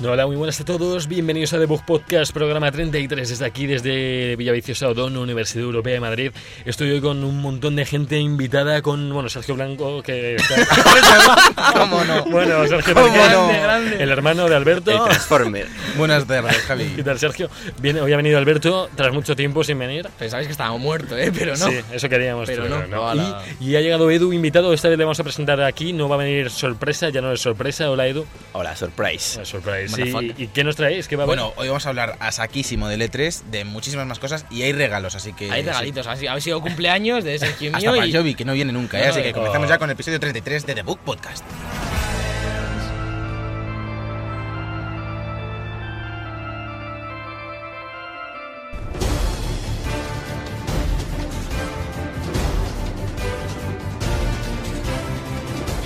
Hola, muy buenas a todos. Bienvenidos a The Bug Podcast, programa 33. Desde aquí, desde Villaviciosa Odón, Universidad Europea de Madrid. Estoy hoy con un montón de gente invitada. Con, bueno, Sergio Blanco, que. ¿Cómo no? bueno, Sergio ¿Cómo Blanco, no? el hermano de El Alberto. Transformer. Buenas tardes, ¿Qué Javi. tal, Sergio? Viene, hoy ha venido Alberto tras mucho tiempo sin venir. Pensabais que estábamos muertos, ¿eh? Pero no. Sí, eso queríamos. Pero no. Hola. Y, y ha llegado Edu invitado. Esta vez le vamos a presentar aquí. No va a venir sorpresa, ya no es sorpresa. Hola, Edu. Hola, surprise. Una surprise. ¿Y, Motherfucker. y qué nos traéis? ¿Qué va a haber? Bueno, hoy vamos a hablar a saquísimo del E3, de muchísimas más cosas y hay regalos, así que. Eh, Hay regalitos, así, ha sido cumpleaños de sí. Sergio Hasta mío para y Jovi, que no viene nunca, ¿eh? Así que Oh. comenzamos ya con el episodio 33 de The Book Podcast.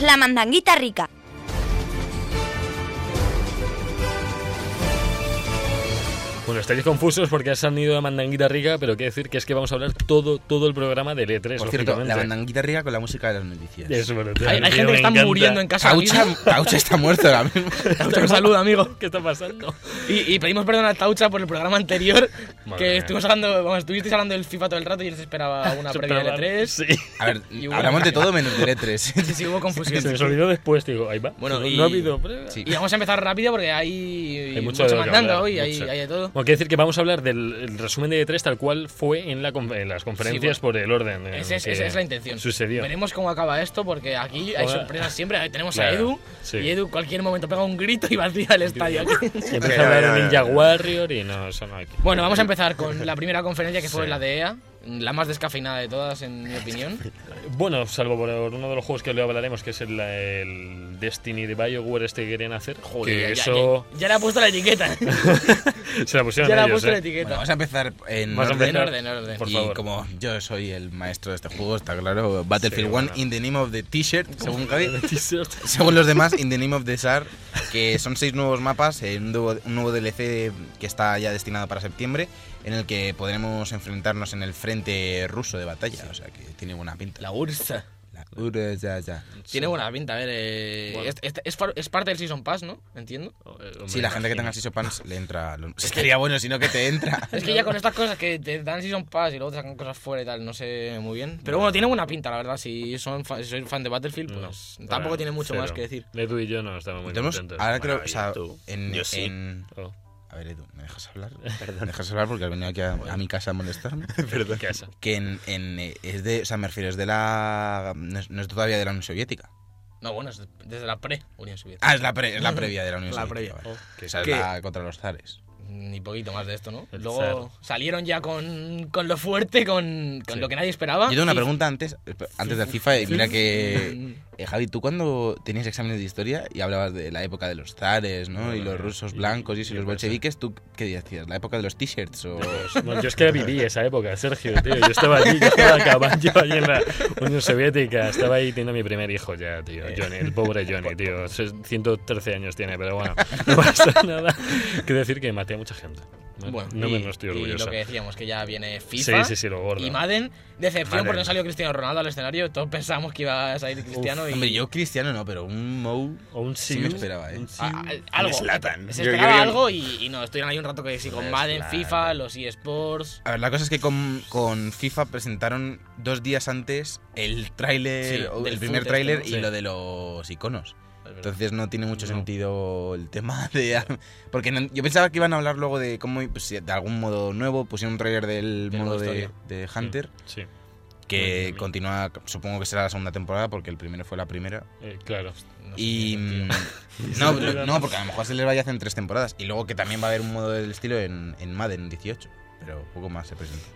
La mandanguita rica. Bueno, estaréis confusos porque se han ido a Mandanguita Rica, pero quiero decir que es que vamos a hablar todo, todo el programa de E3. Por cierto, la lógicamente. bandanguita rica con la música de las noticias. Eso, bueno, tío, hay, hay tío, gente me que está encanta. muriendo en casa. Taucha, ahora Taucha está muerto ahora mismo. mismo. Taucha, un saludo, amigo. ¿Qué está pasando? Y, y pedimos perdón a Taucha por el programa anterior, Madre mía. que estuvimos hablando, vamos, estuvisteis hablando del FIFA todo el rato y él se esperaba una previa de 3 Sí. A ver, Y bueno, hablamos de venga. todo menos del E E3. Sí, sí, hubo confusión. Se nos olvidó después, digo, ahí va. Bueno, no, y- no ha habido prueba. Sí. Y vamos a empezar rápido porque hay, Hay mucho, mucho, de lo que mandanga hablar, hoy, hay, mucho. hay de todo. Bueno, quiero decir que vamos a hablar del el resumen de E3 tal cual fue en, la con- en las conferencias Sí, por el orden. en Ese es- Esa que es, la intención. Sucedió. Veremos cómo acaba esto porque aquí hay eh, Joder. sorpresas siempre. Ahí Tenemos Claro, a Edu sí. y Edu cualquier momento pega un grito y vacía el estadio. Y aquí. empieza Ok, a hablar no, de no, Ninja no. Warrior y no, eso no hay que- Bueno, vamos a empezar con la primera conferencia que fue Sí. la de EA, la más descafeinada de todas, en mi opinión. Bueno, salvo por uno de los juegos que luego hablaremos, que es el, el Destiny de BioWare este que querían hacer. Joder, Ya- ya- eso ya, ya le ha puesto la etiqueta. se la pusieron ya le ha ellos, puesto la eh. etiqueta. Bueno, vamos a empezar en Vamos a orden. empezar, orden, orden. Por y favor. como yo soy el maestro de este juego, está claro, Battlefield Sí, 1 bueno. in the name of the t-shirt, según Javi. T-shirt. Según los demás, in the name of the SAR, que son seis nuevos mapas, eh, un nuevo, un nuevo DLC que está ya destinado para septiembre, en el que podremos enfrentarnos en el frente ruso de batalla, o sea que tiene buena pinta. La URSA. La- Ura, ya, ya. Tiene buena pinta, a ver. eh, Bueno. es, es- es far- es parte del Season Pass, ¿no? Entiendo. Sí, la gente que tenga Sí, Siso Pants le entra... lo- Estaría bueno, sino que te entra. Es que ya con estas cosas que te dan Season Pass y luego te sacan cosas fuera y tal, no sé muy bien. Pero bueno, tiene buena pinta, la verdad. Si, son fa- si soy fan de Battlefield, pues tampoco tiene mucho más que decir. Edu y yo no estamos muy Tenemos- contentos. ahora creo, o Maravilla, sea, tú. en, Yo sí. en- Oh, A ver, Edu, ¿me dejas hablar? Perdón. ¿Me dejas hablar porque has venido aquí a, a mi casa a molestarme? perdón. ¿Qué pasa? que en, en, eh, es de, o sea, me refiero, es de la, no es, no es todavía de la Unión Soviética. No, bueno, es desde la pre-Unión Soviética. Ah, es la, pre- es la previa de la Unión La Soviética. previa. vale. Oh, O sea, es ¿Qué? la contra los zares. Ni poquito más de esto, ¿no? El Luego salieron ya con, con lo fuerte, con, con lo que nadie esperaba. Yo tengo una Y- pregunta antes, antes del FIFA y mira que... eh, Javi, tú cuando tenías exámenes de historia y hablabas de la época de los zares, ¿no? Y los rusos blancos y eso, y los bolcheviques, ¿tú qué decías? ¿La época de los t-shirts o...? Pues, Bueno, yo es que viví esa época, Sergio, tío. Yo estaba allí, yo estaba a caballo allí en la Unión Soviética. Estaba ahí teniendo mi primer hijo ya, tío. Johnny, el pobre Johnny, tío. 113 años tiene, pero bueno, no pasa nada. Quiero decir que maté a mucha gente. No, Bueno, no y, me no estoy y orgulloso. lo que decíamos, que ya viene FIFA Sí, sí, sí, lo gordo. y Madden. Decepción Madden. porque no salió Cristiano Ronaldo al escenario. Todos pensamos que iba a salir Cristiano y... Hombre, yo cristiano no, pero un Mou... O un Sí me Siu, esperaba, ¿eh? un Siu. a- a- algo. Zlatan. Se Yo- yo esperaba vi un- algo y, y no, estuvieron ahí un rato que sí, con Madden, Zlatan. FIFA, los eSports... A ver, la cosa es que con, con FIFA presentaron dos días antes el tráiler, Sí, o del el primer footage, tráiler ¿no? y Sí. lo de los iconos. verdad. Entonces no tiene mucho No. sentido el tema de... Porque no- yo pensaba que iban a hablar luego de cómo, pues, de algún modo nuevo, pusieron un tráiler del Del modo modo de, de Hunter, Mm, Sí, que Ujú. continúa, supongo que será la segunda temporada, porque el primero fue la primera. eh, claro. No sé Y... qué decir. mm, No, pero- no, porque a lo mejor se les vaya a hacer en tres temporadas. Y luego que también va a haber un modo del estilo en, en Madden 18. Pero poco más se presenta.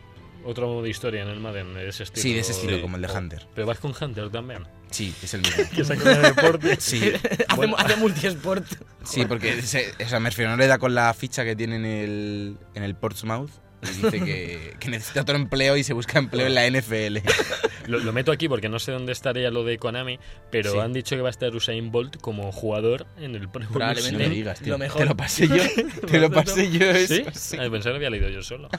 Otro modo de historia en el Madden, de ese estilo. Sí, de ese estilo, Sí. como el de Hunter. Pero vas con Hunter también. Sí, es el mismo. Que saca de deporte. Sí, hace, Bueno. hace multiesport. sí porque se, o sea, me refiero, no le da con la ficha que tiene en el, en el Portsmouth. Y dice que, que necesita otro empleo y se busca empleo en la NFL. Lo, lo meto aquí porque no sé dónde estaría lo de Konami, pero Sí. han dicho que va a estar Usain Bolt como jugador en el Pro Evolution. Probablemente. No me digas, tío. Lo mejor. Te lo pasé yo. Te lo pasé yo. eso, ¿Sí? sí. Ay, pensé que lo había leído yo solo.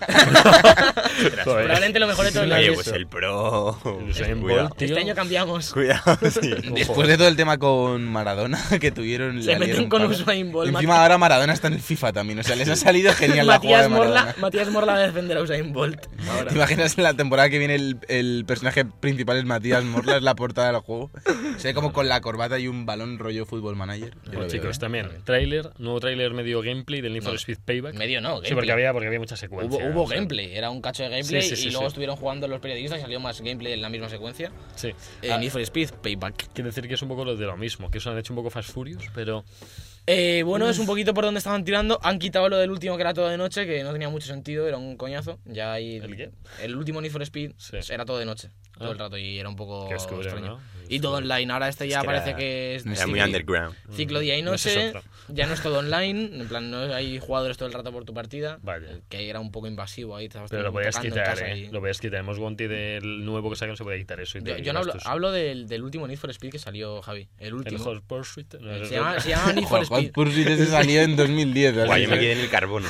Joder. Probablemente lo mejor de todo el Oye, año. pues pues el pro. Usain Cuidado. Bolt, tío. Este año cambiamos. Cuidado, sí. Después de todo el tema con Maradona que tuvieron. Se le meten dieron con palo. Usain Bolt, Encima Mati- ahora Maradona está en el FIFA también. O sea, les ha salido genial la jugada Matías de Maradona. Morla, Matías Morla va a defender a Usain Bolt. Ahora. ¿Te imaginas en la temporada que viene el, el personaje principal es Matías Morla, es la portada del juego? Se ve como con la corbata y un balón rollo fútbol Oh, manager. Yo lo Bueno, veo, chicos, ¿eh? también, tráiler, nuevo tráiler medio gameplay del Need for Speed Payback. Medio no, Sí, porque gameplay. había, porque había mucha secuencia. Hubo, hubo o sea. gameplay, era un cacho de gameplay Sí, sí, sí, y luego sí. estuvieron jugando los periodistas y salió más gameplay en la misma secuencia. Sí. Eh, Ah, Need for Speed, Payback. Quiero decir que es un poco lo de lo mismo, que eso han hecho un poco Fast Furious, pero Eh, bueno, es un poquito por donde estaban tirando. Han quitado lo del último que era todo de noche, que no tenía mucho sentido, era un coñazo. Ya ahí. ¿El qué? el último Need for Speed Sí. era todo de noche, todo Ah. el rato, y era un poco Qué oscuro, extraño. ¿no? Y todo online, ahora este ya que parece era- que es. Era muy ciclo- underground. Ciclo día y Mm. No, ese noche, es otro. ya no es todo online, en plan, no hay jugadores todo el rato por tu partida. vaya. Que era un poco invasivo ahí, te estabas Pero lo podías tocando en quitar, casa ¿eh? y- Lo podías quitar. Hemos Gonti del nuevo que sacan, se puede quitar eso. Y te Yo, yo llevas no hablo, tus- hablo del, del último Need for Speed que salió, Javi. El El último. Hot Pursuit. no, se, es llama, otro. se llama Need for Ojo, Hot Speed. Pursuit ese salió en 2010. así Guay, yo me que- quedé en el carbono.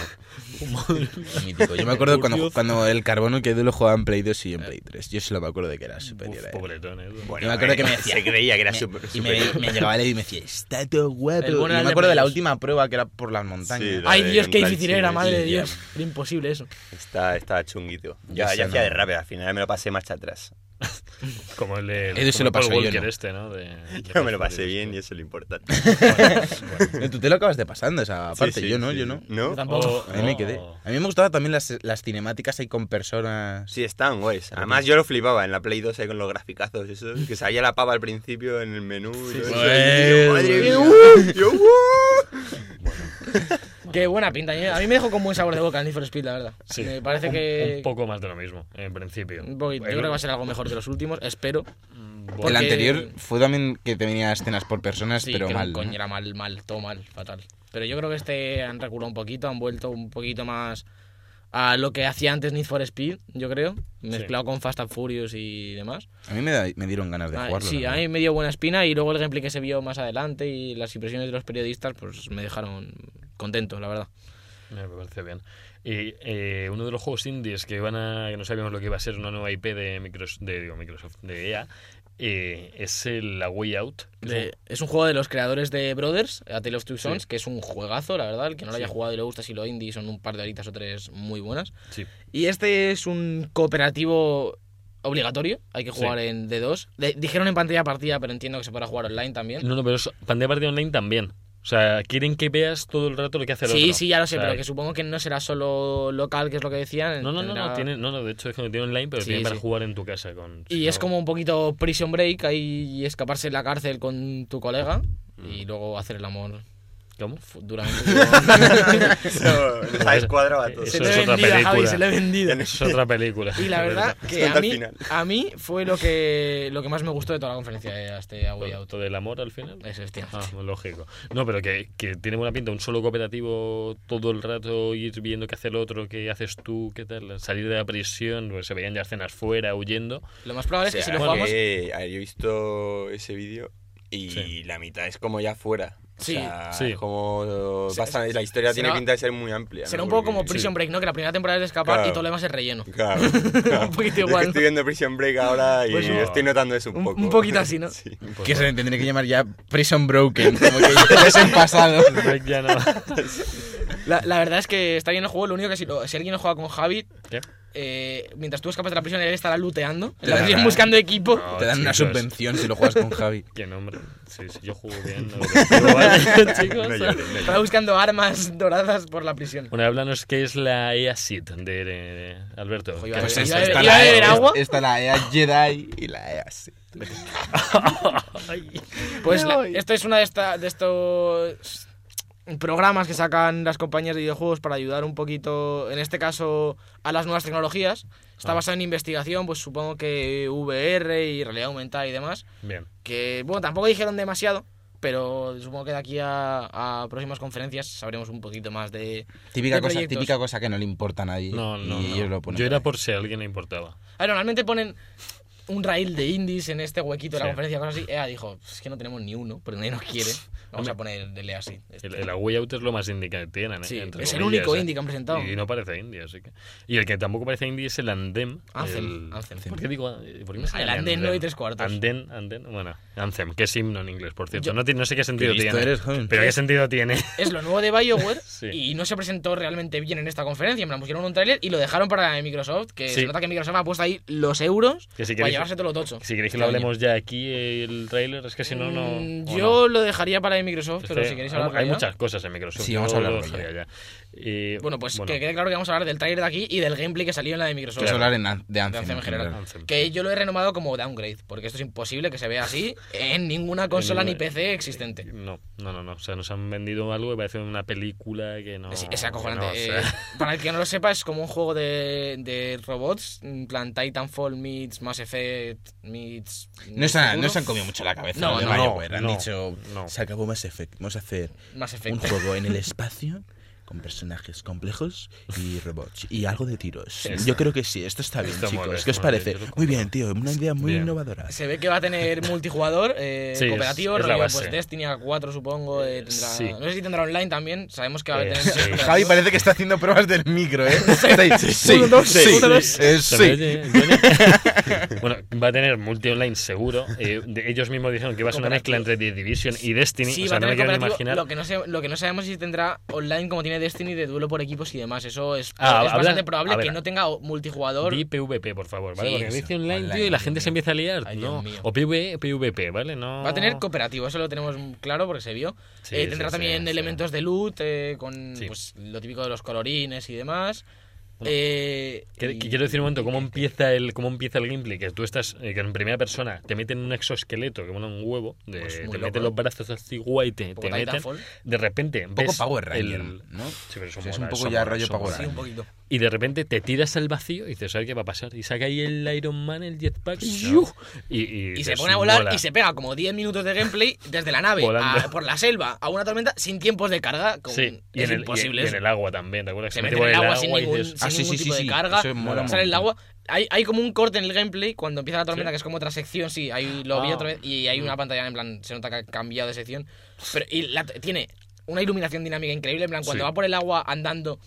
Mítico. Yo me acuerdo cuando, cuando el carbono que lo jugaba en Play 2 y yo en Play 3. Yo solo me acuerdo de que era superior. Uf, a él. pobretón, ¿eh? Bueno, me acuerdo eh, que me decía- Se creía que era Me- super- y me, superior. me llegaba el y me decía, está todo guapo. El bueno Y era yo el me de acuerdo de la Play dos. última prueba que era por las montañas. Sí, la- Ay, de Dios, qué Gunplank, difícil sí, era, madre sí, de ya. Dios. Era imposible eso. Está, está chunguito. Ya, Ese ya hacía no. de rap, al final me lo pasé marcha atrás. Como el de. Edu se lo pasó, yo Walker no. este, ¿no? De, de Yo me lo Fast pasé Furious. bien y eso es lo importante. Tú te lo acabas de pasando esa parte. Sí, sí, yo no, sí, yo sí. no. ¿No? Yo tampoco. O- A mí me o- quedé. A mí me gustaban también las, las cinemáticas ahí con personas. Sí, están guays. Además, yo lo flipaba en la Play 2 ahí con los graficazos, y eso. Que salía la pava al principio en el menú. y yo- sí. yo, madre Bueno. mía, yo, uh. Qué buena pinta. eh. A mí me dejó con buen sabor de boca el Need for Speed, la verdad. Sí, me parece un- que. Un poco más de lo mismo, en principio. un poquito. Yo creo que va a ser algo mejor que los últimos, espero. Mm, El Porque- anterior fue también que te venía escenas por personas, Sí, pero que mal. coño, ¿no? era mal, mal, todo mal, fatal. Pero yo creo que este han reculado un poquito, han vuelto un poquito más a lo que hacía antes Need for Speed, yo creo. Mezclado con Fast and Furious y demás. A mí me, da- me dieron ganas de Ah, jugarlo. sí, la a verdad. mí me dio buena espina y luego el gameplay que se vio más adelante y las impresiones de los periodistas pues me dejaron contento, la verdad. Me parece bien. Y eh, uno de los juegos indies que van a. que no sabíamos lo que iba a ser una nueva IP de Microsoft, de, digo, Microsoft, de EA, eh, es el La Way Out. que es un- De- es un juego de los creadores de Brothers, A Tale of Two Sons, que es un juegazo, la verdad. El que no lo haya Sí. jugado y le gusta, si lo indie, son un par de horitas o tres muy buenas. sí, Y este es un cooperativo obligatorio, hay que jugar en D2. De- dijeron en pantalla partida, pero entiendo que se podrá jugar online también. No, no, pero es pantalla partida online también. O sea, quieren que veas todo el rato lo que hace el sí, otro. sí, ya lo sé, O sea, pero que supongo que no será solo local, que es lo que decían. No, no, no, no, tendrá- tiene, no, no, de hecho es que no tiene online, pero Sí, tiene para sí. jugar en tu casa. con Y si es no- como un poquito prison break ahí y escaparse de la cárcel con tu colega y luego hacer el amor ¿Cómo? fu- duramente. Se Eso, nos ha descuadrado a todos. Eso le es he otra vendido, Javi, película. se le he vendido. Es otra película. Y la verdad que Hasta el a mí, final. a mí fue lo que, lo que más me gustó de toda la conferencia de este A Way Out. ¿Todo del amor al final? Eso es, este, tío. Ah, lógico. No, pero que, que tiene buena pinta. Un solo cooperativo todo el rato, ir viendo qué hace el otro, qué haces tú, qué tal. Salir de la prisión, pues se veían ya escenas fuera, huyendo. Lo más probable es que O sea, si lo que, jugamos... a ver, yo he visto ese vídeo y Sí. la mitad es como ya fuera. O Sí. sea, Sí. como Se- bastante- la historia será- tiene pinta de ser muy amplia. ¿no? Será un poco como Porque- Prison Break, ¿no? Que la primera temporada es de escapar Claro. y todo lo demás es relleno. Claro, Un claro. poquito Yo es que igual, ¿no? estoy viendo Prison Break ahora y Pues no. estoy notando eso un Un- poco. un poquito así, pues, ¿no? Sí. Que se tendría que llamar ya Prison Broken, como que ya es el pasado. Break ya no. La, la verdad es que está bien el juego, lo único que si, lo- si alguien lo juega con Javi, ¿Qué? eh, mientras tú escapas de la prisión, él estará looteando, en Te la da- prisión buscando equipo. No, Te dan una chicos. subvención si lo juegas con Javi. Qué nombre. Sí, sí, yo juego bien. no lo juego mal, chicos. No llores, no llores. Estaba buscando armas doradas por la prisión. Bueno, háblanos qué es la E EA Seed de, de- Alberto. Joder, ¿Qué Pues haces? eso, esta iba a la beber EA agua. Está la EA Jedi y la E EA Sith. Pues la- esto es una de, esta- de estos programas que sacan las compañías de videojuegos para ayudar un poquito, en este caso, a las nuevas tecnologías. Está Ah. basado en investigación, pues supongo que VR y realidad aumentada y demás. Bien. Que, bueno, tampoco dijeron demasiado, pero supongo que de aquí a, a próximas conferencias sabremos un poquito más de... Típica de cosa, proyectos. típica cosa que no le importa a nadie. No, no. y no. ellos lo ponen. yo era por por si a alguien le importaba. A ver, normalmente ponen un rail de indies en este huequito de Sí. la conferencia, cosas así. EA dijo, es que no tenemos ni uno, porque nadie nos quiere. Vamos a poner de lea así. este. El, el Away Out es lo más indie que tienen. ¿eh? Sí, Entre es el comillas, único ¿eh? indie que han presentado. Y no parece indie, así que. Y el que tampoco parece indie es el Andem. Anthem, el- Anthem. ¿Por qué digo? ¿Por qué me sale El Andem nueve y tres cuartos. Andem, Andem. Bueno, Anthem, que es himno en inglés, por cierto. Yo- No, ti- no sé qué sentido listo tiene. eres, joven. ¿eh? pero qué sentido tiene. Es lo nuevo de BioWare Sí. y no se presentó realmente bien en esta conferencia. Me la pusieron un tráiler y lo dejaron para Microsoft, que Sí. se nota que Microsoft ha puesto ahí los euros Que si para queréis- llevarse todo lo tocho. Si queréis que lo Este hablemos ya aquí, eh, el trailer, es que si no, no. Mm, o Yo no. lo dejaría para Microsoft, pero Este, si queréis hay- hablar Hay muchas cosas en Microsoft. Sí, vamos yo a lo hablarlo dejaría ya. Y, Bueno, pues que quede claro que vamos a hablar del tráiler de aquí y del gameplay que salió en la de Microsoft. Vamos a hablar en an- de Anthem. Anthem en en general. general. Anthem. Que yo lo he renomado como downgrade, porque esto es imposible que se vea así en ninguna consola ni ninguna- PC existente. No, no, no, no. O sea, nos han vendido algo que parece una película que no. Es, es acojonante. que no, o sea, Eh, para el que no lo sepa, es como un juego de, de robots, en plan Titanfall meets Mass Effect meets... No se, han, Futuro. no se han comido mucho la cabeza. No, de no, BioWare. Han no, dicho, no. se acabó Mass Effect. Vamos a hacer Mass un Effect. juego en el espacio con personajes complejos y robots y algo de tiros. Esto. Yo creo que sí, esto está bien, Esto chicos. mola, ¿Qué os esto mola, parece? yo lo compro. Muy bien, tío, una idea muy Bien. innovadora. Se ve que va a tener multijugador, eh, Sí, es- cooperativo, es la rollo, base. pues Destiny a 4 supongo, eh, tendrá- Sí. no sé si tendrá online también, sabemos que va a Eh, tener... sí. Javi parece que está haciendo pruebas del micro, ¿eh? Está ahí, Sí, sí, Uno, dos, sí, uno, dos. eh, ¿se sí. me oye, Johnny? bueno, va a tener multi online seguro. Eh, de- ellos mismos dijeron que iba a ser una mezcla Cooperativo. entre The Division y Destiny. Sí, o va sea, a no me tener quiero ni cooperativo. imaginar. Lo que, no sé- lo que no sabemos es si tendrá online como tiene Destiny de duelo por equipos y demás. Eso es, Ah, es habla- bastante a probable ver, que no tenga o- multijugador. Di PvP, por favor, ¿vale? Sí, Porque eso, dice online, online, tío, y la Dios gente se mío. empieza a liar, Ay, ¿no? Dios mío. O PvE, PvP, ¿vale? No... Va a tener cooperativo, eso lo tenemos claro porque se vio. Ah. Sí, Eh, sí, tendrá sí, también sí. elementos de loot, eh, con Sí. pues, lo típico de los colorines y demás. Eh, Que- y- que quiero decir un momento cómo empieza el cómo empieza el gameplay que tú estás eh, que en primera persona te meten un exoesqueleto que bueno un huevo de- Pues te muy loco, meten ¿eh? los brazos así guay te, poco te meten Titanfall. de repente Un poco ves Power Ranger, el- ¿no? Sí, pero eso O sea, es mola, un poco eso ya mola, rollo eso Power mola. Sí, un poquito. y de repente te tiras al vacío y dices a ver qué va a pasar y saca ahí el Iron Man el jetpack ¡Yu! y, y Y se dices, pone a volar "Mola". y se pega como 10 minutos de gameplay desde la nave Volando. a- por la selva a una tormenta sin tiempos de carga. con- Sí, y es en el, y- imposible. y en eso. el agua también te acuerdas se Que mete metió en el por agua sin ningún, dices, sin ah, sí, ningún sí, tipo sí, de sí, carga. eso mola un sale el montón. agua. Hay, hay como un corte en el gameplay cuando empieza la Sí. tormenta, que es como otra sección, sí, ahí lo vi Ah. otra vez, y hay una Mm. pantalla en plan, se nota que ha cambiado de sección. Pero y la- tiene una iluminación dinámica increíble, en plan, cuando Sí. va por el agua andando,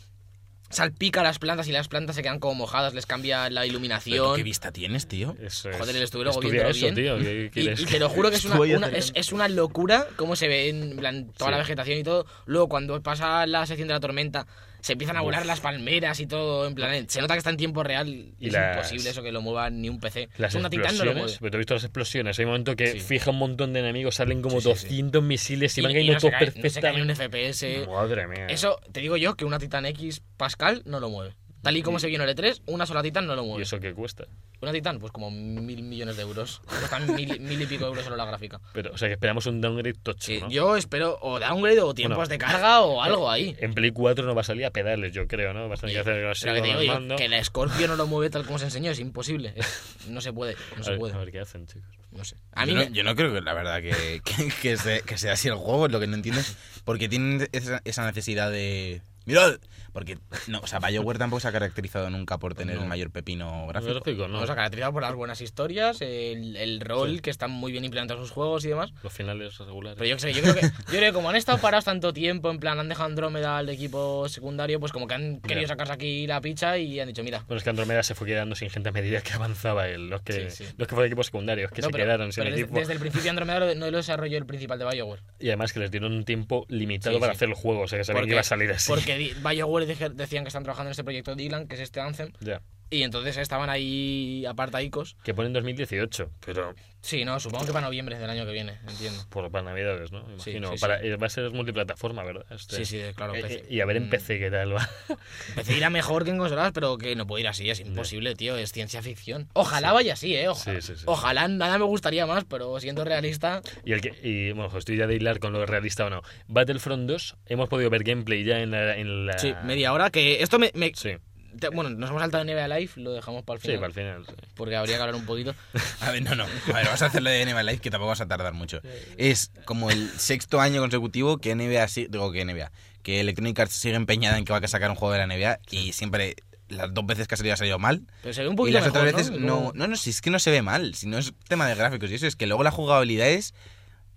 salpica las plantas y las plantas se quedan como mojadas, les cambia la Pero, ¿Qué iluminación. vista tienes, tío? eso es- Joder, el estuve luego estudia viéndolo eso, bien. tío, ¿qué Y, quieres? y te lo juro que es una, Estoy una- es, acercando. es una locura cómo se ve en plan, toda Sí. la vegetación y todo. Luego, cuando pasa la sección de la tormenta, se empiezan a volar Uf. las palmeras y todo. En plan, eh, se nota que está en tiempo real. Y es las- imposible eso que lo mueva ni un PC. Las una Titan no lo mueve. explosiones, pero tú has visto las explosiones. Hay un momento que Sí. fija un montón de enemigos, salen como Sí, sí, sí. 200 misiles y van Y- y cayendo no se todos cae- no se cae ni perfectamente. un FPS. Madre mía. Eso, te digo yo, que una Titan X Pascal no lo mueve. Tal y como se vio en el E3, una sola Titan no lo ¿Y mueve. eso qué cuesta? Una Titan, pues como mil millones de euros. Cuesta mil, mil y pico euros solo la gráfica. Pero, o sea, que esperamos un downgrade tocho, Sí, ¿no? yo espero o downgrade o tiempos de carga o algo ahí. En Play 4 no va a salir a pedales, yo creo, ¿no? Vas a tener que hacer así Pero que te con digo el yo, mando. que la Scorpio no lo mueve tal como se enseñó, es imposible. Es- no se puede, no a, se ver, puede. a ver qué hacen, chicos. No sé. A mí yo, no, me- yo no creo que la verdad que, que, que se- que sea así el juego, es lo que no entiendo. Porque tienen esa, esa necesidad de. ¡Mirad! Porque, no, o sea, Bioware tampoco se ha caracterizado nunca por tener No. el mayor pepino Gráfico, gráfico. no. nos ha caracterizado por las buenas historias, el, el rol que están muy bien implementados en sus juegos y demás. Los finales regulares. Pero yo qué sé, yo creo que, yo creo que como han estado parados tanto tiempo, en plan han dejado Andrómeda al equipo secundario, pues como que han querido sacarse aquí la picha y han dicho, mira. Bueno, es que Andromeda se fue quedando sin gente a medida que avanzaba él. Los que, Sí, sí. Los que fueron equipos secundarios, que no, se pero- quedaron sin pero des- equipo. desde el principio Andrómeda lo- no lo desarrolló el principal de Bioware. Y además que les dieron un tiempo limitado Sí, para sí. hacer el juego, o sea, que sabían que iba a salir así. Porque di- BioWare dije- decían que están trabajando en este proyecto de Dylan, que es este Anthem, Ya. y entonces estaban ahí apartaicos. Que ponen 2018, pero Sí, no, supongo que para noviembre del año que viene, entiendo. Por, para Navidades, ¿no? Me Sí, Imagino. sí, sí. Para- eh, va a ser multiplataforma, ¿verdad? Este. Sí, sí, claro. Eh, PC. eh, y a ver en Mm, PC qué tal va. PC irá mejor que en consolas, pero que no puede ir así, es imposible, tío, es ciencia ficción. Ojalá vaya así, eh, ojalá. Sí, sí, sí. Ojalá nada me gustaría más, pero siendo realista, Y, el que, y bueno, pues, estoy ya de hilar con lo realista o no. Battlefront 2, hemos podido ver gameplay ya en la. En la... sí, media hora, que esto me... me- Sí, te- bueno, nos hemos saltado de NBA Live, lo dejamos para el sí, final. para el final. sí. Porque habría que hablar un poquito. A ver, no, no. A ver, vas a hacer lo de NBA Live, que tampoco vas a tardar mucho. Es como el sexto año consecutivo que NBA, si- digo que NBA, que Electronic Arts sigue empeñada en que va a sacar un juego de la NBA y siempre las dos veces que ha salido ha salido mal. Pero se ve un Y poquito las mejor, otras veces Como- no, no, no, si es que no se ve mal, si no es tema de gráficos y eso, es que luego la jugabilidad es,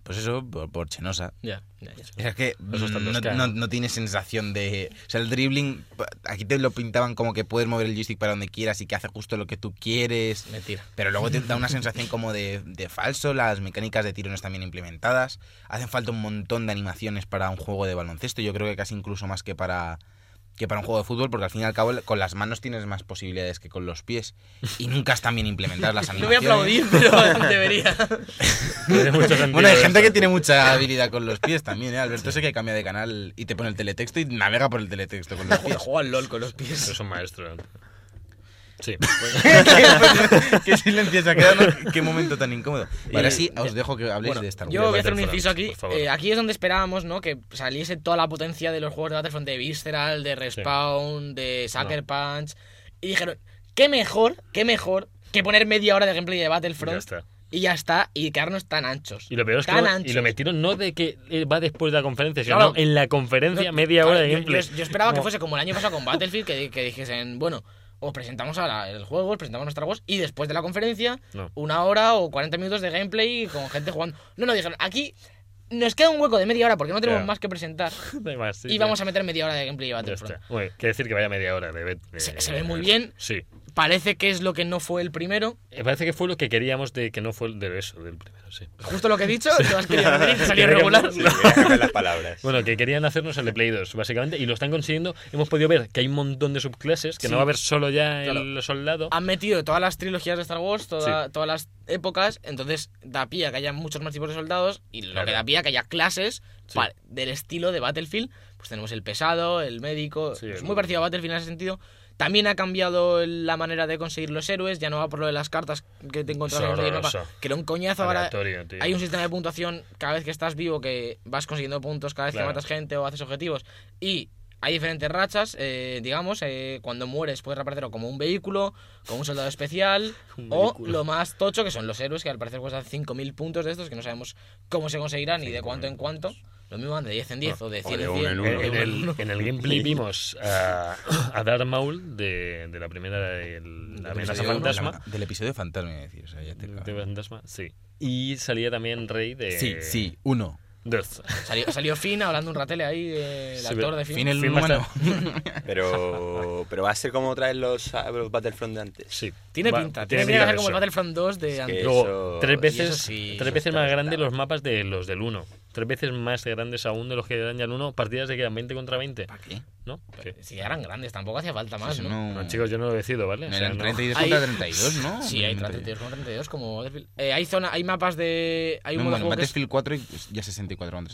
pues eso, por, por chenosa. Ya, ya, ya. O sea, Es que Eso está mm, no, toscano. no- no tiene sensación de... O sea, el dribbling, pa- aquí te lo pintaban como que puedes mover el joystick para donde quieras y que hace justo lo que tú quieres, Mentira. pero luego te da una sensación como de, de falso, las mecánicas de tiro no están bien implementadas, hacen falta un montón de animaciones para un juego de baloncesto, yo creo que casi incluso más que para que para un juego de fútbol, porque al fin y al cabo con las manos tienes más posibilidades que con los pies. Y nunca están bien implementadas las No voy a animaciones. aplaudir, pero debería. Tiene mucho sentido Bueno, hay eso. gente que tiene mucha habilidad con los pies también, ¿eh? Alberto sé que cambia de canal y te pone el teletexto y navega por el teletexto con los Joder, pies. juega al LOL con los pies. Es un maestro. Sí. pues Qué silencio se ha quedado, Eh, ¿no? qué momento tan incómodo. Y- Ahora sí, os dejo que habléis Bueno, de Star Wars. yo voy a hacer un Battlefront, inciso aquí. por favor. Eh, aquí es donde esperábamos, ¿no? Que saliese toda la potencia de los juegos de Battlefront, de Visceral, de Respawn, de Sucker Punch. Y dijeron, qué mejor, qué mejor que poner media hora de gameplay de Battlefront. Ya está. Y ya está, y quedarnos tan anchos. Y lo peor es que tan lo- anchos. y lo metieron no de que eh, va después de la conferencia, sino Claro. en la conferencia No, media claro, hora de yo- gameplay. Yo, yo esperaba que Como- fuese como el año pasado con Battlefield, que, que dijesen, bueno, os presentamos ahora el juego, os presentamos nuestra voz, y después de la conferencia, No. una hora o 40 minutos de gameplay con gente jugando. No, no, dijeron, aquí nos queda un hueco de media hora porque no tenemos Claro. más que presentar. Da igual, sí, y sí. vamos a meter media hora de gameplay de Ya Battlefront. está. Bueno, quiere decir que vaya media hora de, de- Se- se ve muy bien. Sí. Parece que es lo que no fue el primero. Me parece que fue lo que queríamos de que no fue el de eso, del primero, sí. Justo lo que he dicho, te has querido venir y te salió Creo que- regular. Sí, voy a cambiar las palabras. Bueno, que querían hacernos el de Play 2, básicamente, y lo están consiguiendo. Hemos podido ver que hay un montón de subclases, que Sí. no va a haber solo ya Claro. el soldado. Han metido todas las trilogías de Star Wars, toda- todas las épocas, entonces da pie a que haya muchos más tipos de soldados y lo Claro. que da pie a que haya clases Sí. pa- del estilo de Battlefield. Pues tenemos el pesado, el médico, Sí, es el- muy parecido a Battlefield en ese sentido. También ha cambiado el- la manera de conseguir los héroes, ya no va por lo de las cartas que te encontrabas en el Horroroso. mapa, que era un coñazo ahora. Aleatorio, tío. Hay un sistema de puntuación cada vez que estás vivo que vas consiguiendo puntos cada vez Claro. que matas gente o haces objetivos. Y hay diferentes rachas, eh, digamos, eh, cuando mueres puedes reaparecer o como un vehículo, como un soldado especial, Un o vehículo. lo más tocho, que son los héroes, que al parecer cuestan 5.000 puntos de estos, que no sabemos cómo se conseguirán ni de cuánto en cuánto. Lo mismo van de 10 en 10 o de o 100 de en Eh, uno 100. en uno. En, de en uno en el, uno. en el gameplay vimos a, a Darth Maul de, de la primera, de la Del amenaza episodio- fantasma. Del episodio fantasma, iba a decir. O sea, ya te De fantasma, sí. Y salía también Rey de. Sí, sí, uno. Death. Salió, salió Finn hablando un ratele ahí, eh, el Sí, actor pero de Finn. Fin el Fin humano. Pero, pero va a ser como otra vez los, ah, los Battlefront de antes. Sí. Tiene Va- pinta, tiene pinta de de ser como el eso. Battlefront 2 de antes. que- Luego, Eso- tres y veces, eso sí, tres eso veces está más grandes reventado. los mapas de los del 1. Tres veces más grandes aún de los que dañan 1. Partidas que quedan 20 contra 20. ¿Para qué? Pues ¿No? Sí. Si eran grandes, tampoco hacía falta más, ¿no? No, chicos, yo no lo decido, ¿vale? O No sea, eran no. 32 Hay- contra 32, ¿no? Sí, hay 32 con 32 como Battlefield. Eh, hay zona, hay mapas de hay No, un modo de bueno, juego que es- Battlefield 4 y ya 64 contra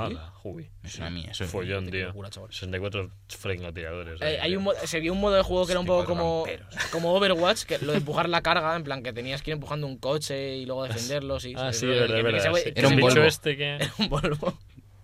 Ala, jubi. Me suena a mí eso. Follón, tío. locura, chaval. 64 frengoteadores. eh, hay un mo- se vio un modo de juego que era un poco como, 64 como Overwatch, que lo de empujar la carga, en plan que tenías que ir empujando un coche y luego defenderlo. Sí, Ah, se- sí, que- de verdad, que- de que se- verdad. sí. que Era un se- El bicho Volvo. este que... era un Volvo.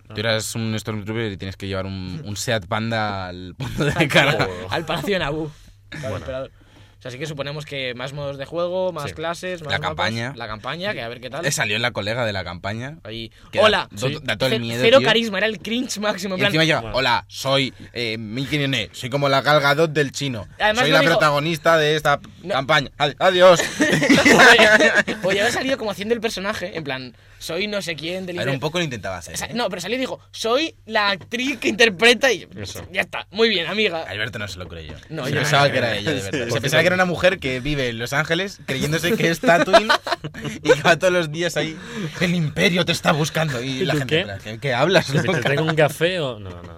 Tú eras un Stormtrooper y tienes que llevar un, un Seat Panda al punto de cara. Al Palacio de Naboo. Claro, esperado. O sea, así que suponemos que más modos de juego, más Sí. clases, más La mapas, campaña. La campaña, que a ver qué tal. Le Eh, salió la colega de la campaña. Ahí. que Hola. Da, do- Sí. da todo Ce- el miedo. Cero tío. carisma, era el cringe máximo. en Y plan, encima lleva, Bueno. hola, soy eh, Mickey Nene, soy como la galgadot del chino. Además, soy no la digo- protagonista de esta No. campaña. Ad- Adiós. Oye, Podría haber pues salido como haciendo el personaje, en plan, soy no sé quién del Era un poco lo intentaba hacer. ¿eh? No, pero salió y dijo, soy la actriz que interpreta y Eso. ya está, muy bien, amiga. Alberto no se lo creyó. No, se yo no. pensaba que era ella, de verdad. Se pensaba que era una mujer que vive en Los Ángeles creyéndose que es Tatooine y que va todos los días ahí. El imperio te está buscando. Y la tú gente, qué? en plan, ¿qué, qué hablas? ¿Que ¿Te loca?". traigo un café o...? No, no.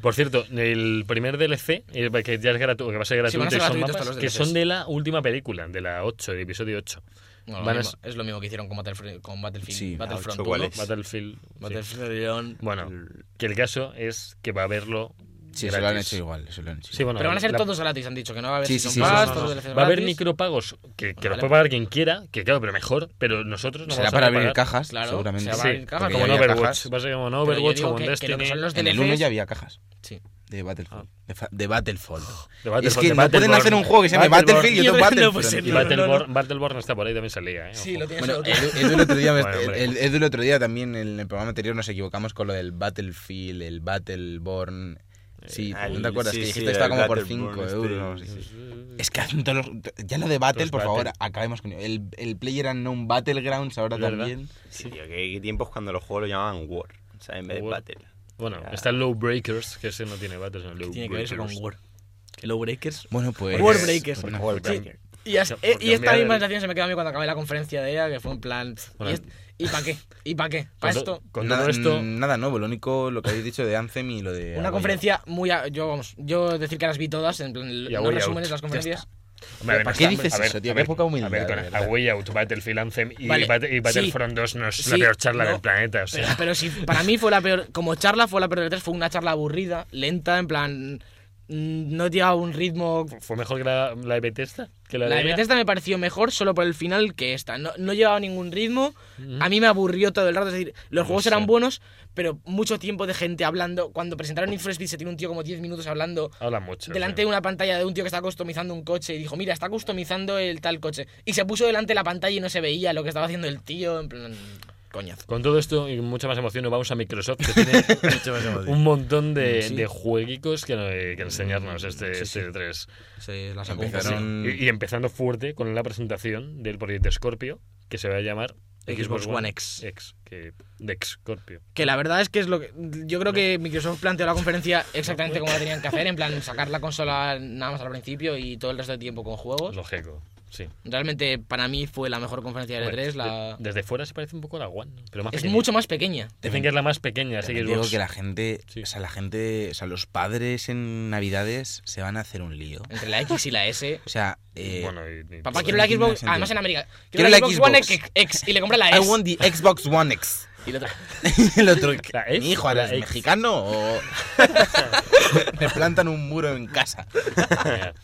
Por cierto, el primer DLC, eh, que ya es gratuito, que va a ser Sí, gratuito, van a ser y son gratuitos mapas todos los que DLCs. son de la última película, de la 8, del episodio 8. No, lo Van a mismo, es lo mismo que hicieron con Battlefield, con Battlefield, Sí, Battlefront ocho, ¿cuál 1. es? Battlefield... sí. Battlefield León. Bueno, que el caso es que va a haberlo. Sí, gratis. se lo han hecho igual. se lo han hecho Sí, igual. bueno, Pero van a ser la- todos gratis, han dicho, que no va a haber Sí, season sí, sí, pass, sí, sí, todos sí. los DLCs Va a haber gratis. micropagos que, que los Vale. puede pagar quien quiera, que claro, pero mejor, pero nosotros no Será vamos para a abrir pagar. cajas, Claro, seguramente. será para abrir cajas, porque Como en ya había Overwatch, cajas. va a ser como en Pero yo Overwatch, digo como en que- que lo que Destiny. son los En el DLCs 1 ya había cajas Sí. de Battlefield. De, fa- de Battlefield. De Battlefield, Es que de no pueden Battleborn. hacer un juego que se llame Battleborn. Battlefield y Y otro otro no, Battlefield. pues, Y No, no, Battleborn, Battleborn está por ahí, también salía, ¿eh? Sí, Ojo. lo tienes Bueno, otro. Edu, Edu el otro día, me- Bueno, hombre. el- Edu el otro día también en el programa anterior nos equivocamos con lo del Battlefield, el Battleborn. Sí, Ah, el- ¿no te acuerdas? sí, que sí, dijiste el está como por Battleborn 5 este, euros. sí, sí. Es que hacen todos los- Ya no de Battle, Los por Battle. favor, acabemos con ello. El, el Player Unknown Battlegrounds ahora ¿Verdad? también. Sí, tío, qué, qué tiempos cuando los juegos lo llamaban War, o sea, en vez de War. Battle. Bueno, Ya. está el Low Breakers, que ese no tiene bates. ¿Qué tiene que ver eso con War? ¿Low Breakers? Bueno, pues. Warbreakers. Bueno, Warbreaker. Y, as- Porque eh, y esta cambiar misma el- sensación se me quedó a mí cuando acabé la conferencia de ella, que fue un plan. pff, Bueno. ¿Y, es- ¿y para qué? ¿Y para qué? ¿Para esto? Con nada, todo esto, mm, nada nuevo, lo único lo que habéis dicho de Anthem y lo eh, de. Una Agoya. conferencia muy. a- Yo, vamos, yo decir que las vi todas, en plan, Y a los Way resúmenes de Out. las conferencias. Hombre, a ver, ¿Para no qué está- dices a ver, eso, tío? a Qué ver, poca humildad, A ver, con de A verdad. Way Out, Battlefield Anthem y, Vale, Bat- y sí, Battlefront 2 no es la sí, peor charla no, del planeta. O Pero, sea, pero si para mí fue la peor, como charla fue la peor de tres, fue una charla aburrida, lenta, en plan, mm, no llevaba un ritmo... ¿Fue mejor que la, la de Bethesda? Que la, La de ella? Bethesda me pareció mejor solo por el final que esta, no, no llevaba ningún ritmo, a mí me aburrió todo el rato, es decir, los No juegos sé. eran buenos, pero mucho tiempo de gente hablando, cuando presentaron Need for Speed se tiene un tío como 10 minutos hablando Habla mucho. delante de sí. una pantalla de un tío que está customizando un coche y dijo, mira, está customizando el tal coche, y se puso delante de la pantalla y no se veía lo que estaba haciendo el tío, en plan, coñazo. Con todo esto y con mucha más emoción nos vamos a Microsoft, que tiene un montón de, de jueguicos que, no- eh, Mm, que enseñarnos este, este 3. Sí, las Mm. Empezaron. Y, y empezando fuerte con la presentación del proyecto Scorpio, que se va a llamar Xbox One X. X, que, de Scorpio. Que la verdad es que es lo que. Yo creo que Microsoft planteó la conferencia exactamente como la tenían que hacer, en plan sacar la consola nada más al principio y todo el resto del tiempo con juegos. Lógico, sí. Realmente para mí fue la mejor conferencia de Bueno, E3. La... de- desde fuera se parece un poco a la One, pero más Es pequeña. mucho más pequeña. Dicen que es la más pequeña, así que También Xbox- digo que la gente, Sí. o sea, la gente, o sea, los padres en Navidades se van a hacer un lío. Entre la X y la S. O sea, eh, Bueno, y- pues, y- Papá, Sí, quiero la no tiene Xbox. sentido. Además en América. Quiero la Xbox. One X, X, y le compra la I S. want the Xbox One X. Y la otra. El otro, La X, mi hijo, ¿eres la X. mexicano o...? Me plantan un muro en casa. Ya.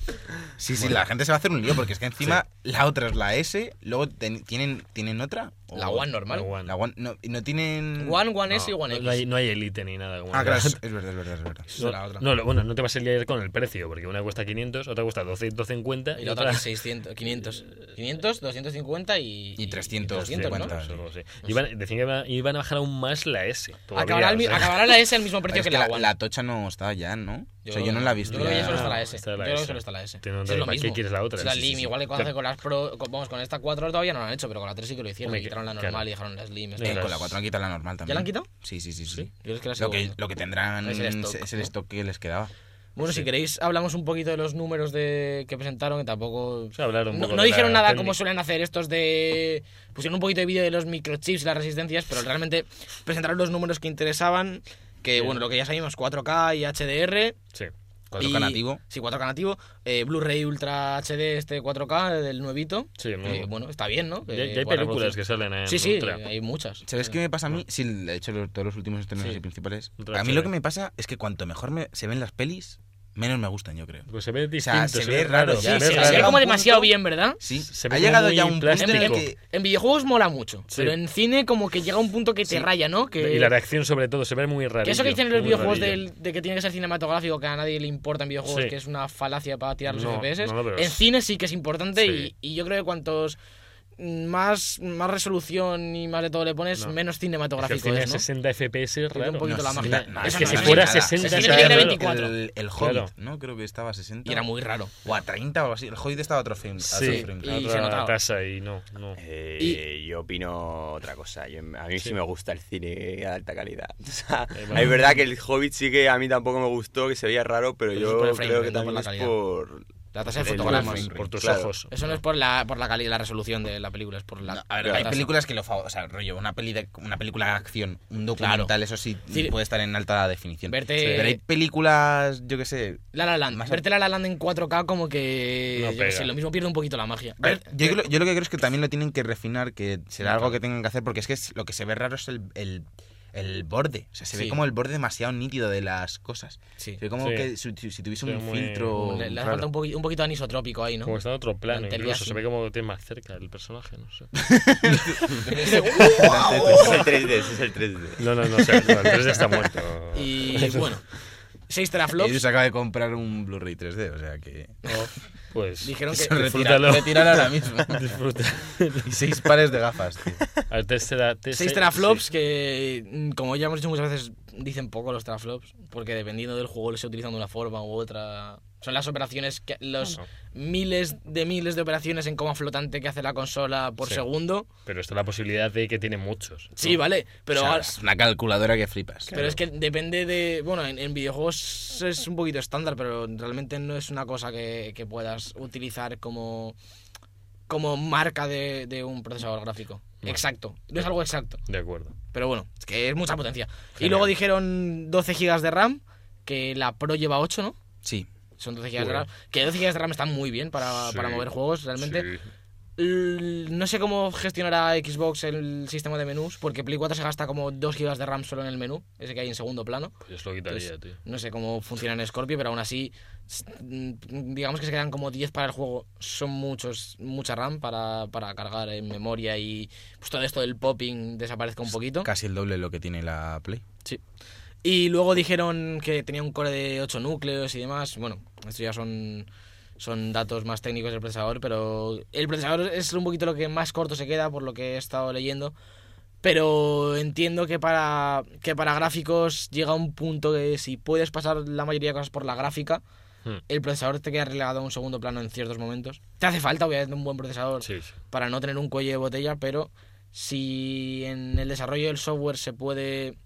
Sí, sí, la gente se va a hacer un lío porque es que encima la otra es la S, luego ten- tienen, ¿tienen otra? ¿O- La One normal. La One. La One, no, no tienen... One, One No, S y One X. no hay, no hay Elite ni nada. como Ah, la- claro, es es verdad, es verdad, es verdad. No, la otra. no, lo- bueno, no te vas a liar con el precio, porque una cuesta 500, otra cuesta 250 Y la otra 600, 500. 500, 250 y. Y 300, 300, ¿no? 50. Eso, algo así. Iban, decían que iba- iban, a bajar aún más la S. todavía, Acabará, el o mi- sea. acabará la S al mismo Pero precio es que, que la la, One. la tocha no está ya, ¿no? o sea, creo yo no que- la he visto. Yo creo que ya solo está la Ah, S. está la yo creo S. que solo está la S. Tiene un Sí, es lo ¿para qué mismo. quieres la otra? Es la Sí, sí, Slim, sí. igual que cuando hacen con las Pro. con- Vamos, con esta 4 todavía no la han hecho, pero con la 3 sí que lo hicieron. Hombre, Le quitaron la claro. normal y dejaron la Slim. Sí, esta. Eh, las- con la 4 han quitado la normal también. la han quitado? Sí, sí, sí. sí. Yo es que la Lo, que, segunda. lo que tendrán Es es el el stock, stock, ¿no? que les quedaba. Bueno, si queréis, hablamos un poquito de los números de que presentaron, que tampoco. Sí, hablar un no poco no de dijeron la nada técnica. como suelen hacer estos de. Pusieron un poquito de vídeo de los microchips y las resistencias, pero realmente presentaron los números que interesaban. Que Sí. bueno, lo que ya sabíamos, 4K y HDR. Sí. Con Y- nativo. Sí, 4K nativo. Eh, Blu-ray Ultra HD, este 4K, del nuevito. Sí, Que, nuevo. bueno, está bien, ¿no? Ya, Eh, ya hay cuatro películas revoluciones. que salen en Sí, sí, Ultra. hay muchas. ¿Sabes qué me pasa a mí? Sí, de hecho, los- todos los últimos estrenos Sí. y principales. Ultra a mí lo HD. que me pasa es que cuanto mejor me- se ven las pelis, menos me gustan, yo creo. Pues se ve distinto, sea, se, ve raro. ya. Sí, se se ve Pero hacía raro. llega como un demasiado punto- bien, ¿verdad? Sí, Se ha ve llegado muy ya un punto en el plástico. que. En videojuegos mola mucho, Sí. pero en cine como que llega un punto que te Sí. raya, ¿no? Que, Y la reacción, sobre todo, se ve muy raro. que eso que dicen en los videojuegos del- de que tiene que ser cinematográfico, que a nadie le importa en videojuegos, Sí. que es una falacia para tirar los No, FPS, no, pero en es- cine sí que es importante Sí. y, y yo creo que cuantos más, más resolución y más de todo le pones, No. menos Es que al cinematográfico cine es, ¿no? 60 FPS es Tiene un raro. poquito No, la sí, magia. no, Es Eso que no si se ve fuera nada. 60 Se tiene está que ver raro. 24. El, el Hobbit, Claro. ¿no? Creo que estaba a 60. Y era muy raro. O a 30 o algo así. El Hobbit estaba a otro frame. a otro Sí, frame. y se otra notaba. tasa y no, no. Eh, Yo opino otra cosa. Yo- a mí sí. Sí. me gusta el cine de alta calidad. O sea, Eh, vale. es verdad que el Hobbit sí que a mí tampoco me gustó, que se veía raro, pero, Pero eso es por yo el frame creo rate, que no por también la es calidad. por... La tasa de El fotogramas. frame. Por tus Claro. ojos. Eso no es por la, por la calidad, la resolución de la película, es por la. A ver, la hay tasa. películas que lo favorecen. O sea, rollo, una, peli de, una película de acción, un documental, Claro. eso sí, Sí. puede estar en alta definición. Verte- Pero hay películas, yo qué sé. La La Land. Más- Verte La La Land en 4K como que... No yo qué pega. sé, lo mismo pierde un poquito la magia. A ver, Ver- yo, creo- yo lo que creo es que también lo tienen que refinar, que será algo que tengan que hacer, porque es que es- lo que se ve raro es el, el, el borde. O sea, se Sí. ve como el borde demasiado nítido de las cosas. Sí. Se ve como Sí. que si, si- si tuviese Se ve un muy- filtro. Le, le hace raro. falta un, poqui- un poquito de anisotrópico ahí, ¿no? Como está en otro plano, Plantel incluso. así. Se ve como tiene más cerca el personaje, no sé. Es el 3D, ese es el 3D. No, no, no, o sea, no, el 3D está muerto. Y bueno, 6 Edu teraflops. se acaba de comprar un Blu-ray 3D, o sea que. No, pues Dijeron que... Eso retira, disfrútalo. retirar ahora mismo. disfruta. y seis pares de gafas, tío. Al tercera, tercera, 6 teraflops que, mm, como ya hemos dicho muchas veces, dicen poco los traflops, porque dependiendo del juego se utilizan de una forma u otra. Son las operaciones, que, los Bueno. miles de miles de operaciones en coma flotante que hace la consola por Sí. Mm. segundo. Pero está la posibilidad de que tiene muchos. Sí, vale, pero O sea, ahora- es una calculadora que flipas. Pero es que depende de. Bueno, en, en videojuegos es un poquito estándar, pero realmente no es una cosa que, que puedas utilizar como, como marca de, de un procesador gráfico. Vale. Exacto. No es algo exacto. De acuerdo. Pero bueno, es que es mucha potencia. Y Genial. luego dijeron 12 GB de RAM, que la Pro lleva 8, ¿no? Sí. Son 12 GB de Bueno. RAM. Que 12 GB de RAM están muy bien para, Sí. para mover juegos, realmente. Sí. L- No sé cómo gestionará Xbox el sistema de menús, porque Play 4 se gasta como 2 GB de RAM solo en el menú, ese que hay en segundo plano. Pues yo se lo quitaría, Entonces, tío. No sé cómo funciona en Scorpio, pero aún así, s- mm, digamos que se quedan como 10 para el juego. Son muchos, mucha RAM para, para cargar en memoria y pues todo esto del popping desaparezca un poquito. Casi el doble de lo que tiene la Play. Sí. Y luego dijeron que tenía un core de 8 núcleos y demás. Bueno, esto ya son, son datos más técnicos del procesador, pero el procesador es un poquito lo que más corto se queda por lo que he estado leyendo. Pero entiendo que para, que para gráficos llega un punto que si puedes pasar la mayoría de cosas por la gráfica, Hmm. el procesador te queda relegado a un segundo plano en ciertos momentos. Te hace falta, obviamente, un buen procesador Sí, sí. para no tener un cuello de botella, pero si en el desarrollo del software se puede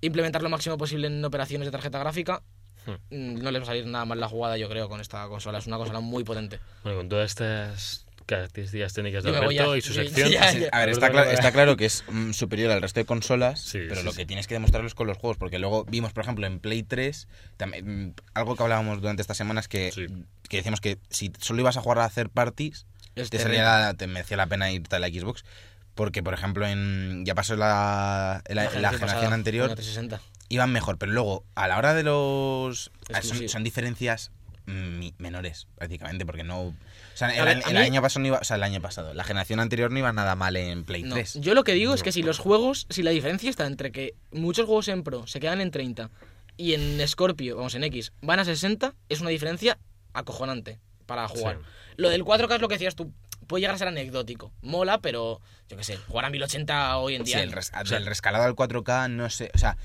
implementar lo máximo posible en operaciones de tarjeta gráfica, Hmm. mm, no le va a salir nada mal la jugada, yo creo, con esta consola. Es una consola muy potente. Bueno, con todas estas características técnicas de Yo me voy Alberto ya. y su Sí, sección. ya, ya. A ver, está, cla- está claro que es mm, superior al resto de consolas, Sí, pero sí, lo sí. que tienes que demostrarlo es con los juegos, porque luego vimos, por ejemplo, en Play 3, también, mm, algo que hablábamos durante estas semanas, que, mm, Sí. que decíamos que si solo ibas a jugar a hacer parties, Es te, terrible. sería la- te merecía la pena irte a la Xbox, porque, por ejemplo, en ya pasó la, la- la generación pasada, anterior, con la 360. iban mejor, pero luego a la hora de los... ah, Son, Exclusivo. son diferencias mm, mi- menores prácticamente porque no o sea, A el, ver, año- a el mí- año pasado no iba o sea el año pasado la generación anterior no iba nada mal en Play No, 3 Yo lo que digo es que si los juegos, si la diferencia está entre que muchos juegos en Pro se quedan en 30 y en Scorpio, vamos en X, van a 60, es una diferencia acojonante para jugar. Sí. Lo del 4K es lo que decías tú, puede llegar a ser anecdótico. Mola, pero yo qué sé, jugar a 1080 hoy en Sí, día. el res- del rescalado al 4K, no sé. O sea,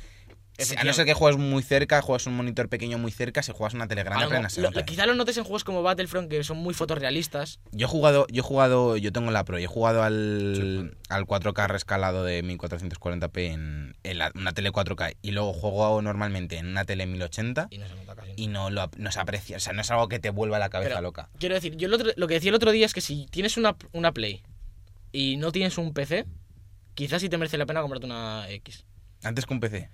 si- a no ser que juegas muy cerca, juegas un monitor pequeño muy cerca, si juegas una tele a grande, lo mo- apenas se lo- nota. quizá lo notes en juegos como Battlefront que son muy fotorrealistas. Yo he jugado, yo he jugado, yo tengo la Pro, yo he jugado al, al 4K rescalado de 1440p en, en la- una tele 4K y luego juego normalmente en una tele 1080 Y no se nota casi. y no lo ap- no se aprecia, o sea, no es algo que te vuelva la cabeza Pero loca. Quiero decir, yo el otro- lo que decía el otro día es que si tienes una, una Play y no tienes un PC, quizás sí te merece la pena comprarte una X. Antes que un PC.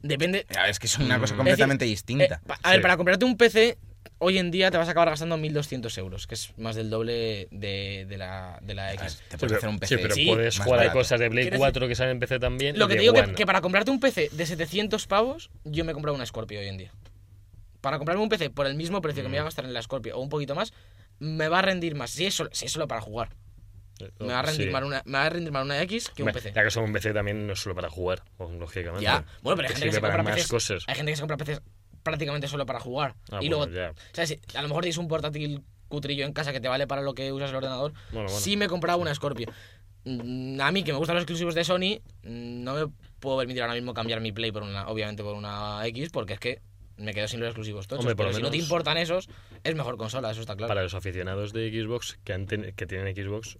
Depende. A ver, es que es una Mm. Es cosa decir, completamente distinta. Eh, pa- a ver, Sí. para comprarte un PC, hoy en día te vas a acabar gastando 1.200 euros, que es más del doble de, de la, de la A ver, X. te puedes pero- hacer un PC. sí, pero Sí, puedes más jugar a barato. cosas de Play Quiero 4 que salen en PC también. Lo y que de te digo que, One. que para comprarte un PC de 700 pavos, yo me he comprado una Scorpio hoy en día. Para comprarme un PC por el mismo precio Mm. que me voy a gastar en la Scorpio o un poquito más, me va a rendir más. Si es solo, si es solo para jugar, me va a Eh, Oh, rendir, Sí. más, una, me va a rendir más una X que un Hombre, PC. Ya que son un PC también no es solo para jugar, o- lógicamente. Ya, bueno, pero Te hay gente que sirve se para compra más PCs. cosas. Hay gente que se compra PCs prácticamente solo para jugar. Ah, y bueno, luego, ya. ¿sabes? Si A lo mejor tienes un portátil cutrillo en casa que te vale para lo que usas el ordenador. Bueno, bueno. Sí me compraba una Scorpio. Mm, A mí, que me gustan los exclusivos de Sony, mm, no me puedo permitir ahora mismo cambiar mi Play por una, obviamente por una X, porque es que me quedo sin los exclusivos tochos. Hombre, por pero lo si no te menos- importan esos, es mejor consola, eso está claro. Para los aficionados de Xbox que, han ten- que tienen Xbox,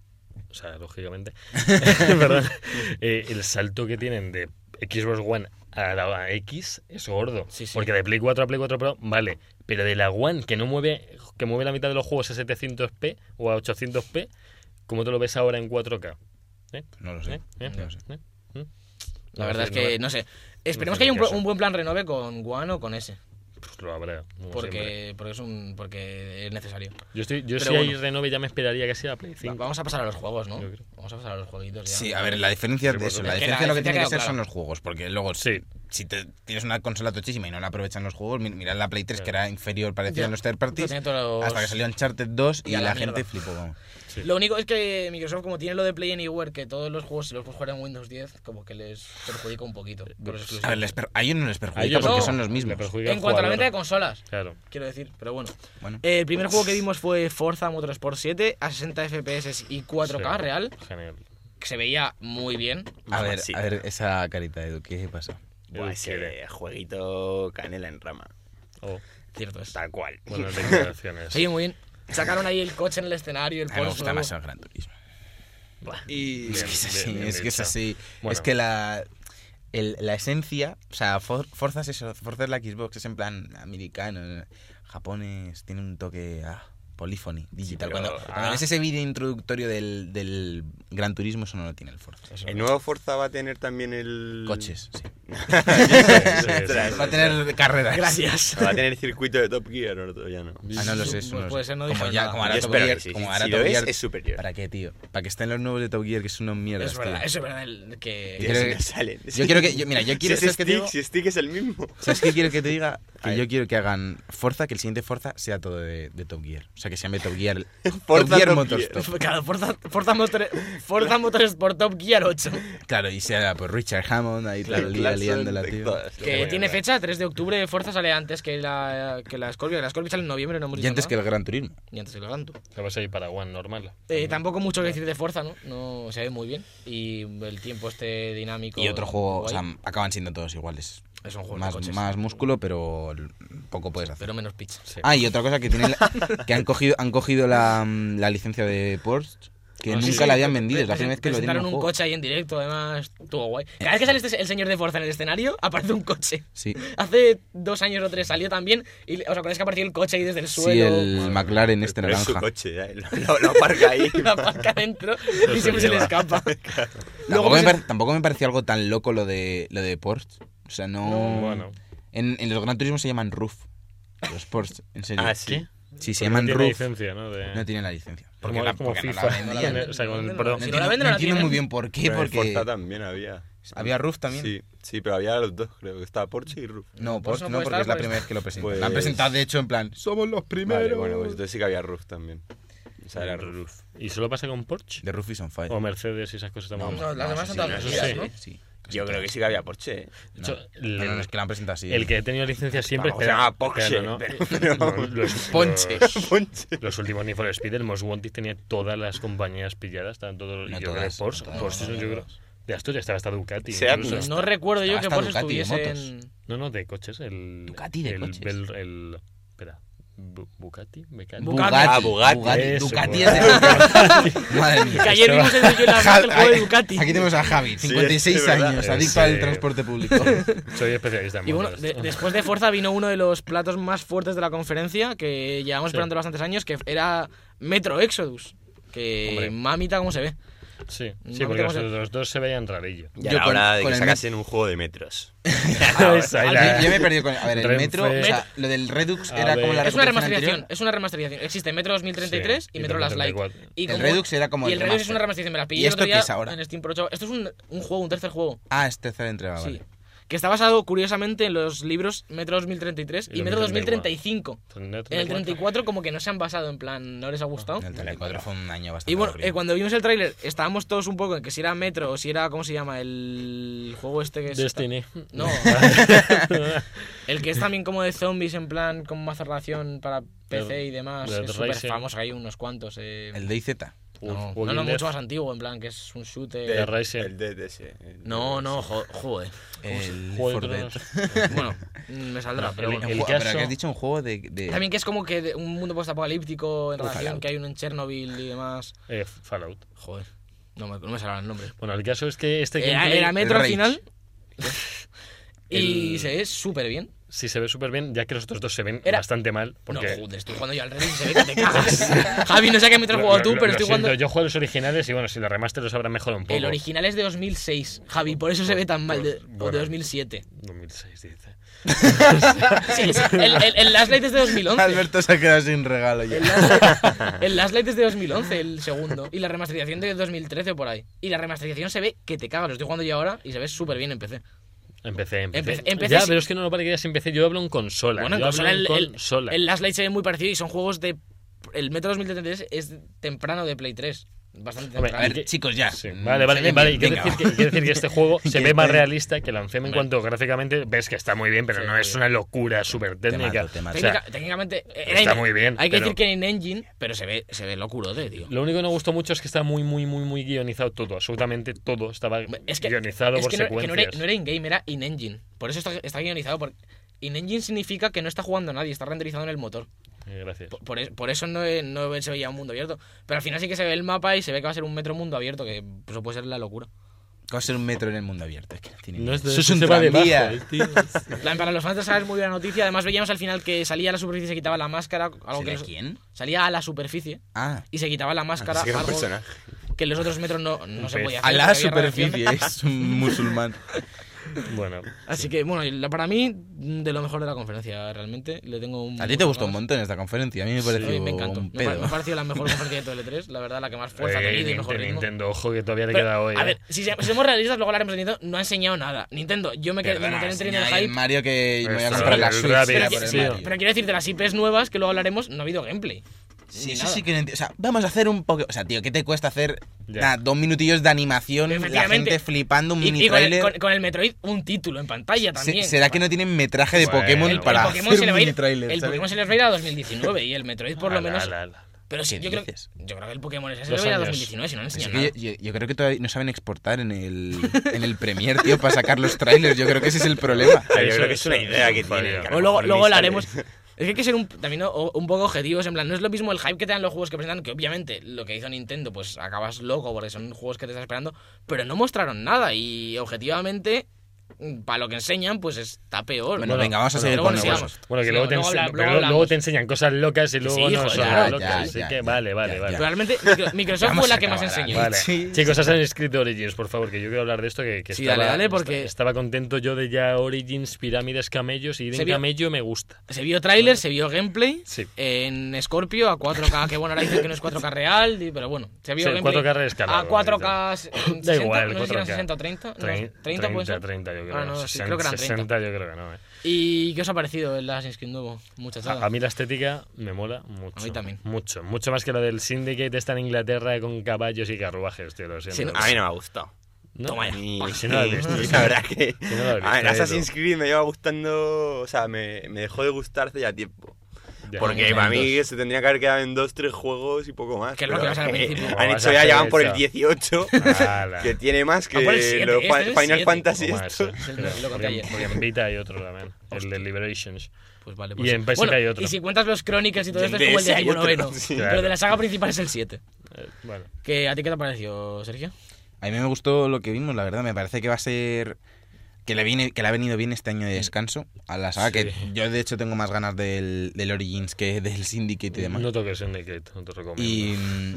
o sea, lógicamente, perdón, eh, el salto que tienen de Xbox One a la X es gordo. Sí, sí. Porque de Play 4 a Play 4 Pro, vale. Pero de la One, que no mueve que mueve la mitad de los juegos a 700p o a 800p, ¿cómo te lo ves ahora en 4K? ¿Eh? No lo sé. ¿Eh? ¿Eh? No lo sé. ¿Eh? ¿Eh? La verdad es sí, que, no sé. Esperemos que tiene haya un, bu- caso. un buen plan renove con One o con S, Pues lo habrá, como siempre. porque, porque, es, un, porque es necesario. Yo, estoy, yo Pero si hay bueno. renove ya me esperaría que sea Play 5. Vamos a pasar a los juegos, ¿no? Yo creo. Vamos a pasar a los jueguitos ya. Sí, a ver, la diferencia es de eso. La Es que la diferencia de lo que tiene diferencia que queda ser clara. son los juegos, porque luego Sí. si te- tienes una consola tochísima y no la aprovechan los juegos, mi- mirad la Play 3 que Claro. era inferior, parecía Ya. a los third Lo parties, tiene todos los- hasta que salió Uncharted 2 y, Y a la, la gente mierda. flipó. vamos. Sí. Lo único es que Microsoft, como tiene lo de Play Anywhere, que todos los juegos, si los puedes jugar en Windows 10, como que les perjudica un poquito. por los A ver, exclusivos. les per- a ellos no les perjudica A ellos porque no. son los Le mismos. perjudica en al cuanto a la jugador. venta de consolas, Claro. quiero decir, pero bueno. Bueno, Eh, El primer juego que vimos fue Forza Motorsport 7 a 60 FPS y 4K Sí, real, Genial. que se veía muy bien. a ver, sí. a ver esa carita, Edu, ¿qué pasa? Buah, El ese que- jueguito canela en rama. Oh, Cierto es. Tal cual. buenas declaraciones. Oye, muy bien. Sacaron ahí el coche en el escenario, el A mí me Porsche gusta nuevo. Ah, más el Gran Turismo. Y... Bien, Es que es bien, así, bien es que es dicho. así. Bueno. Es que la, el- la esencia, o sea, For- Forza es eso, Forza es la Xbox, es en plan americano, eh, japonés, tiene un toque ah, polyphony, digital. pero- cuando, cuando ah. ves ese vídeo introductorio del, del Gran Turismo, eso no lo tiene el Forza. El nuevo Forza va a tener también el... Coches, sí. sí, Va a tener carreras. Gracias. Va a tener circuito de Top Gear, o no, ya no. Ah, no lo sé, eso no lo Pues puede sé. ser, no como dijeron ya, nada. como ahora Yo Top espero Gear- que sí, como sí, ahora si Top lo es, Gear- es superior. ¿Para qué, tío? Para que estén los nuevos de Top Gear, que son unos mierdas. Es verdad, tío. eso es verdad. el- que... Yo creo que- salen. yo quiero que- yo- mira, yo quiero- si es ¿sabes qué te Stick, digo? si Stick es el mismo. ¿Sabes qué quiero que te diga? Que Ay. yo quiero que hagan Forza, que el siguiente Forza sea todo de, de Top Gear. O sea, que se llame Top Gear. Forza, Top Motorsport. Claro, Forza, Forza, Motor, Forza Motorsport Top Gear 8. Claro, y sea pues Richard Hammond ahí toda la lía- Claxon liándola, de tío. todas. Que Bueno, tiene eh. bueno. fecha, 3 de octubre. Forza sale antes que la, que la Scorpio. que La Scorpio sale en noviembre, no hemos Y dicho antes que nada. el Gran Turismo. Y antes que la Gantu. Te vas a ir para One normal. Eh, tampoco mucho que decir de Forza, ¿no? No se ve muy bien. Y el tiempo este dinámico. Y otro juego, o guay. sea, acaban siendo todos iguales. Es un juego de Más, coches. más músculo, pero l- poco puedes hacer. Pero menos pizza. Sí. Ah, y otra cosa que tienen la- que han cogido, han cogido la, mm, la licencia de Porsche, que No, sí, nunca sí, la habían pre- vendido, es la pre- primera vez que lo tienen. en Presentaron un juego. coche ahí en directo, además. Estuvo guay. Cada vez que sale este- el señor de Forza en el escenario, aparece un coche. Sí. Hace dos años o tres salió también. Y, o sea, con es que apareció el coche ahí desde el Sí, suelo. el McLaren este Pero es su naranja. coche, ya, lo, lo- lo aparca ahí. la aparca dentro y se siempre se le lleva. escapa. Tampoco, Luego me pues, pare- tampoco me pareció algo tan loco lo de lo de Porsche. O sea, no. Bueno. En, en los Gran Turismo se llaman Roof. Los Porsche, en serio. Ah, sí. Sí, Porque se llaman no tiene Roof. licencia, ¿no? De- No tienen la licencia. como, la- como porque no FIFA. la vendían. Tiene- o sea, con el No, Pro. no, No Si entiendo- la venden, no la entiendo muy tienen. bien por qué, Pero en el porque. Forza también había. ¿Había Roof también? Sí, sí, pero había los dos, creo que estaba Porsche y Roof. No, Pues Porsche no no, porque puede estar, es la pues- primera vez que lo presentan. Pues- La han presentado, de hecho, en plan. Somos los primeros. Vale, bueno, pues entonces sí que había Roof también. O sea, era Roof. Roof. ¿Y solo pasa con Porsche? De Roof is on fire. ¿O Mercedes y esas cosas también? No, las demás sí, son todas sí, vendidas, sí. ¿no? Sí. casi Yo creo todas. que sí que había Porsche, ¿eh? De hecho, No, no, el- no, es que la han presentado así. ¿eh? El que ha tenido licencia siempre Vamos, espera- se llama Porsche, espera, ¿no? pero- No, los, Ponche. Los, Ponche. los últimos Need for Speed, el Most Wanted tenía todas las compañías pilladas, tanto todos, No yo creo que todas, Porsche, no todas, Porsche no yo creo- todas. de Asturias estaba hasta Ducati. Seat incluso. No recuerdo yo Estaba que hasta Ducati Porsche de estuviese motos. en. No, no, de coches, el Ducati de el, coches. Bel- el- espera, Bu- Bucati, Becati. Bugatti. Ah, Bugatti. Eso, Ducati es Bugatti. de Madre mía. Que ayer vimos el de la Ja- el juego de ahí- Ducati. Aquí tenemos a Javi, Sí, 56 es verdad. años, Eh, adicto sí. al transporte público. Soy especialista en Y bueno, motos. de- después de Forza vino uno de los platos más fuertes de la conferencia que llevamos Sí. esperando bastantes años, que era Metro Exodus. Que Hombre. mamita, ¿cómo se ve? Sí, sí no porque los, tenemos el- los dos se veían rarillo. Ya Yo era con- hora de con que el sacasen un juego de metros. Ah, Esa Yo, era- yo me he perdido con. A ver, el Renfe. metro. O sea, lo del Redux A era ver. como la Es una recuperación remasterización, anterior. es una remasterización. Existe Metro 2033 Sí, y Metro Last Light. 2034. Y El Redux era como y el el Redux es remaster. una remasterización, me la pillé ¿Y el esto otro qué día es ahora? en Steam Pro Chavo. Esto es un, un juego, un tercer juego. Ah, es tercera entrega, Sí. vale. Que está basado curiosamente en los libros Metro 2033 Y y Metro 2034. 2035. En el 34 como que no se han basado, en plan, no les ha gustado. Ah, El 34 fue un año bastante. Y bueno, aburrido. eh, cuando vimos el tráiler estábamos todos un poco en que si era Metro o si era, ¿cómo se llama? El juego este que es... Destiny. No. el que es también como de zombies, en plan, con más relación para PC y demás. Dead es súper Rising. famoso, hay unos cuantos. eh, El DayZ. no, Uf, no, Walking no, Dead. mucho más antiguo, en plan, que es un Dead shooter. Rising. El DDS. el- No, no, jo- joder. El Juego de For Dead. Tronos. bueno, mm, me saldrá, No, pero bueno. El Un juego- Pero caso- que has dicho un juego de. de- También que es como que de- un mundo postapocalíptico en Ojalá. relación que hay uno en Chernobyl y demás. Eh, Fallout. Joder, no me, no me saldrá el nombre. Bueno, el caso es que este Era, gameplay Eh, era Metro Eh, ah, el al Rage. final. y El- se ve súper bien. sí se ve súper bien, ya que los otros dos se ven Era- bastante mal. Porque No, joder, estoy jugando yo al Reddit y se ve que te cagas. Javi, no sé a qué Metro has Lo- jugado lo- tú, lo- pero lo estoy siento, jugando... Yo juego los originales y bueno, si los remaster los habrán mejorado un poco. El original es de 2006, Javi, por eso se ve tan mal. De, o Bueno. de 2007. 2006 dice. Sí, es- el, el, el Last Light es de 2011. Alberto se ha quedado sin regalo ya. El Last, el Last Light es de 2011, el segundo. Y la remasterización de 2013 o por ahí. Y la remasterización se ve que te cagas. Lo estoy jugando yo ahora y se ve súper bien en PC. Empecé, empecé. Empecé- empecé ya, sí. pero es que no lo parece que ya se empecé. Yo hablo en consola. Bueno, en yo consola, el, hablo en el, consola. el Last Light se ve muy parecido y son juegos de. El Metro 2033 es temprano de Play 3. bastante Hombre, temprano. a A ver, ver, chicos, ya. Sí, Vale, vale, Mm, Se ve vale. bien, y Quiero venga, decir, va. que, quiero decir que este juego se Que ve más te- realista que el Anthem en cuanto gráficamente ves que está muy bien, pero Sí, no es una locura súper técnica. mato, te mato. O sea, Técnica- técnicamente eh, era está in- muy bien, Hay que pero- decir que en engine, pero se ve, se ve locurote, tío. lo único que no gustó mucho es que está muy, muy, muy, muy guionizado todo. Absolutamente todo estaba Es que, guionizado es por que no, que secuencias. no era, no era in-game, era in-engine. Por eso está, está guionizado. Porque in-engine significa que no está jugando nadie, está renderizado en el motor. Eh, Gracias. Por, por es- por eso no, e- no se veía un mundo abierto. Pero al final sí que se ve el mapa y se ve que va a ser un metro mundo abierto, que eso puede ser la locura. Va a ser un metro en el mundo abierto. Es que no tiene No es de- Eso es se un va de tranvía. bajo, el tío. En plan, para los fans de saber muy buena noticia. Además veíamos al final que salía a la superficie y se quitaba la máscara. Algo que ¿Sería nos- quién? Salía a la superficie Ah, y se quitaba la máscara. Así que era un algo personaje. que en los otros metros no, no se pez. podía hacer. a la porque había radiación. superficie. Es un musulmán. Bueno, Así que, bueno, y la- para mí, de lo mejor de la conferencia, realmente. Le tengo un. A ti te gustó un montón montón esta conferencia. A mí me Sí, pareció me encantó. un Me pa- pedo. Me ha parecido la mejor conferencia de todo el E3, la verdad, la que más fuerza ha eh, tenido y mejor Nintendo, ritmo. Nintendo, ojo, que todavía le Pero, queda hoy. a eh. ver, si, se- si somos realistas, luego hablaremos de Nintendo, no ha enseñado nada. Nintendo, yo me quedé me Perdona, entré en el señala el hype, pues Mario que me voy a Eso, comprar la el Switch. Rabbids, era por el sí. Mario. pero quiero decir, de las IPs nuevas, que luego hablaremos, no ha habido gameplay. Sí, Ni sí, nada. sí que no enti- O sea, vamos a hacer un poco. O sea, tío, ¿qué te cuesta hacer Ya. nada, dos minutillos de animación? La Efectivamente. gente flipando, un Y, mini y con, el, trailer. con, con el Metroid, un título en pantalla también. ¿Será que no tienen metraje de Bueno, Pokémon el- el para el Pokémon se hacer le un va a ir, mini trailer? el ¿sabes? Pokémon se les va a ir a 2019 y el Metroid por lo Ala, menos. ala, ala. Pero sí, ¿Qué yo creo, dices? yo creo que el Pokémon ese se Dos le va a ir a años. 2019 si no han Pues es enseñado que nada. yo, yo- yo creo que todavía no saben exportar en el, en el Premiere, tío, para sacar los trailers. Yo creo que ese es el problema. Pero yo Eso- creo que es una eso- idea que eso tiene. faría. que a lo O luego, mejor luego ni hablaremos. sale. Es que hay que ser un, también ¿no? o- un poco objetivos, en plan, no es lo mismo el hype que te dan los juegos que presentan, que obviamente lo que hizo Nintendo, pues acabas loco porque son juegos que te estás esperando, pero no mostraron nada y objetivamente, mm, para lo que enseñan, pues está peor. Bueno, venga, vamos a pero seguir luego con nos los sigamos. Bueno, que Sí, luego, te ense- habla- pero luego- luego hablamos. te enseñan cosas locas y luego Sí, no joder, son ya, locas. ya, así ya, que ya. vale, vale, Ya, vale. ya. Realmente, micro- Microsoft Vamos fue a la que más acabar enseñó. aquí. Vale. Sí. Chicos, Assassin's Creed Origins, por favor, que yo quiero hablar de esto. Que, que Sí, estaba, dale, dale, porque- estaba contento yo de ya Origins, pirámides, camellos. Y ir Se en vio- camello me gusta. Se vio tráiler, se vio gameplay Mm. Sí. en Scorpio a 4K, que bueno, ahora dicen que no es 4K real, di- pero bueno, se vio Sí, gameplay 4K reescalado, a 4K 60, Da igual, eh, no sé si eran 4K. 60 o 30, no, Trein- 30, puede ser. 30, yo creo. Ah, no, sí, 60, creo que eran 30. 60, yo creo que no. eh. ¿Y qué os ha parecido el Assassin's Creed nuevo, muchachada? A, a mí la estética me mola mucho. A mí también. Mucho, mucho más que la del Syndicate está en Inglaterra con caballos y carruajes, tío, lo siento. A mí no me ha gustado. ¿No? ah, Toma ya. Ni- si no lo has visto. la verdad que. Si no lo has visto, a ver, ahí Assassin's lo- Creed me lleva gustando. O sea, me, me dejó de gustar hace ya tiempo. Ya. Porque en para mí dos. se tendría que haber quedado en dos, tres juegos y poco más. Que es lo pero que vas al principio. Han hecho No, vas a ya, ya van hacer por el eso. Ah, 18. Ala. que tiene más que Ah, por el siete, los este Fa- es el Final siete. Fantasy. Poco más, esto. eh. Sí, Pero- lo conté porque- ayer. porque en Vita hay otro también, el de Liberations. Pues vale, Y sí. en PSP Bueno, hay otro. Y si cuentas los crónicas y todo esto, es De como el ese hay otro, decimonoveno. sí. Pero de Claro. la saga principal es el 7. Eh, Bueno, ¿Que ¿A ti qué te ha parecido, Sergio? A mí me gustó lo que vimos, la verdad. Me parece que va a ser. Que le, viene, que le ha venido bien este año de descanso a la saga. Que yo, de hecho, tengo más ganas del, del Origins que del Syndicate y demás. no toques Syndicate, no te recomiendo. Y, mm,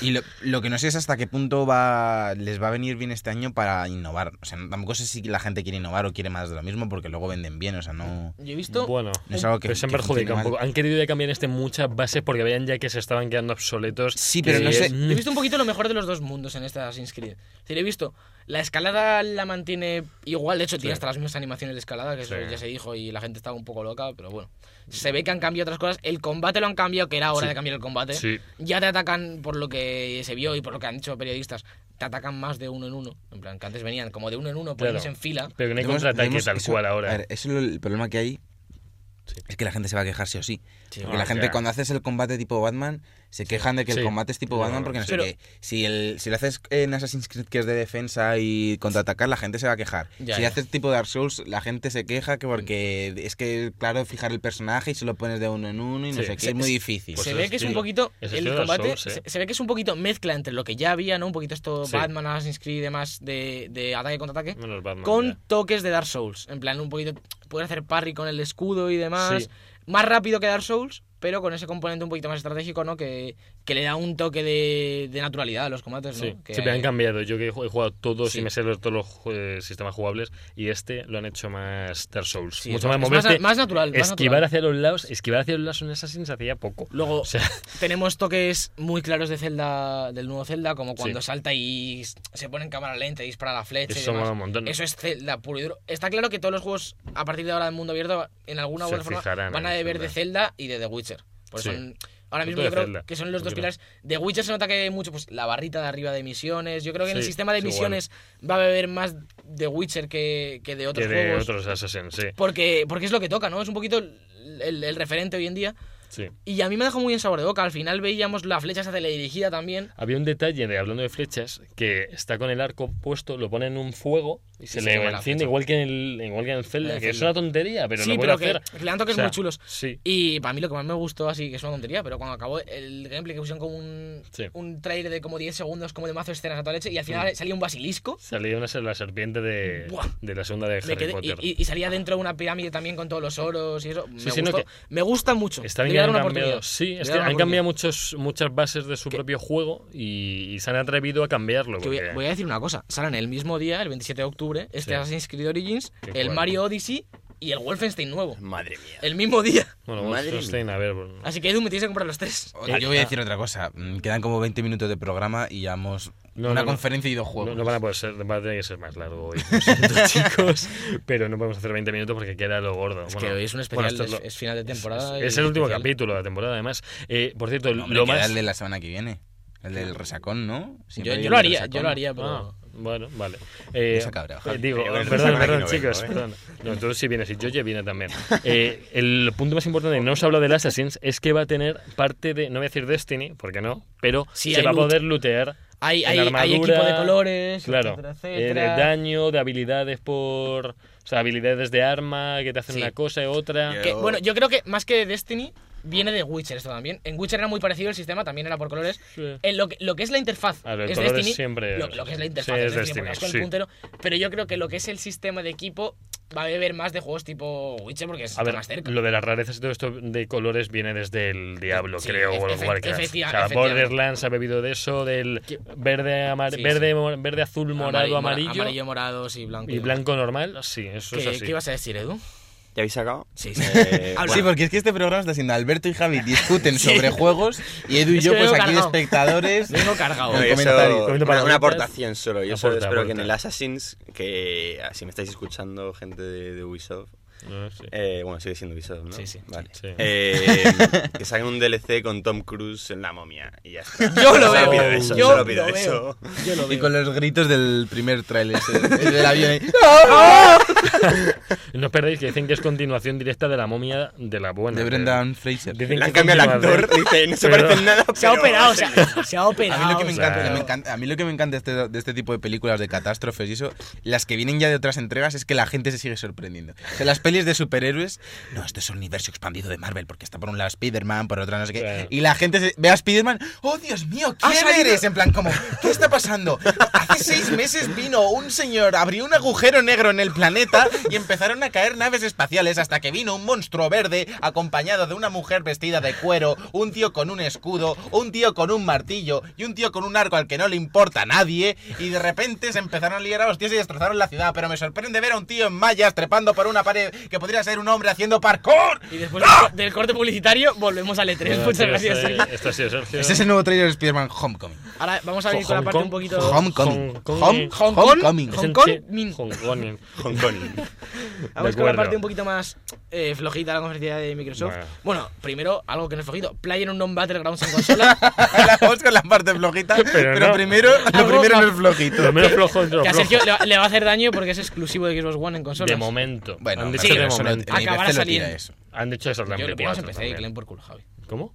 y lo, lo que no sé es hasta qué punto va les va a venir bien este año para innovar. O sea, tampoco sé si la gente quiere innovar o quiere más de lo mismo, porque luego venden bien. O sea, no. Yo he visto. Bueno, No es algo que- pero se han que perjudicado un funcione poco. Han querido ya cambiar este muchas bases porque veían ya que se estaban quedando obsoletos. Sí, Y pero no es- sé- Yo mm, he visto un poquito lo mejor de los dos mundos en esta Assassin's Creed. Es decir, he visto. La escalada la mantiene igual, de hecho, tiene hasta las mismas animaciones de escalada, que eso Sí. Mm. ya se dijo y la gente estaba un poco loca, pero bueno. Se ve que han cambiado otras cosas. El combate lo han cambiado, que era hora de cambiar el combate. Sí. Ya te atacan por lo que se vio y por lo que han dicho periodistas. Te atacan más de uno en uno. En plan, que antes venían como de uno en uno, poniéndose Claro. en fila. Pero que no hay Vemos- contraataque vemos tal eso- cual a ahora. ver, eso es lo- el problema que hay. Es que la gente se va a quejar sí o sí. Sí, porque ah, la gente ya. cuando haces el combate tipo Batman se quejan de que Sí. el combate es tipo No, Batman no, porque no pero- sé qué. Si, el, si lo haces en Assassin's Creed que es de defensa y contraatacar, la gente se va a quejar. Ya, si ya. haces tipo Dark Souls, la gente se queja que porque Mm. es que, claro, fijar el personaje y se lo pones de uno en uno y no Sí. sé qué. Se- es muy difícil. Pues se es ve que es un estilo- poquito es el estilo Dark combate Souls, eh. se, se ve que es un poquito mezcla entre lo que ya había no un poquito esto Sí. Batman Assassin's Creed y demás de, de ataque contra ataque Menos Batman, con ya. toques de Dark Souls en plan un poquito poder hacer parry con el escudo y demás Sí. más rápido que Dark Souls pero con ese componente un poquito más estratégico no que, que le da un toque de, de naturalidad a los combates ¿no? Sí, Que sí, pero han hay- cambiado. Yo que he jugado todos Sí. y me sé los- todos los ju- eh, sistemas jugables y este lo han hecho más Dark Souls. Sí, Mucho es más más- es moverte, más- más natural, más Esquivar natural. hacia los lados, esquivar hacia los lados en Assassin's hacía poco. Luego O sea, tenemos toques muy claros de Zelda, del nuevo Zelda, como cuando Sí. salta y s- se pone en cámara lenta y dispara la flecha. y Eso demás. mola un montón. Eso es Zelda puro y duro. Está claro que todos los juegos a partir de ahora del mundo abierto, en alguna u Se otra forma, fijarán van a en deber de Zelda. Zelda y de The Witcher. Por eso Sí. n- Ahora Punto mismo de yo creo Zelda. que son los dos Yo creo. pilares. De Witcher se nota que hay mucho, pues la barrita de arriba de misiones. Yo creo que en el Sí, sistema de es igual. misiones va a beber más de Witcher que, que de otros que de juegos. otros Assassin's, sí. Porque, porque es lo que toca, ¿no? Es un poquito el- el- el referente hoy en día. sí. Y a mí me dejó muy en sabor de boca. Al final veíamos la flecha esa teledirigida también. Había un detalle, de, hablando de flechas, que está con el arco puesto, lo pone en un fuego y se se le quema la enciende, flecha. igual que, en el, igual que en el Zelda, En el que es Zelda. una tontería, pero sí, lo puede pero que, hacer. que le dan toques O sea, muy chulos. Sí, Y para mí lo que más me gustó, así que es una tontería, pero cuando acabó el gameplay que pusieron como un, Sí. Mm. un trailer de como 10 segundos, como de mazo escenas a toda leche, y al final salía un basilisco. salía una ser- la serpiente de, Buah. de la segunda de me Harry quedé- y, Potter. y- y salía dentro de una pirámide también con todos los oros y eso. Me, Sí, sí, no, gustó. que- me gusta mucho. Está Le bien voy a que dar han una cambiado, oportunidad. Le sí, voy a es dar que una han oportunidad. cambiado muchos, muchas bases de su propio juego y, y se han atrevido a cambiarlo. Que voy, porque- voy a decir una cosa, salen el mismo día, el 27 de octubre, este Sí. Assassin's Creed Origins, Qué el fuerte. Mario Odyssey y el Wolfenstein nuevo. Madre mía. El mismo día. Bueno, Madre mía. Wolfenstein, a ver. Así que Edu me tienes que comprar los tres. Otra- Eh, yo voy a ah. decir otra cosa. Mm, Quedan como 20 minutos de programa y llevamos No, una no, no. conferencia y dos No, juegos. no van a poder ser, va a tener que ser más largo hoy, lo siento, chicos. Pero no podemos hacer 20 minutos porque queda lo gordo. Es Ah, Bueno, que hoy es un bueno, especial, esto es, lo- es final de temporada. Es, es y el último especial. capítulo de la temporada, además. Eh, por cierto, No, hombre, lo queda más. el de la semana que viene. El del resacón, ¿no? Siempre Yo, hay yo el lo del haría, resacón. yo lo haría, pero... Ah, bueno, vale. Eh, Esa cabra, eh, digo, Pero eh, el perdón, Instagram perdón, aquí no chicos, vengo, ¿eh? perdón. No, tú sí vienes y yo ya viene también. Eh, el punto más importante, no os hablo del Assassin's, es que va a tener parte de, no voy a decir Destiny, porque no, pero Sí, se hay va a loot. poder lootear. Hay- en hay- hay armadura, equipo de colores, claro, etcétera, eh, etcétera. de daño, de habilidades por. O sea, habilidades de arma que te hacen Sí. una cosa y otra. Que, bueno, yo creo que más que Destiny viene de Witcher esto también. En Witcher era muy parecido el sistema, también era por colores. Sí. En lo, que, lo que es la interfaz A ver, es colores Destiny. siempre- lo, lo que es la interfaz sí, es es Destiny, porque Destiny, vas con el sí. puntero. Pero yo creo que lo que es el sistema de equipo va a beber más de juegos tipo Witcher porque está A ver, más cerca. lo de las rarezas y todo esto de colores viene desde el Diablo, Sí, creo, efe- o el efe- Warcraft. efectiva- o sea, efectivamente. Borderlands ha bebido de eso, del Que- verde, amar- Sí, verde, sí. mo- verde azul, morado, mora- amarillo, Amarillo, morado, sí, blanco. y blanco normal. Sí, eso es ¿Qué, así. qué ibas a decir, Edu? ¿Ya habéis sacado? Sí, Ah, sí. Eh, Habla. Sí, porque es que este programa está siendo Alberto y Javi discuten sobre juegos y Edu y Es yo que pues vengo aquí de cargado. espectadores. Vengo cargado. No, Un yo comentario. solo- una, Comento una palomitas. aportación solo. Yo solo Aporta, espero que en aporta. el Assassin's, que ah, si me estáis escuchando gente de, de Ubisoft, No, sí. eh, bueno, sigue siendo Ubisoft, ¿no? Sí, sí. Vale. Sí. Eh, que saquen un DLC con Tom Cruise en la momia y ya está. Yo lo Solo veo. pido eso, Yo solo pido lo veo. eso. Yo lo Y veo. con los gritos del primer tráiler ese, el del avión. ahí. No os perdáis que dicen que es continuación directa de la momia de la buena. De Brendan Fraser. Dicen Le que han cambiado el continuación- actor, dice, no se Pero- parece en nada. Se ha pero- operado, o sea, se ha A operado. mí, lo que me o sea, encanta, pero- me encanta- a mí lo que me encanta este- de este tipo de películas de catástrofes y eso, las que vienen ya de otras entregas, es que la gente se sigue sorprendiendo. O sea, las pelis de superhéroes, no, esto es el universo expandido de Marvel, porque está por un lado Spider-Man, por otro no sé qué. Claro. Y la gente se- ve a Spider-Man, oh Dios mío, Ha ¿quién salido- eres? En plan, como, ¿qué está pasando? Hace seis meses vino un señor, abrió un agujero negro en el planeta y empezaron a caer naves espaciales hasta que vino un monstruo verde acompañado de una mujer vestida de cuero, un tío con un escudo, un tío con un martillo y un tío con un arco al que no le importa a nadie y de repente se empezaron a liar a los tíos y destrozaron la ciudad. Pero me sorprende ver a un tío en mallas trepando por una pared que podría ser un hombre haciendo parkour. Y después ¡Ah! del corte publicitario volvemos al E3. Bueno, Muchas tío, gracias. esto- Esto ha sido Sergio. Ese es el nuevo trailer de Spider-Man Homecoming. Ahora vamos a venir con la Hong parte Kong. un poquito... Homecoming. Hong Kong. Home- Hong Kong. Homecoming. Es en Hong Kong, chi- Min. Hong Kong. Hong Kong. Vamos De con la acuerdo. parte un poquito más eh, flojita de la conferencia de Microsoft. Bueno. Bueno. primero, algo que no es flojito. Play en un non-battlegrounds en consola. la vamos con la parte flojita, pero, no. Ah, primero, lo Algo primero más- no es flojito. Lo menos flojo es lo que a flojo. Sergio le va, le va a hacer daño porque es exclusivo de Xbox One en consolas. De momento. Bueno, han me dicho sí, de refiero, solo este momento. en IBC Acabará lo tira saliendo. eso. Han dicho eso Yo también. le pongo en PC y también. que le den por culo, Javi. ¿Cómo?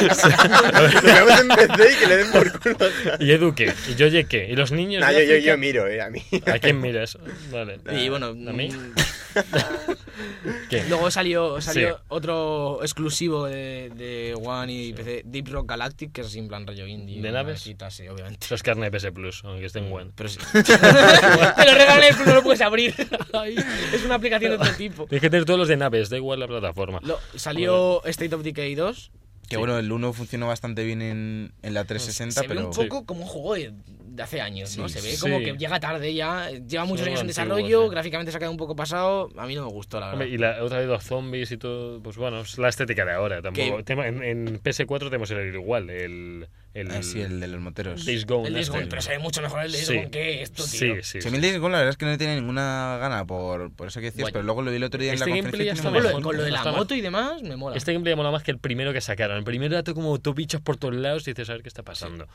Luego empecé y que le den por culo. ¿Y Edu qué? ¿Y yo ye qué? ¿Y los niños? No, yo, de yo, África? yo miro, eh, a mí. ¿A quién miras? Vale. Y bueno, ¿A mí? mm, ¿Qué? luego salió, salió Sí. otro exclusivo de, de One y PC, Deep Rock Galactic, que es así en plan rollo indie. ¿De una naves? Mm, cosita así, obviamente. Eso es carne de PS Plus, aunque esté en One. Pero sí. Te lo regalan pero no lo puedes abrir. Ay, es una aplicación de otro tipo. Tienes que tener todos los de naves, da igual la plataforma. Lo- salió State of Decay 2. Que bueno, el 1 funcionó bastante bien en, en la 360, se ve pero un poco como un juego de, de hace años, Sí, ¿no? Se ve sí. como que llega tarde ya, lleva muchos Son años antiguos, en desarrollo, sí. gráficamente se ha quedado un poco pasado, a mí no me gustó, la verdad. Hombre, y la otra vez los zombies y todo, pues bueno, es la estética de ahora tampoco. Que- Tema- En, en PS4 tenemos el igual, el. el Ah, sí, el de los moteros. Days Gone. el Days este. Gone, pero se ve mucho mejor el Days Sí. Gone que esto, tío. Sí, sí. Si a mí el Days Gone la verdad es que no le tenía ninguna gana por, por eso que decías, Bueno. pero luego lo vi el otro día Este en la gameplay ya conferencia. y está Con lo, mejor. con lo de la Está moto y demás, me mola. Este gameplay mola más que el primero que sacaron. El primero era todo como dos bichos por todos lados y dices, a ver qué está pasando.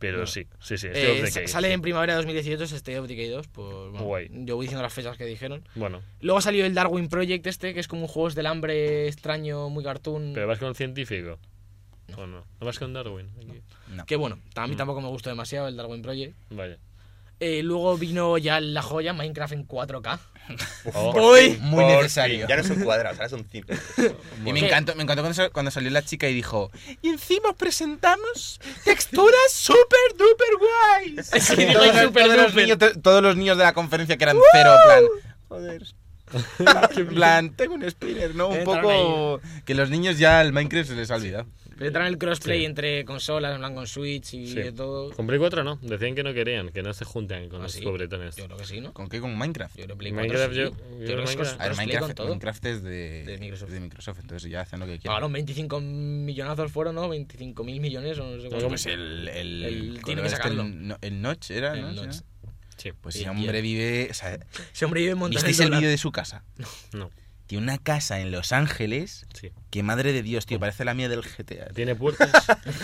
Pero sí, sí, este sí. State Eh, of sa- Decay, sale sí. en primavera de 2018 es State of Decay 2, pues bueno, Guay. yo voy diciendo las fechas que dijeron. Bueno, Luego salió el Darwin Project este, que es como un juego del hambre extraño, muy cartoon. pero vas con un científico. ¿O no? ¿No vas con Darwin? Aquí. No. Que bueno, a Mm. mí tampoco me gustó demasiado el Darwin Project. Vaya. Eh, luego vino ya la joya, Minecraft en 4K. Oh, Muy Por necesario. fin, Ya no son cuadrados, ahora son simples. Y me ¿Qué? encantó, me encantó cuando, sal- cuando salió la chica y dijo Y encima os presentamos texturas super duper guays Sí, Y digo, todos, "Ay, super todos los duper". niños, to- todos los niños de la conferencia que eran cero, plan Joder En plan, tengo un spinner, ¿no? Un Entraron poco... Que los niños ya el Minecraft se les ha olvidado Pero traen el crossplay Sí. entre consolas, en plan con Switch y Sí. de todo. Con Play 4 no. Decían que no querían, que no se juntan con ¿Ah, los sí? cobretones. Yo creo que sí, ¿no? ¿Con qué? ¿Con Minecraft? Yo creo que Play Minecraft, 4 sí. yo- Yo yo creo que es Minecraft- cos- A ver, crossplay con Minecraft, todo. Minecraft es de, De Microsoft. de Microsoft, entonces ya hacen lo que quieran Pagaron 25 millonazos fueron, ¿no? 25 mil millones o no sé cuánto. Pues el... El, El- color tiene que este, sacarlo. el, no- el Notch era, El ¿no? Notch. Sí, ¿no? Sí. Pues Sí, si hombre vive... o sea, Ese hombre vive montando ¿Visteis el vídeo de su casa? No, Tiene una casa en Los Ángeles sí. que madre de Oh. Dios, tío, parece la mía del GTA. tío. Tiene puertas.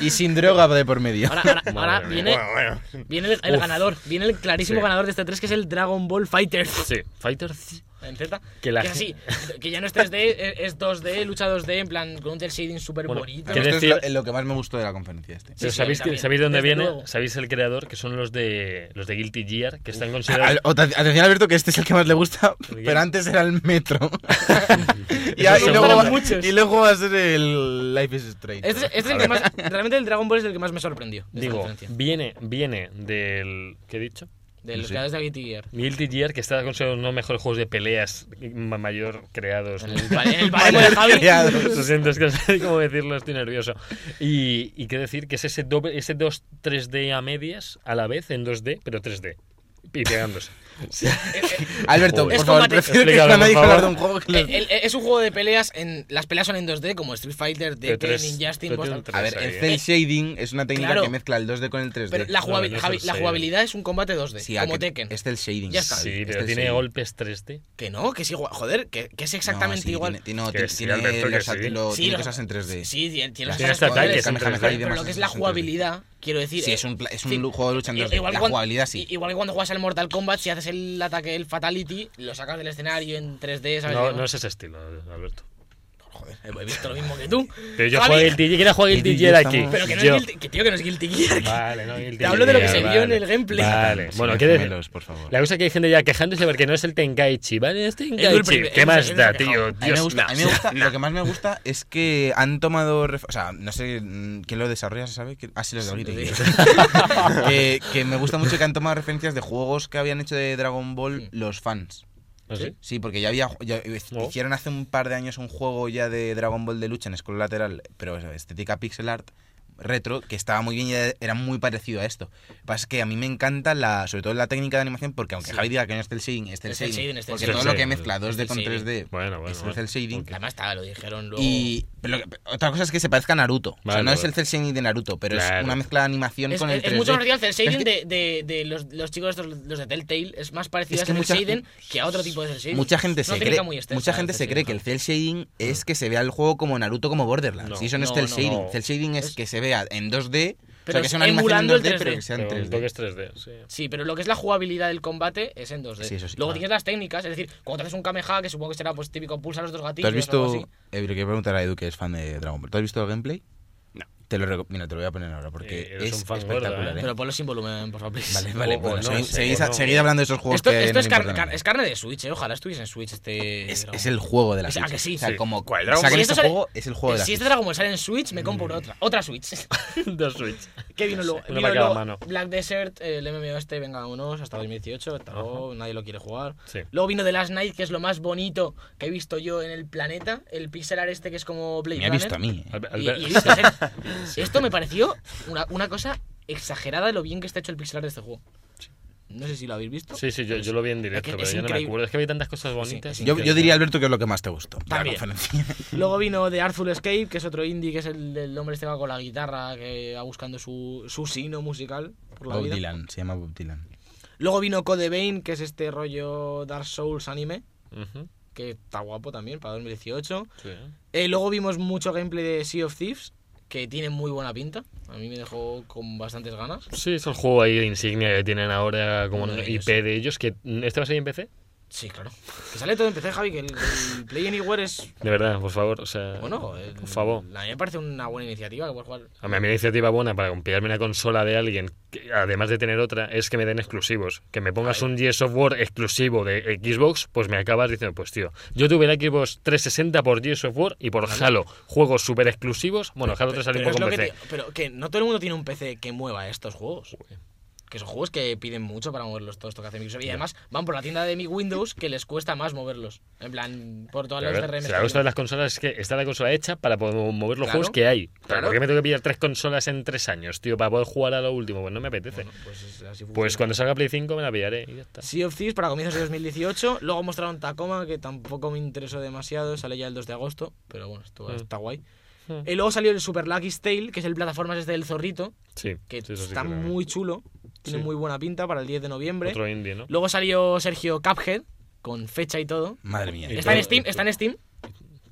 Y sin droga de por medio. Ahora, ahora- Madre ahora mía. viene, bueno, bueno. viene el, el Uf. ganador, viene el clarísimo Sí. ganador de este 3 que es el Dragon Ball Fighter. sí. Fighter. sí. En Z. Que la es así, que ya no es 3D, es, es 2D, lucha 2D, en plan con un cel shading súper Bueno, bonito. que- Esto decir- este es lo, lo que más me gustó de la conferencia este. Pero sí, ¿sabéis, a mí que- también. ¿Sabéis de dónde Desde viene? luego. ¿Sabéis el creador? Que son los de los de Guilty Gear, que están Al- considerados... o- atención Alberto que este es el que más le gusta, pero antes era el metro. y, Eso a- y seguro. luego Para va, muchos. y luego va a ser el Life is Strange. Este, es- este es el que más, realmente el Dragon Ball es el que más me sorprendió. de esta Digo, conferencia. viene, viene del... ¿Qué he dicho? de los sí. creadores de Guilty Gear. Guilty Gear, que está considerado uno de los mejores juegos de peleas ma- mayor creados. En el, pa- en el baremo de Javi. eh, Lo siento, es que no sé cómo decirlo, estoy nervioso. Y, y qué decir, que es ese, doble, ese 2 3D a medias, a la vez en 2D, pero 3D. Y pegándose. Joder. Alberto, por Es favor, combate. prefiero que Explícalo, no nadie por hablar de favor. un juego que El- los- el- es un juego de peleas, en, las peleas son en 2D, como Street Fighter, Pero DT, tres- Ninjastin, pero Boston. tiene un A ver, tres el ahí, cel shading es una técnica Claro. que mezcla el 2D con el 3D. Pero la, jugabil- No, no es Javi, el la seis. jugabilidad es un combate 2D, Sí, a como que- este Tekken. Es del shading. Ya está. Javi, Sí, es pero del tiene shading. golpes 3D. Que no, que es igual. Joder, que, que es exactamente No, sí, igual. tiene- tiene- no, Que tiene- sí, tiene Alberto, que los- sí. lo- Sí, tiene lo- cosas en 3D. Sí, tiene, tiene las Tiene cosas hasta poderes, ataques en pero- 3D. Pero lo que es la jugabilidad, quiero decir. Sí, eh, es un, pla- es un sí. juego de lucha en i- 2D. la cuando- jugabilidad sí. i- Igual que cuando juegas al Mortal Kombat, si haces el ataque, el Fatality, lo sacas del escenario en 3D, ¿sabes? No, Y no es ese estilo, Alberto. Joder, he visto lo mismo que tú. Pero yo Javi, juego Guilty Gear, quiero jugar Guilty Guilty Gear Gear aquí. estamos- Pero que no Yo- es Guilty, que tío, que no es Guilty Gear. Vale, no, Guilty Te hablo de lo que Gear, se vio en el gameplay. Vale, Sí, bueno, sí, ¿qué decir? gemelos, por favor. La cosa es que hay gente ya quejándose porque no es el Tenkaichi, ¿vale? Es el Tenkaichi. primer- ¿Qué el- más el- da, el- tío? a A mí me Dios, gusta, a mí me gusta- lo que más me gusta es que han tomado, ref- o sea, no sé mm, quién lo desarrolla, se sabe, que, ah, sí, los de Guilty Sí. Gear. que, que me gusta mucho que han tomado referencias de juegos que habían hecho de Dragon Ball los fans. ¿Ah, sí? Sí, porque ya había, ya- Oh. hicieron hace un par de años un juego ya de Dragon Ball de lucha en scroll lateral, pero estética pixel art retro, que estaba muy bien y era- era muy parecido a esto. Lo que pasa es que a mí me encanta, la, sobre todo la técnica de animación, porque aunque Javi diga que no es el shading, es el Es cel shading, shading, es cel porque shading. todo lo que mezcla 2D con Cel shading. 3D Bueno, bueno, es el bueno. cel shading. Ok. Además, está, lo dijeron luego. Y pero lo que- otra cosa es que se parezca a Naruto. o Vale, sea, no es vale. el cel shading de Naruto, pero Claro. es una mezcla de animación Es, con el es- es 3D. mucho más parecido al cel shading Es de, de, de los, los chicos estos, los de Telltale. Es más parecido Es que a mucha- cel shading que a otro tipo de cel shading. Mucha gente Es una se técnica cree, muy extensa, ¿eh? mucha el gente cel se cree shading. que el cel shading es que se vea el juego como Naruto como Borderlands. No, y eso no, no, es cel no, shading. no. Cel shading es que se vea en 2D, o Pero sea, que sea una animación en emulando el 2D, pero 3D. que sea en Pero un 3D. toque es 3D, sí. Sí, pero lo que es la jugabilidad del combate es en 2D. Sí, eso sí. Luego Ah. tienes las técnicas, es decir, cuando te haces un Kameha, que supongo que será pues típico pulsar los dos ¿Tú gatillos. has o algo visto así. eh, le quiero preguntar a Edu que es fan de Dragon Ball. ¿Tú has visto el gameplay? No. Te lo reco- mira, te lo voy a poner ahora porque Eh, eres es un fan gordo, espectacular, ¿eh? ¿eh? Pues Pero ponlo sin volumen, por favor, please. Vale, vale, O- o bueno, no, segui- sí, seguid, o no. seguid hablando de esos juegos Esto, que esto no es, le car- importan a car- nadie. es carne de Switch, eh. Ojalá estuviese en Switch este. Es, Dragon es Ball. el juego de la O sea, Switch. que sí. O sea, Sí. como ¿Cuál? sacan Si este esto sale- juego, es el juego de la si este Switch. Mm. Dragon Ball sale en Switch, me compro otra. Otra Switch. Dos Switch. ¿Qué vino luego? Uno Vino para cada luego mano. Black Desert, el MMO este, venga, vámonos, Ah. hasta 2018, hasta Ajá. luego, nadie lo quiere jugar. Sí. Luego vino The Last Night, que es lo más bonito que he visto yo en el planeta, el pixel art este que es como Blade Me ha Runner. visto a mí. eh. Al- Y- al- y he visto ser- Esto me pareció una, una cosa exagerada de lo bien que está hecho el pixelar de este juego. No sé si lo habéis visto. Sí, sí, yo, yo lo vi en directo, Es que pero es yo no me increíble. acuerdo. Es que había tantas cosas bonitas. sí. Yo, yo diría, Alberto, que es lo que más te gustó. de la También. conferencia. Luego vino The Artful Escape, que es otro indie, que es el del hombre este que va con la guitarra, que va buscando su, su signo musical por la Bob vida. Dylan, se llama Bob Dylan. Luego vino Code Vein, que es este rollo Dark Souls anime, Ujú, que está guapo también para 2018. sí. Eh, luego vimos mucho gameplay de Sea of Thieves, que tiene muy buena pinta. A mí me dejó con bastantes ganas. Sí, es el juego ahí de insignia que tienen ahora como Uno un de IP ellos. de ellos. que ¿Este va a salir en PC? Sí, claro. Que sale todo en PC, Javi, que el, el Play Anywhere es... De verdad, por favor. O sea, Bueno, eh, el- por favor. A mí me parece una buena iniciativa que puedes jugar. A mí, a mí una iniciativa buena para comprarme una consola de alguien, que, además de tener otra, es que me den exclusivos. Que me pongas un G Software exclusivo de Xbox, pues me acabas diciendo, pues tío, yo tuve la Xbox 360 por G Software y por Halo. Juegos súper exclusivos. Bueno, Halo 3 salió Pero, es con lo que PC. te- pero que no todo el mundo tiene un PC que mueva estos juegos. Que son juegos que piden mucho para moverlos todos esto que hace Microsoft. Y además van por la tienda de mi Windows que les cuesta más moverlos. En plan, por todas Pero, a las ver, DRM. si la cosa de las consolas es que está la consola hecha para poder mover los Claro, juegos que hay. Pero claro. ¿Por qué me tengo que pillar tres consolas en tres años, tío? Para poder jugar a lo último, pues no me apetece. Pues es así pues funciona. cuando salga Play 5 me la pillaré y ya está. Sea of Thieves para comienzos de 2018. Luego mostraron Tacoma, que tampoco me interesó demasiado. Sale ya el 2 de agosto, pero bueno, esto Mm. está guay. Mm. Y luego salió el Super Lucky's Tale, que es el plataformas este del zorrito, Sí, que sí, eso sí está que lo- muy chulo. Tiene Sí. muy buena pinta para el 10 de noviembre. Otro indie, ¿no? Luego salió Sergio Cuphead, con fecha y todo. Madre mía. Y Está en todo. Steam, está en Steam.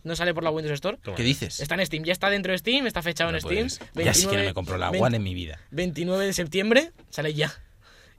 No sale por la Windows Store. Toma. ¿Qué dices? Está en Steam, ya está dentro de Steam, está fechado No Este en Steam. puede ser. Ya sí que no me compro la 20 One en mi vida. 29 de septiembre sale ya.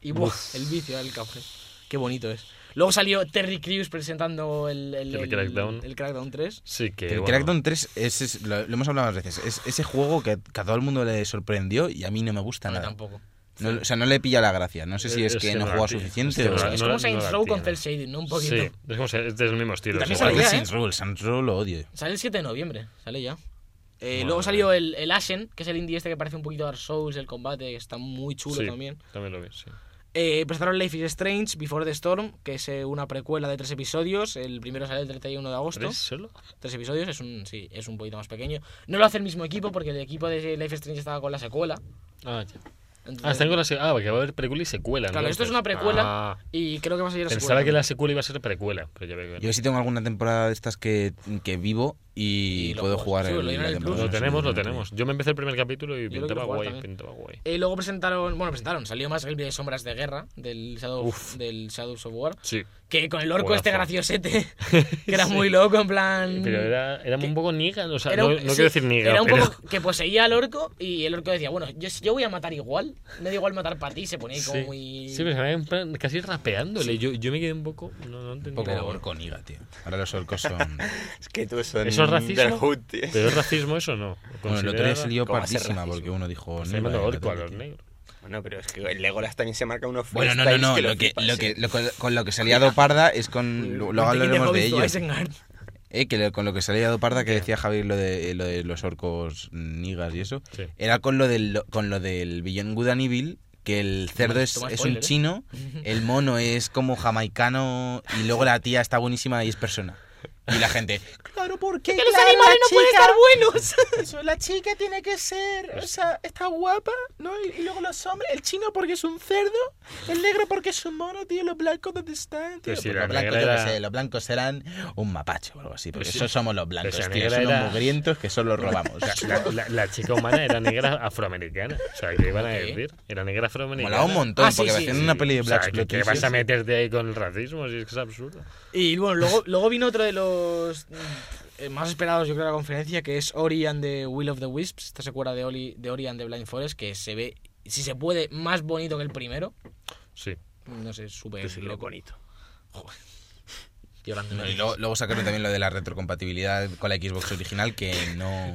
Y buah, el vicio del Cuphead. Qué bonito es. Luego salió Terry Crews presentando el, El Crackdown. el Crackdown 3. Sí, que. El bueno. Crackdown 3, es, es- lo, lo hemos hablado más veces, es ese juego que, que a todo el mundo le sorprendió y a mí no me gusta A mí nada. tampoco. No, o sea, no le pilla la gracia. No sé si Eh, es es que que no no juega la pilla. suficiente Hostia, o no la- es no como Saints la Row con tiene. cel shading, ¿no? Un Sí, poquito. es, como, se- es del mismo estilo. también sí. sale Igual que ya, ¿eh? Saints Row, el Saints Row lo odio. Sale el 7 de noviembre, sale ya. Eh, Madre luego salió el, el Ashen, que es el indie este que parece un poquito Dark Souls, el combate, que está muy chulo Sí, también. También lo vi, sí. Eh, presentaron Life is Strange, Before the Storm, que es eh, una precuela de tres episodios. El primero sale el 31 de agosto. ¿Tres ¿Tres? solo? episodios, es un, sí, es un poquito más pequeño. No lo hace el mismo equipo porque el equipo de Life is Strange estaba con la secuela. Ah, ya. Entonces- Ah, están con la se- Ah, porque va a haber precuela y secuela. Claro, esto entonces. es una precuela Ah, y creo que va a salir la pensaba que secuela. la secuela iba a ser precuela, pero ya veo que Yo sí tengo alguna temporada de estas que, que vivo y, Y lo puedo juegas. jugar Sí, lo dieron la en el temporada. Plus. Lo Sí, tenemos, lo sí. tenemos. Yo me empecé el primer capítulo y Yo lo pintaba quiero jugar guay, también. pintaba guay. Eh, luego presentaron, bueno, presentaron, salió más el de Sombras de Guerra del Shadow, Uf. del Shadow Software. Sí, Que con el orco Juegazo. Eh, este graciosete, que era muy loco, en plan. pero era, era un poco niga, o sea, Mm. Era no, un- no sí, quiero decir niga, Era un pero... poco que poseía al orco y el orco decía, bueno, yo, yo voy a matar igual, me da igual matar para ti, se ponía ahí como Sí, muy... sí, pero se me en plan casi rapeándole. Yo, yo me quedé un poco... No, no entendí. Un poco Pero- orco niga, tío. Ahora los orcos son... Es que tú son ¿Eso es racismo? del hood, tío. ¿Pero es racismo eso o no? Bueno, el otro Considera- día se lió ¿Cómo va a ser pardísima racismo? porque uno dijo... Está "Niga", llamando y el orco a otro los tío. negros. Bueno, pero es que el Legolas también se marca unos Bueno, no, no, no. freestyles Lo Pues que, flipas, lo ¿eh? que, lo que- con lo que se ha liado parda es con... Luego hablaremos de ello. Eh, que lo- con lo que se le ha dado parda que decía Javier lo de, eh, lo de los orcos nigas y eso, Sí. era con lo del lo- con lo del Beyond Good and Evil, que el cerdo Toma- es, toma es un spoiler, ¿eh? chino, el mono es como jamaicano y luego la tía está buenísima y es persona. Y la gente, claro, porque Que los animales no pueden estar buenos. eso, la chica tiene que ser, o sea, está guapa, ¿no? Y, y luego los hombres, el chino porque es un cerdo, el negro porque es un mono, tío, los blancos dónde están, tío. Pero si Pues la los blancos, negra yo qué era- sé, los blancos serán un mapache o algo así, porque Pero si- esos somos los blancos, pero si la tío, negra son era- los mugrientos que solo robamos. O sea, La, la- la chica humana era negra afroamericana. O sea, ¿qué iban a decir? Era negra afroamericana. molaba un montón, Ah, sí, porque sí, hacían sí. una peli de O sea, Black ¿qué, qué Exploitation. vas a meterte ahí con el racismo? Si es que es absurdo. Y bueno, luego, luego vino otro de los eh, más esperados, yo creo, de la conferencia, que es Ori and the Will of the Wisps, esta secuela de, Oli, de Ori and the Blind Forest, que se ve, si se puede, más bonito que el primero. Sí. No sé, súper Que sí, lo loco. bonito. Estoy hablando No, de- y luego, luego sacaron también lo de la retrocompatibilidad con la Xbox original, que no...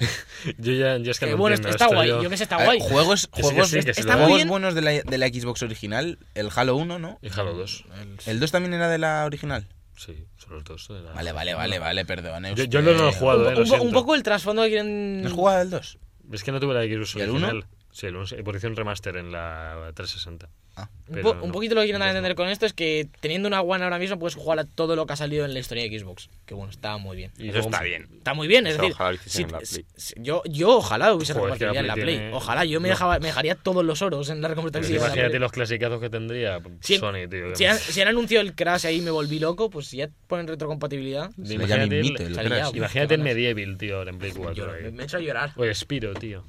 Yo ya, yo es que Que no Eh, bueno, entiendo este está esto, guay, yo- yo que sé, está A ver, guay. Juegos, Que sí, que juegos, sí, que se está lo- muy juegos bien. buenos de la, de la Xbox original, el Halo 1, ¿no? Y Halo 2. ¿El 2 también era de la original? Sí, son los dos. de la- Vale, vale, vale, vale, perdón. eh, Yo- yo no lo he usted. jugado. Un, eh, lo un po- un siento. poco el trasfondo que quieren... ¿No has jugado al 2? Es que no tuve la Xbox ¿Y el original. uno? Sí, el 1 por un remaster en la 360. Ah. Un Pero po- no, un poquito lo que quieren dar a entonces entender con esto es que teniendo una One ahora mismo puedes jugar a todo lo que ha salido en la historia de Xbox. Que bueno, está muy bien. Y Eso luego- está bien. Está muy bien, es Eso decir, ojalá lo hiciesen si- en la si- Play. si- yo, yo ojalá hubiese Joder, es que la repartido en la Play Play. tiene- Ojalá, yo me, No. dejaba, me dejaría todos los oros en la recompensa Pero que se lleva la imagínate Play. los clasicazos que tendría Si- Sony, tío. Si han, si han anunciado el Crash ahí y me volví loco, pues si ya ponen retrocompatibilidad. Se le llama Imagínate el- Invite, el salía pues, Crash. Uf, Imagínate qué el ganas. Medieval, tío, ahora en Play 4. lloro, Pues ahí. me, me he hecho llorar. Oye, Spiro, tío.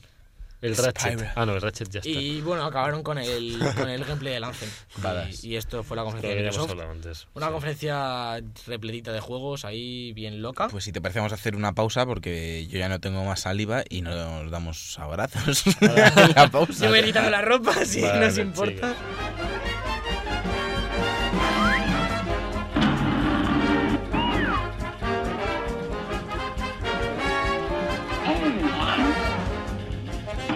El Ratchet. Spyro. Ah, no, el Ratchet ya está. Y bueno, acabaron con el, con el gameplay del Anthem. Badass. Y, y esto fue la Lo conferencia que de habíamos Microsoft. hablado antes. Una Sí. conferencia repletita de juegos ahí bien loca. Pues si te parece vamos a hacer una pausa porque yo ya no tengo más saliva y nos damos abrazos en la pausa. Yo me he quitado la ropa, si Vale, pues nos importa. chicos.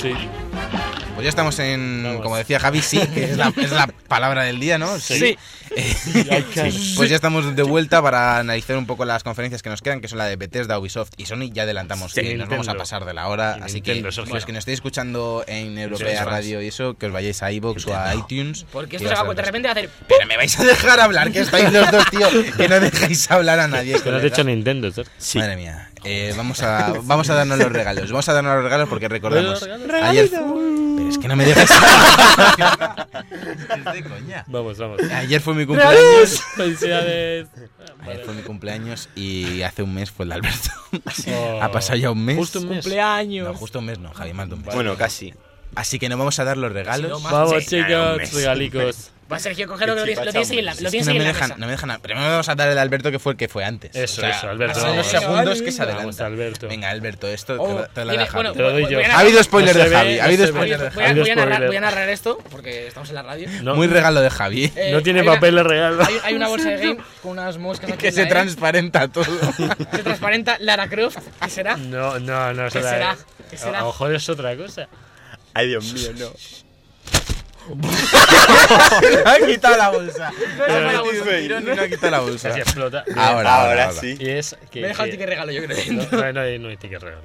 Sí. Pues ya estamos en, Vamos. como decía Javi, sí, que es la, es la palabra del día, ¿no? Sí. Pues ya estamos de vuelta para analizar un poco las conferencias que nos quedan, que son la de Bethesda, Ubisoft y Sony. Ya adelantamos Sí, que nos vamos a Nintendo. pasar de la hora, Y así Nintendo, que Sergio. los que nos estéis escuchando en Ustedes Europea fans. Radio y eso, que os vayáis a iVoox o a iTunes. Porque que esto va se a va ser a de el repente va a hacer. Pero me vais a dejar hablar, que estáis los dos, tío, que no dejáis hablar a Que nadie. no has colega. dicho Nintendo, ¿sabes? Madre mía. Eh, vamos, a, vamos a darnos los regalos. Vamos a darnos los regalos porque recordamos. ¿Los Ayer, pero es que no me dejes hablar. Es de coña. Vamos, vamos. Ayer fue mi cumpleaños. ¡Felicidades! Ayer fue mi cumpleaños y hace un mes fue el de Alberto. Oh. Ha pasado ya un mes. Justo un mes. Cumpleaños. No, justo un mes no, Javi, más de un mes. Bueno, casi. Así que no vamos a dar los regalos. Sí, no, Vamos, Sí, nada, un chicos, mes. regalicos. Va Sergio, cogerlo que lo tienes- lo tienes ahí en la, lo Es que tienes no ahí me en la dejan, mesa. no me dejan, a- primero vamos a dar el Alberto que fue el que fue antes. Eso, eso, Alberto. Hace unos Vamos. segundos que se Vamos, adelanta. Alberto. Venga, Alberto, esto te Oh, la- te la tiene- deja. bueno, Te lo doy yo. voy a Ha narrar- habido spoiler No se de ve, Javi, ha no habido se ve. voy spoiler de a- Javi. voy a- Algo voy a narrar- spoiler. voy a narrar esto porque estamos en la radio. No, Muy regalo de Javi. Eh, no tiene hay una- papeles regalos. Hay, hay una bolsa de game con unas moscas aquí Que en se la E, transparenta todo. se transparenta Lara Croft. ¿Qué será? No, no, no ¿Qué será. será? ¿Qué será? A lo mejor es otra cosa. Ay, Dios mío, no. ha quitado la bolsa. Pero- Ha metido un tirón y no ha quitado la bolsa. Casi explota. Ahora, ahora, Ahora ahora. sí. Y es que. Me he dejado el que- ticket regalo, yo creo. No, no, no hay- no hay ticket regalo.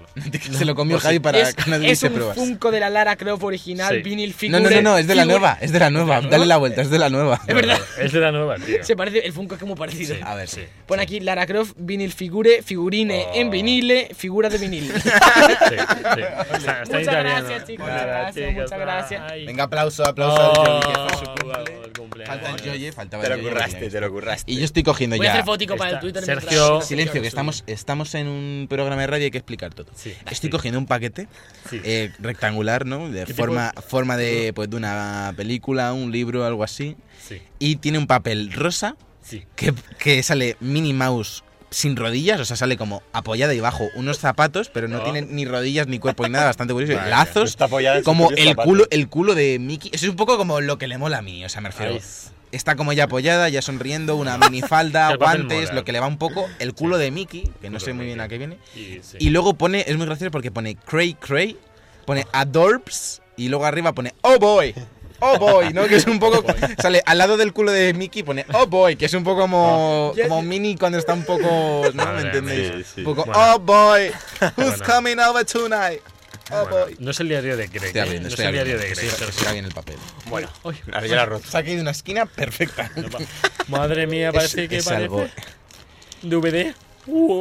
Se lo comió Javi para es que Pues no es diese un pruebas. Funko de la Lara Croft original, Sí. vinil No, figure. no, no, no, es de la figure. nueva, es de la nueva. Dale la vuelta, es de la nueva. Es verdad. Es de la nueva, tío. Se parece, el Funko es que es muy parecido. Sí. A ver, sí. Pon aquí Lara Croft, vinil figure, figurine Oh. en vinile, figura de vinil. Sí, sí. Está, está Muchas italiano. gracias, chicos, Nada, gracias, muchas gracias. ay. Venga, aplauso, aplauso. al Oh, Joey, que fue su cumple. vamos, el cumpleaños. Falta el Joey, faltaba Te el lo Joey. curraste, te lo curraste. Y yo estoy cogiendo Voy a ya. hacer fotico para el Está. Twitter. Sergio- mientras- Silencio, que estamos, estamos en un programa de radio y hay que explicar todo. Sí. Estoy Sí. cogiendo un paquete Sí. eh, rectangular, ¿no? De ¿Qué tipo forma, forma de, pues, de una película, un libro, algo así. Sí, Y tiene un papel rosa sí. que, que sale Minnie Mouse sin rodillas, o sea, sale como apoyada y bajo unos zapatos, pero no, No. tiene ni rodillas ni cuerpo ni nada, bastante curioso. Vaya, Lazos, está apoyada en sus como propios el zapatos. culo, el culo de Mickey. Eso es un poco como lo que le mola a mí, o sea, me refiero. Ahí. Está como ya apoyada, ya sonriendo, una minifalda, El papel guantes, mola. lo que le va un poco, el culo Sí. de Mickey, que no Culo sé de muy bien Mickey. a qué viene. Y, sí. Y luego pone, es muy gracioso porque pone Cray Cray, pone Adorbs y luego arriba pone Oh Boy. Oh boy, ¿no? Que es un poco. sale al lado del culo de Mickey pone Oh boy, que es un poco como. como Mini cuando está un poco. ¿No? ¿Me Ah. Madre entendéis? mía. Sí, sí. Un poco. Bueno. Oh boy, who's Bueno. coming over tonight? Oh Bueno, boy. no es el diario de Greg. Estoy ¿eh? abriendo, no es estoy el diario abriendo. de Greg. Sí, Sergio. está bien el papel. Bueno, ahora ya la roto. Saqué de una esquina perfecta. Madre mía, parece Es- que es parece. algo- DVD.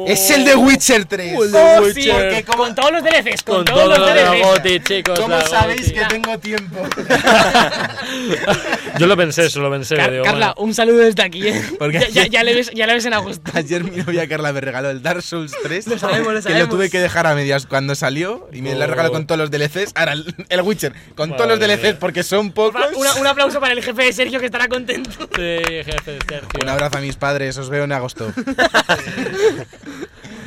Es el de Witcher 3. El de Oh, Witcher. sí, porque como- con todos los DLCs, con, Con todos todo los lo de la DLCs. Goti, chicos. ¿Cómo la sabéis Goti. que tengo tiempo? Yo lo pensé, eso lo pensé. Car- digo, Carla, bueno, un saludo desde aquí. ¿eh? Porque ya, ya, ya le ves, ya le ves en agosto. Ayer mi novia Carla me regaló el Dark Souls 3. Lo sabemos, lo Que lo sabemos. tuve que dejar a medias cuando salió. Y me la Oh. regaló con todos los DLCs. Ahora el, el Witcher, con Madre todos los DLCs mía. porque son pocos. Va, una- un aplauso para el jefe de Sergio que estará contento. sí, jefe, Sergio. Un abrazo a mis padres, os veo en agosto.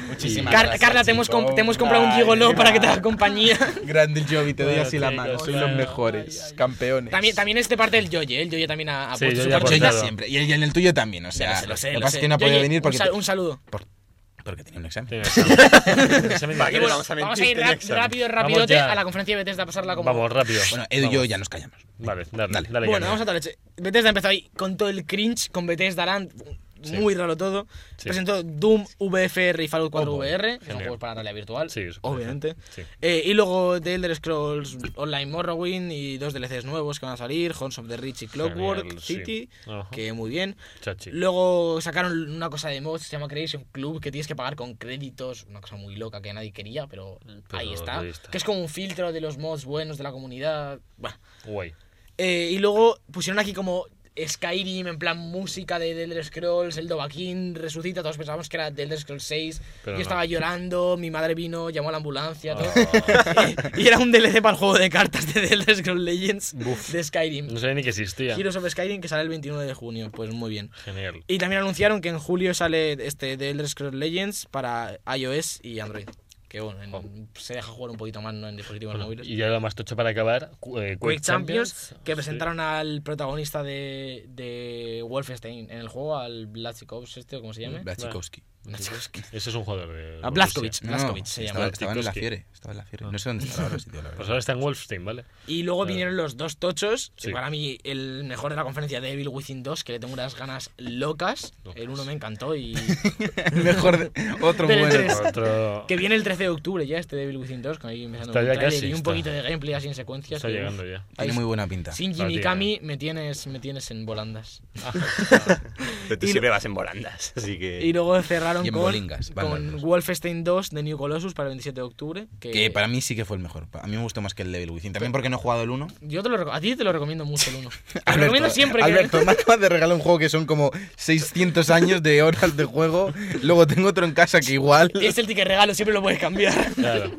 Muchísimas Car- gracias, Carla, te hemos, chico. comp- te hemos comprado un gigolo Ay, para que te haga compañía. Grande el Jovi, te doy Bueno, así la chicos, mano. Soy bueno. los mejores, campeones. También, también este parte del Yoye, el Yoye también ha, ha Sí, puesto Yoye su ha parte. Yo ya Cortado. siempre. Y el, y en el tuyo también, o sea. Ya, lo sé, que lo pasa es sé. que no ha podido Yoye, venir porque, Un, sal- un saludo. porque tenía un examen. Tiene examen. Examen de Vale, tres. Bueno, vamos a mentir, vamos a ir tiene ra- examen. rápido, Vamos rapidote ya. a la conferencia de Bethesda a pasarla como... Vamos, rápido. Bueno, Edu y yo Vamos. ya nos callamos. Vale, dale, Dale. dale. caña. bueno, vamos a dar leche. Bethesda empezó ahí con todo el cringe, con Bethesda Land, muy raro todo. Sí. Presentó Doom VFR y Fallout 4 Oh, VR, que son genial. juegos para realidad virtual, Sí, eso. obviamente. Sí. Eh, y luego The Elder Scrolls Online Morrowind y dos DLCs nuevos que van a salir, Homes of the Rich y Clockwork Genial, sí. City, Ajá. que muy bien. Chachi. Luego sacaron una cosa de mods, se llama Creation Club, que tienes que pagar con créditos, una cosa muy loca que nadie quería, pero, Pero ahí, está, ahí está. Que es como un filtro de los mods buenos de la comunidad. Bah. Guay. Eh, y luego pusieron aquí como Skyrim, en plan música de The Elder Scrolls, el Dovahkiin resucita, todos pensábamos que era The Elder Scrolls 6, Pero yo no. Ah. estaba llorando, mi madre vino, llamó a la ambulancia, todo. y era un DLC para el juego de cartas de The Elder Scrolls Legends de Skyrim. No sabía ni que existía. Heroes of Skyrim que sale el 29 de junio, pues muy bien. Genial. Y también anunciaron que en julio sale este The Elder Scrolls Legends para iOS y Android. Que bueno, en- Oh. se deja jugar un poquito más ¿no? en dispositivos Bueno, móviles. y ya lo más tocho para acabar. cu- eh, Quick Champions, que sí. presentaron al protagonista de, de Wolfenstein en el juego, al Blazkowicz este, o como se llame. Blachikovsky. Ese es un jugador de. A Blazkowicz, Rusia. Blazkowicz se estaba, llama. Ah. estaba en la Blachikovsky. Fiere. Estaba en la Fiere. No sé dónde está ahora el sitio, la Pues verdad. ahora está en Wolfstein, ¿vale? Y luego vinieron los dos tochos, Sí. y para mí el mejor de la conferencia de Evil Within 2, que le tengo unas ganas locas. Locas. El uno me encantó y... Mejor de- otro Del bueno. tres. Otro. que viene el 13 de octubre ya este Devil Within 2, con ahí empezando Está con ya el tráiler casi, y un está. poquito de gameplay así en secuencias. Está que, llegando ya. Tiene muy buena pinta. Sin Lo Jimmy tiene. Kami me tienes, me tienes en volandas. Pero tú Y- siempre vas en volandas, así que. Y luego cerraron Y en con, bolingas, van con los dos. Wolfenstein 2 de New Colossus para el 27 de octubre. Que, Que para mí sí que fue el mejor. A mí me gustó más que el Devil Within. También porque no he jugado el 1. Yo te lo reco- a ti te lo recomiendo mucho el 1. Te lo recomiendo siempre. que- Alberto, me acabas de regalar un juego que son como 600 años de horas de juego. Luego tengo otro en casa que igual. es el ticket regalo, siempre lo puedes cambiar. Claro.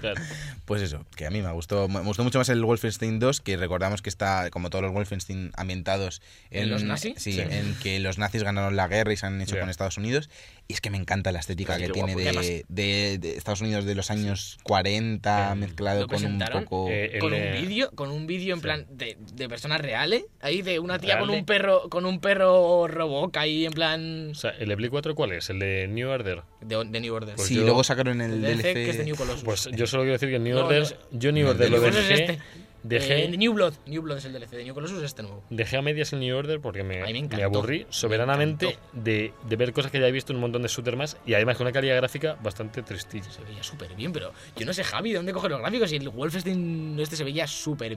claro. Pues eso, que a mí me gustó, me gustó mucho más el Wolfenstein 2, que recordamos que está, como todos los Wolfenstein, ambientados en, ¿En los nazis? Sí, Sí. en que los nazis ganaron la guerra y se han hecho Ya. con Estados Unidos. Y es que me encanta la estética Sí, que qué tiene guapo. de, de- de Estados Unidos de los años 40, Eh, mezclado Em, ¿lo con un presentaron? poco... Eh, el, con un eh, vídeo, con un vídeo en sí. plan de, de personas reales, ahí de una tía con ¿Reales? un perro con un perro robot ahí en plan O sea, ¿el de Play 4 cuál es? ¿El de New Order? de, de New Order. pues sí, yo- luego sacaron el El DLC... DLC que es de New Colossus. Pues yo solo quiero decir que el New No, Order. no sé. Yo New No, Order el lo de New Order es dejé. este. Dejé. Eh, New Blood, New Blood es el DLC de New Colossus, este nuevo. Dejé a medias el New Order porque me, A mí me me encantó. aburrí Me soberanamente encantó. de, de ver cosas que ya he visto en un montón de shooters más y además con una calidad gráfica bastante tristilla. Se veía súper bien, pero yo no sé, Javi, ¿de dónde coge los gráficos? Y el Wolfenstein este se veía súper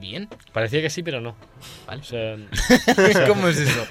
bien. Parecía que sí, pero no. Vale. O sea, ¿Cómo es eso?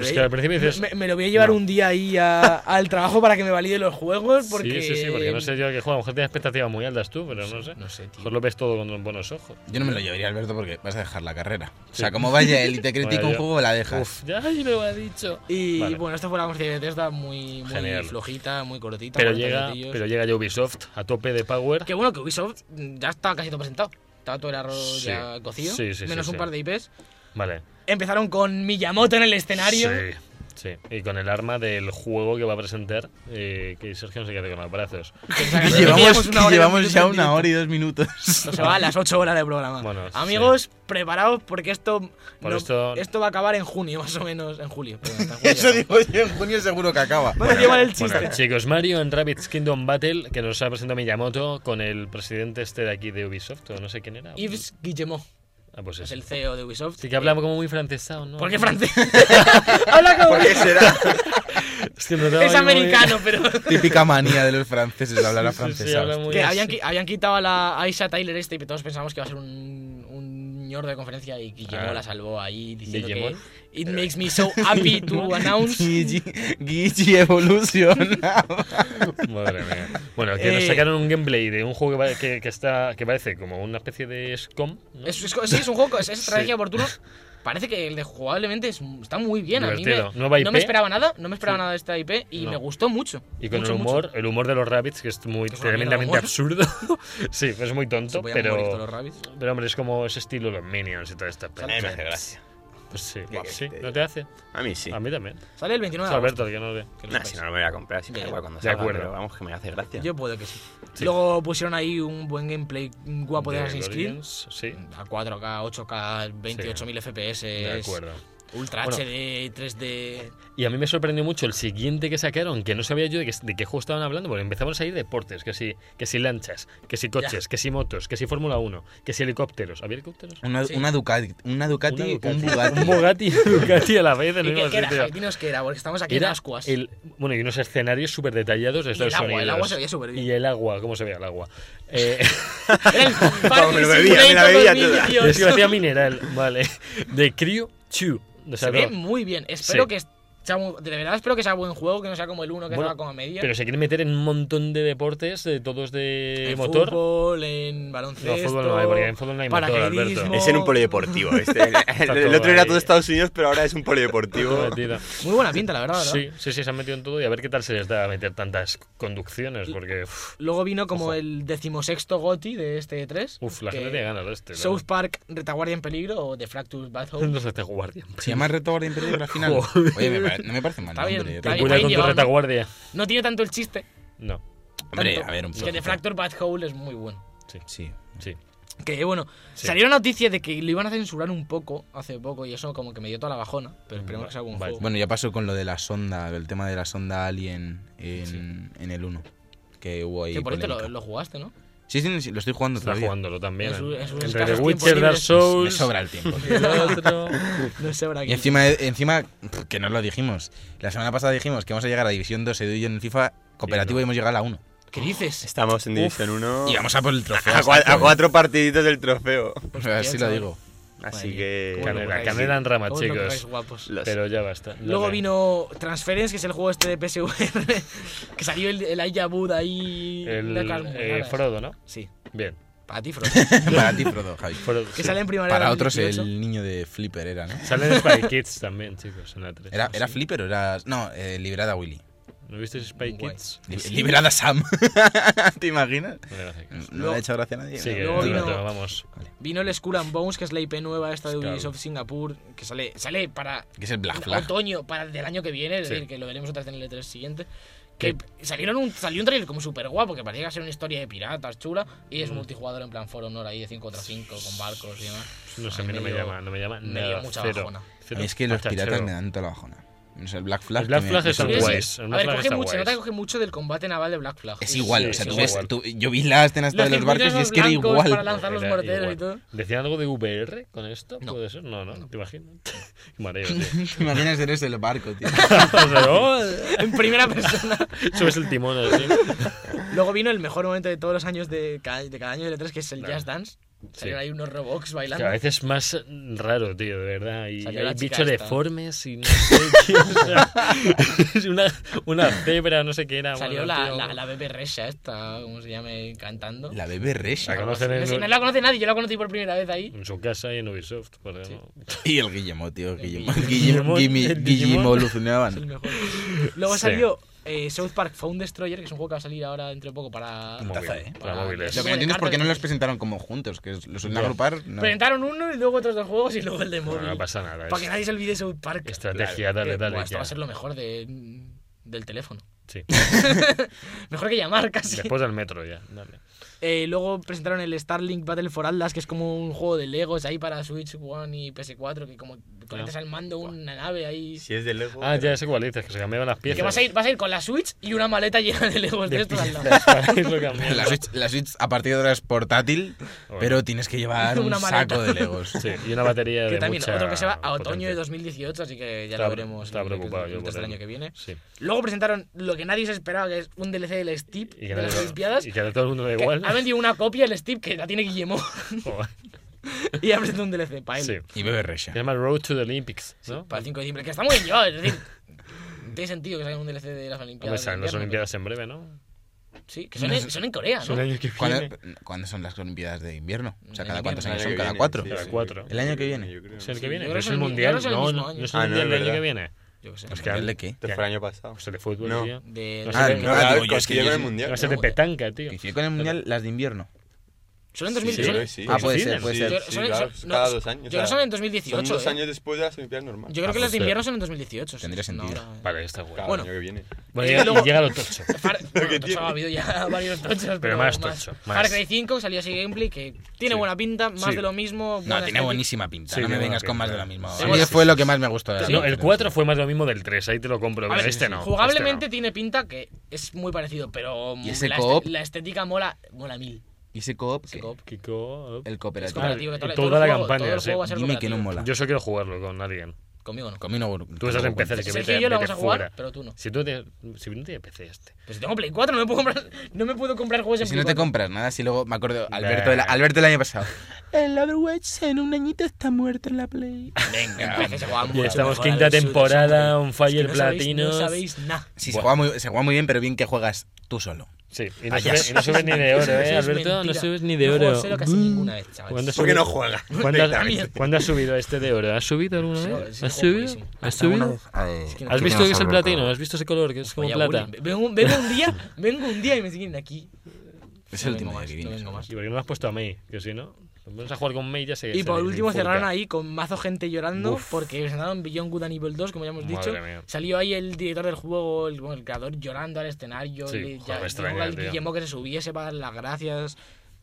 es que al principio dices. eh, me, me lo voy a llevar No. un día ahí a- al trabajo para que me valide los juegos. Porque... Sí, sí, sí, porque no sé yo qué juego. A lo mejor tienes expectativas muy altas tú, pero no sé. No sé, tío. Mejor lo ves todo con buenos ojos. Yo no me lo llevaría, Alberto, porque vas a dejar la carrera. O sea, Sí. como vaya él y te critica Vaya un yo. juego, la dejas. Uf, ya me lo ha dicho. Y Vale. bueno, esta fue la conferencia de Bethesda muy, muy Genial. flojita, muy cortita. Pero 40 llega, minutillos. pero llega ya Ubisoft a tope de power. Que bueno, que Ubisoft mm, ya estaba casi todo presentado. Estaba todo el arroz Sí. ya cocido. Sí, sí, sí, menos un sí. par de IPs. Vale. Empezaron con Miyamoto en el escenario. Sí, sí. Y con el arma del juego que va a presentar, eh, que Sergio no se queda con los brazos. Sacan- Llevamos, una hora y llevamos dos minutos ya en una directo. hora y dos minutos. Esto se va a las 8 horas de programa. Bueno, Amigos, preparados porque esto, Por esto- va a acabar en junio, más o menos. En julio. perdón, hasta julio. Eso digo yo, en junio seguro que acaba. Vamos a llevar el chiste. Bueno, chicos, Mario en Rabbit's Kingdom Battle, que nos ha presentado Miyamoto con el presidente este de aquí de Ubisoft, o no sé quién era. Yves Guillemot Ah, pues es ese. el CEO de Ubisoft. Eh, Sí que hablamos como muy francesado, ¿no? ¿Por qué francés? Habla como ¿Por qué será? Es, que notaba es ahí muy- americano, pero Típica manía de los franceses de hablar a Sí, sí, francés. habla muy que así. habían, qui- habían quitado a la Aisha Tyler este y todos pensamos que iba a ser un un ñor de conferencia y Guillemot Ah. la salvó ahí diciendo que ¿Guillemot? it makes me so happy to announce Guigi, Guigi evoluciona. Madre mía. Bueno, que nos Eh. sacaron un gameplay de un juego que, va- que, que está, que parece como una especie de SCOM. ¿no? es, es co- sí, es un juego, es, es estrategia por turnos. Parece que el de jugablemente es- está muy bien. A Divertido. mí me, Nueva no IP. me esperaba nada, no me esperaba nada de esta IP y No. me gustó mucho. Y con mucho, el mucho. humor, el humor de los rabbits, que es muy Es una mierda de tremendamente humor. absurdo. sí, es muy Se tonto, podían morir todos pero. los rabbits. Pero hombre, es como ese estilo los minions y toda esta A mí me hace gracia. Pues sí, ¿Qué quieres sí. que te ¿No te hace? A mí sí. A mí también. Sale el 29 de agosto. Alberto, el que no ve. que lo Nah, sepáis. si no, no me voy a comprar, si me da De- igual cuando de salga, acuerdo. pero vamos, que me hace gracia. Yo puedo que sí. Sí. Luego pusieron ahí un buen gameplay guapo de De Assassin's Creed. Origins, Sí, A 4K, 8K, 28.000 FPS. de acuerdo. Ultra Bueno. HD, 3D. Y a mí me sorprendió mucho el siguiente que sacaron, que no sabía yo de qué, de qué juego estaban hablando, porque empezaban a salir deportes, que si, que si lanchas, que si coches, que si motos, que si Fórmula 1, que si helicópteros. ¿Había helicópteros? Una, una Ducati, una Ducati, Una un Ducati. Bugatti. Un Bugatti y un Ducati a la vez en ¿Y el qué, mismo qué era? sitio. Dinos qué era, porque estamos aquí en Era Ascuas. el- bueno, y unos escenarios súper detallados de Y el Estados agua, el Unidos. agua se veía súper bien. Y el agua, ¿cómo se veía el agua? Eh, Era el Vamos, me lo bebía, me la bebía toda. es que me hacía mineral, vale. De Crew 2. O sea, Se ve no. muy bien. Espero Sí. que sea muy- de verdad espero que sea buen juego, que no sea como el 1 que Bueno, estaba como a media. Pero se quieren meter en un montón de deportes, de todos de en motor. fútbol, en baloncesto. No, fútbol no hay, porque en fútbol no hay motor, paracaidismo. Alberto. Es en un polideportivo. Este. El, el- el todo otro era ahí. todo Estados Unidos, pero ahora es un polideportivo. Metido. Muy buena pinta, la verdad. ¿verdad? Sí, sí, sí, se han metido en todo y a ver qué tal se les da a meter tantas conducciones, porque uf, Luego vino como Ojo. el decimosexto GOTI de este 3. uf, la gente tiene ganas de este. South Park, Retaguardia en Peligro o The Fractured Butthole. No se te guardia. Se llama Retaguardia Imperial al final. Joder. Oye, me pare- no me parece mal Está bien, nombre, eh, está Retaguardia. bien. Cuida con tu llevando. retaguardia. No tiene tanto el chiste. No, Hombre, tanto. a ver, un Es que The poquito. Fractured Butthole es muy bueno. sí, Sí. sí. Que bueno, Sí. salió la noticia de que lo iban a censurar un poco hace poco y eso como que me dio toda la bajona. Pero esperemos que sea algún Vale. juego. Bueno, ya pasó con lo de la sonda, el tema de la sonda Alien en, en el 1. Que hubo ahí. que este por esto lo, polémica. lo jugaste, ¿no? Sí, sí, sí, lo estoy jugando Está todavía. jugándolo también. En su- en sus Entre The escasos Witcher, Dark tiempos libres. Me Souls. sobra el tiempo. el otro. No sé, ahora Y encima, eh, encima, pff, que no lo dijimos. La semana pasada dijimos que vamos a llegar a División 2, Edu y yo en el FIFA cooperativo Y no. y hemos llegado a la 1. ¿Qué Este, dices? Estamos en División 1. Y vamos a por el trofeo. A, cua- a cuatro partiditos del trofeo. Así lo digo. Así mía, que. ¿cómo lo Canela, borráis? canela en rama, ¿Cómo os lo chicos. creáis guapos? Los- Pero ya basta. Luego Dale. vino Transference, que es el juego este de PSVR, que salió el, el Aya Bud ahí. el una cara muy eh, rara. Frodo, ¿no? Sí, Bien. para ti, Frodo. Para ti, Frodo, Javi. Frodo, Que sí. sale en primavera. Para del otros 18. el niño de Flipper era, ¿no? Sale en Spy Kids también, chicos. En la tres. ¿Era, era Flipper o era.? No, eh, liberada Willy. ¿No viste Spy Guay. Kids? Pues Li- Liberada Sam. ¿Te imaginas? No le hace caso. No le ha hecho gracia a nadie. Sí, que Luego no, vino- no, vamos. Vino el Skull and Bones, que es la IP nueva esta de Claro. Ubisoft Singapur, que sale, sale para Que es el Black Flag. otoño, para del año que viene, es Sí. decir, que lo veremos otra vez en el E3 siguiente. Que salieron un, salió un trailer como súper guapo, que parecía que iba a ser una historia de piratas chula, y es multijugador en plan For Honor ahí de 5 contra 5, con barcos y demás. No sé, a mí no me dio- llama, no me llama me nada. dio mucha cero, bajona. Cero. A mí es que los Hasta piratas cero. me dan toda la bajona. No sé, el Black Flag. El Black que me- Flag me está suele- Sí, sí. guays, el A ver, Black coge está mucho, guays. no te coge mucho del combate naval de Black Flag. Es igual, Sí, o sea, es tú ves, igual. tú- yo vi las escenas Los de los barcos y es que era pingüinos blancos para igual. lanzar los Era morteros igual. y todo. ¿Decían algo de VR con esto? No. ¿Puede ser? No, no, te imagino. Qué mareo, tío. ¿Te imaginas eres el barco, tío? O sea, oh, En primera persona. subes el timón así. Luego vino el mejor momento de todos los años de cada, de cada año de E3, que es el Jazz Dance. Salieron Sí. ahí unos Roblox Que a bailando. veces es más raro, tío, de verdad. Y Salió la hay chica bichos esta. deformes y no sé, tío. o sea, es una, una cebra, no sé qué era. Salió bueno, la, tío. la, la bebé Resha esta, ¿cómo se llame? Cantando. La bebé La Resha. conocen No, en, sé, no la conoce nadie, yo la conocí por primera vez ahí. en su casa y en Ubisoft. por ejemplo. Y el Guillemot, tío. Guillemot. Guillemot, el Guillemot Digimon. Es el evolucionaban. mejor. Luego Sí. salió eh, South Park Phone Destroyer, que es un juego que va a salir ahora dentro de poco para. Móvil, Taza, ¿eh? Para móviles. Lo que no entiendo es por qué no los presentaron como juntos, que los suelen agrupar. no. Presentaron uno y luego otros dos juegos y luego el de móvil. Bueno, no pasa nada. Para que es nadie se olvide South Park. Estrategia, Que, dale, dale. buah, esto ya. va a ser lo mejor de- del teléfono. Sí. Mejor que llamar casi. Después del metro ya. Dale. Eh, luego presentaron el Starlink Battle for Atlas, que es como un juego de Legos ahí para Switch One y PS4, que como conectas al mando una nave ahí. Si es de lejos. Ah, ya sé cuál dices, que se cambiaban las piezas. Que vas a, ir, vas a ir con la Switch y una maleta llena de Legos de de estos al lado. piezas para irlo cambiando. La Switch, la Switch a partir de ahora es portátil, Bueno. pero tienes que llevar un Una maleta. saco de Legos. Sí, y una batería Que de también mucha otro que se va a otoño de potencia. 2018, así que ya Está- lo veremos. está en el- preocupado el- yo el- por el él. año que viene. Sí. Luego presentaron lo que nadie se esperaba, que es un DLC del Steep Y de que, nadie las lo- Olimpiadas. y que a todo el mundo da que igual. ha vendido una copia el Steep que la tiene Guillermo Joder. y ha presentado un DLC para él. sí. Y bebé Se Resha. llama Road to the Olympics, ¿no? Para el 5 de diciembre, que está muy bien llevado, es decir, tiene sentido que salga un DLC de las Olimpiadas. Hombre, de salen las invierno, Olimpiadas en breve, ¿no? pero- Sí, que son en, son en Corea, Son ¿no? años que ¿Cuándo, viene. ¿Cuándo son las Olimpiadas de invierno? O sea, El ¿cada invierno, cuántos el años año son? que ¿Cada viene, cuatro? sí, Cada sí. cuatro. El año que viene. Yo creo. ¿Es el que yo viene? Pero creo que es son el el mi- mundial. yo creo que son el No, mismo no año. no es Ah, el no, mundial es del año que verdad. viene. Yo qué sé. Es que ¿El de qué? Esto Este fue el año pasado. Pues el de fútbol, No. tío. De, No de- sé, Ah, de- no, va digo claro, yo, es que coincidió yo con el sí- mundial. a ser de no, petanca, tío. Coincide con el mundial las de invierno. Son en Sí, 2018. yo creo que sí. Ah, puede Coinciden, ser, puede Sí, ser. sí, Son- claro, son- cada no, dos años. yo o creo sea, que son en 2018. Son dos eh. años después de las Olimpiadas normales. Yo creo que Ah, las de sí. invierno son en 2018. sí, Tendría sí, no, sentido. ahora- Vale, está guay. Cada bueno. año que viene. Bueno, Y llega, luego- llega lo tocho. Far- bueno, que tocho tiene. ha habido ya varios tochos, pero, más tocho, más. Far Cry 5 que salió así gameplay que tiene Sí. buena pinta, más Sí. de lo mismo. No, buena tiene estética. buenísima pinta. Sí, no me tiene vengas buena con más pinta. de lo mismo. Sí, A mí sí, fue sí, lo sí. que más me gustó. de la No, conferencia. el 4 fue más lo mismo del 3, ahí te lo compro. A ver, pero este no. Jugablemente este tiene pinta que es muy parecido, pero ¿Y ese la, este, co-op? la estética mola, mola mil. ¿Y ese co-op? Ese qué? co-op. no. Kiko. El Es cooperativo. cooperativo que todo- toda todo el la juego- campaña, todo el sí. juego va a ser Dime que no cooperativo. mola. Yo solo quiero jugarlo con alguien. Conmigo no. Conmigo, Tú estás en PC, que Sergio vete, y yo lo vete vamos a fuera. jugar, pero tú no. Si, tú tienes- si no tienes PC este. Pero Pues si tengo Play 4, no me puedo comprar, no me puedo comprar juegos en Si Play no te 4. compras nada, si luego me acuerdo, Nah. Alberto, el, Alberto el año pasado. El Overwatch en un añito está muerto en la Play. Venga. Se juega mucho Y estamos mejor quinta al shooters, temporada, hombre. un fire no sabéis- platinos. No sabéis nada. Sí, se juega, muy, se juega muy bien, pero bien que juegas tú solo. Sí, y no Vaya. subes, y no subes ni de oro, Eso ¿eh, es Alberto? No mentira. subes ni de No juego oro. cero casi ninguna vez, chavales. ¿Cuándo has Porque subido- no juega. ¿Cuándo has, directamente. ¿Cuándo has subido este de oro? ¿Has subido alguna Sí, vez? sí, ¿Has juego subido? buenísimo. ¿Has subido? que ¿Has visto que es el platino? eh? ¿Has visto ese color que es como Vaya plata? bullying. Vengo, vengo un día, vengo un día y me siguen aquí. Es No el último vengo día más, que no vienes. vengo más. ¿Y por qué no lo has puesto a May? Que si no, nos pones a jugar con May ya se Y se por último bifurca. cerraron ahí con mazo gente llorando Uf. porque presentaron Beyond Good and Evil 2, como ya hemos Madre dicho. mía. Salió ahí el director del juego, el, bueno, el creador llorando al escenario. Sí, le- joder, ya, me extraña, dijo al tío. Guillermo que se subiese para dar las gracias.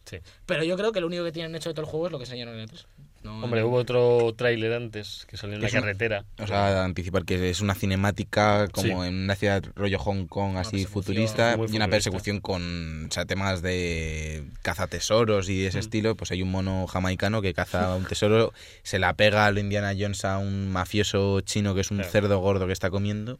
Sí. Pero yo creo que lo único que tienen hecho de todo el juego es lo que enseñaron en E el 3. Hombre, hubo otro tráiler antes que salió en la Es un- carretera. O sea, anticipar que es una cinemática como en una ciudad rollo Hong Kong así persecución. futurista Muy y una futurista. persecución con o sea, temas de cazatesoros y de ese estilo. Pues hay un mono jamaicano que caza un tesoro, se la pega a lo Indiana Jones a un mafioso chino que es un Claro. cerdo gordo que está comiendo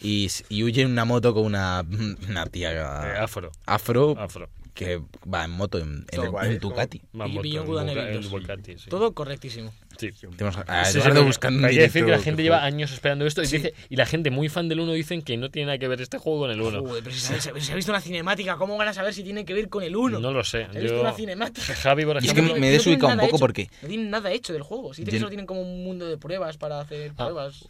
y, s- y huye en una moto con una, una Eh, tía afro. afro, Afro. que va en moto en, en- Todo en guay, como- Ducati. Más Y moto, Beyond un Good and Buca- Evil el 2. Bucati, sí. Todo correctísimo. Sí, Tenemos a Sí, sí, Eduardo sí. buscando un Hay que decir directo que la que gente lleva juegue. años esperando esto y, dice, y la gente muy fan del 1 dicen que no tiene nada que ver este juego con el 1. Joder, pero si se, se- se ha visto una cinemática, ¿cómo van a saber si tiene que ver con el 1? No lo sé. Se ha visto Yo... una cinemática. Javi, por Y es que ejemplo... me- me he desubicado un nada poco hecho. porque No tienen nada hecho del juego. Sí, que Yo- solo tienen como un mundo de pruebas para hacer Ah. pruebas.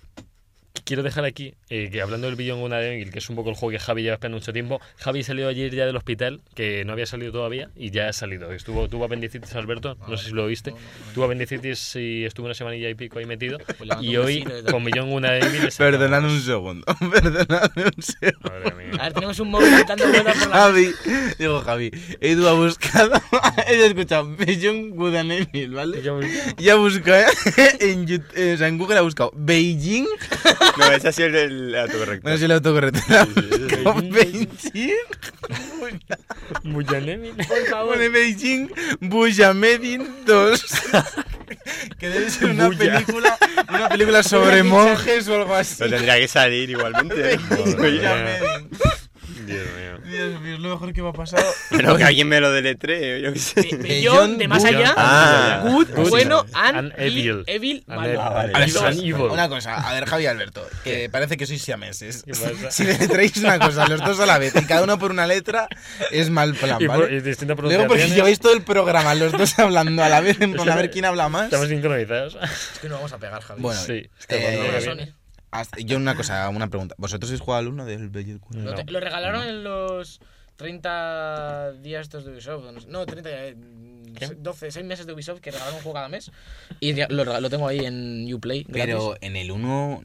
quiero dejar aquí eh, que hablando del Beyond Good and Evil, que es un poco el juego que Javi lleva esperando mucho tiempo, Javi salió ayer ya del hospital, que no había salido todavía, y ya ha salido. Estuvo, tuvo apendicitis Alberto, no sé si lo viste. Tuvo apendicitis y estuvo una semanilla y pico ahí metido. levantó Y un hoy, vecino y tal. con Beyond Good and Evil... se- Perdonad un segundo, perdonad un segundo. Madre A mía. ver, tenemos un móvil dando vueltas por la... Javi, digo Javi, Edu ha buscado, he escuchado Beijing Good and Evil, ¿vale? Yo- Y ha buscado en, YouTube, eh, o sea, en Google ha buscado Beijing, No, ese ha sido el, el autocorrecto. bueno, si el autocorrecto ha buscado Beijing, Beijing, Good and Evil. Por favor. pone Beijing, Bujamedin 2, que debe ser una Buya. película, una película sobre monjes o algo así. Pero tendría que salir igualmente. Bujamedin. Dios mío. Dios mío, es lo mejor que me ha pasado. Pero que alguien me lo deletree, yo qué sé. Bellón de más Beyond allá. Ah. good, Good, bueno, sí. and, And evil. evil. Evil, And malo. evil. Ah, vale. A ver, Eso son es. evil. Una cosa, a ver, Javi y Alberto, que parece que sois siameses. ¿Qué pasa? Si le traéis una cosa los dos a la vez y cada uno por una letra, es mal plan, Y, por- y ¿vale? distintas Luego, porque pronunciaciones. lleváis todo el programa los dos hablando a la vez en plan a ver quién habla más. Estamos sincronizados. Es que no vamos a pegar, Javi. Bueno, Sí, es que No, cuando no, llegue eh, Sony. bien. hasta- yo una cosa, una pregunta. ¿Vosotros habéis jugado al uno del Bellot Queen? Lo, No. te- lo regalaron en los 30 días estos de Ubisoft. o no sé- No, 30 eh, ¿Qué? 12, 6 meses de Ubisoft que regalaron un juego cada mes. Y ya lo, rega- lo tengo ahí en Uplay. gratis. Pero en el 1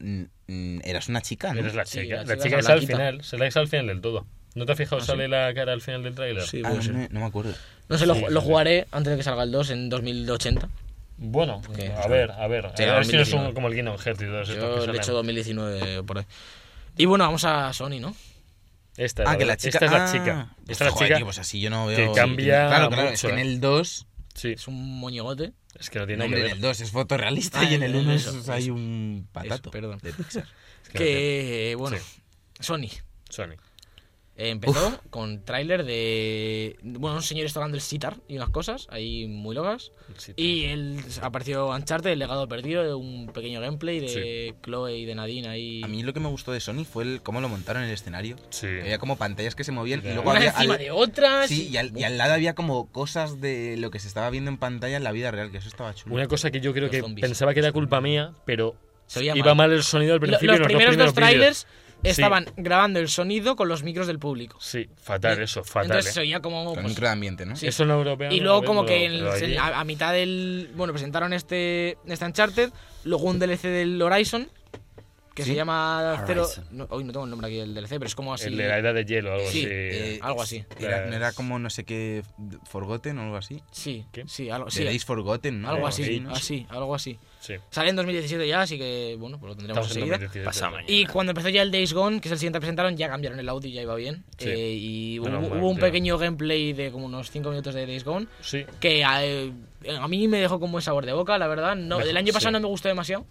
eras una chica, ¿no? Ah, Eres la Ah, Sí, chica. la la, chica chica es es al blanquita. Ah, final. Se la es al final del todo. ¿No te has fijado? sale la cara al final del tráiler. Sí, Ah, puede no, ser. me, no me acuerdo. No sé, lo, Sí, ju- sí, lo sí. jugaré antes de que salga el 2 en 2080. Bueno, ¿Qué? a ver, a ver. Sí, a ver si no 2019. son como el Kingdom Hearts y todos estos que Yo le he salen. hecho 2019 por ahí. Y bueno, vamos a Sony, ¿no? Esta, Ah, que la chica. Esta es la ah. chica. Esta es la Joder, chica. tío, pues así yo no que veo. cambia Claro, claro, es mucho, que en eh. el 2. Sí, Es un moñigote. es que no tiene No, nada hombre, que en ver. el 2 es fotorrealista Ah, y en el 1 eso, eso. hay un patato. Eso, perdón. De Pixar. Es que no tiene- Que, bueno, Sí. Sony. Sony. Eh, empezó con tráiler de. Bueno, un señor tocando el sitar y unas cosas ahí muy locas. Sí, Y él apareció Uncharted, el legado perdido, un pequeño gameplay de Sí. Chloe y de Nadine ahí. A mí lo que me gustó de Sony fue el, cómo lo montaron en el escenario. Sí. Había como pantallas que se movían y Claro. luego Una había. encima al- de otras. sí, y al, y al lado había como cosas de lo que se estaba viendo en pantalla en la vida real, que eso estaba chulo. Una cosa que yo creo Los que zombies. pensaba que era culpa mía, pero Se oía iba mal. mal el sonido al Lo- los principio. en primeros, los dos trailers estaban grabando el sonido con los micros del público. Sí, fatal eso, fatal. Entonces se ¿eh? oía como... Con pues, micro de ambiente, ¿no? sí. Eso en la europea. y no luego lo como veo, que pero- el- pero se- ah, allí- a, a mitad del... Bueno, presentaron este, este Uncharted, luego un DLC del Horizon, que se llama... Zero- Horizon. no, hoy no tengo el nombre aquí del DLC, pero es como así... el de la edad de hielo, algo Sí, así. Eh, algo así. Era, no era como no sé qué Forgotten o algo así. Sí, ¿Qué? sí, algo, Sí. sí, eh, Forgotten, ¿no? algo Algo así, así, ¿no? así, algo así. sí. Sale en 2017 ya, así que bueno, pues lo tendremos Estamos en enseguida. 2017. Pasa mañana. Y cuando empezó ya el Days Gone, que es el siguiente que presentaron, ya cambiaron el audio y ya iba bien. Sí. Eh, y hubo, Menos mal, hubo un tío. pequeño gameplay de como unos 5 minutos de Days Gone, Sí, que a, eh, a mí me dejó con buen sabor de boca, la verdad. No, Mejor, el año pasado sí. no me gustó demasiado.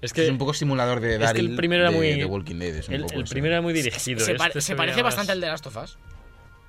es Es que un poco simulador de que el Daryl primero era de, muy- de Walking Dead. Es un el, poco el eso. primero era muy dirigido. se, par- este se veía parece más- Eh, bastante al de Last of Us,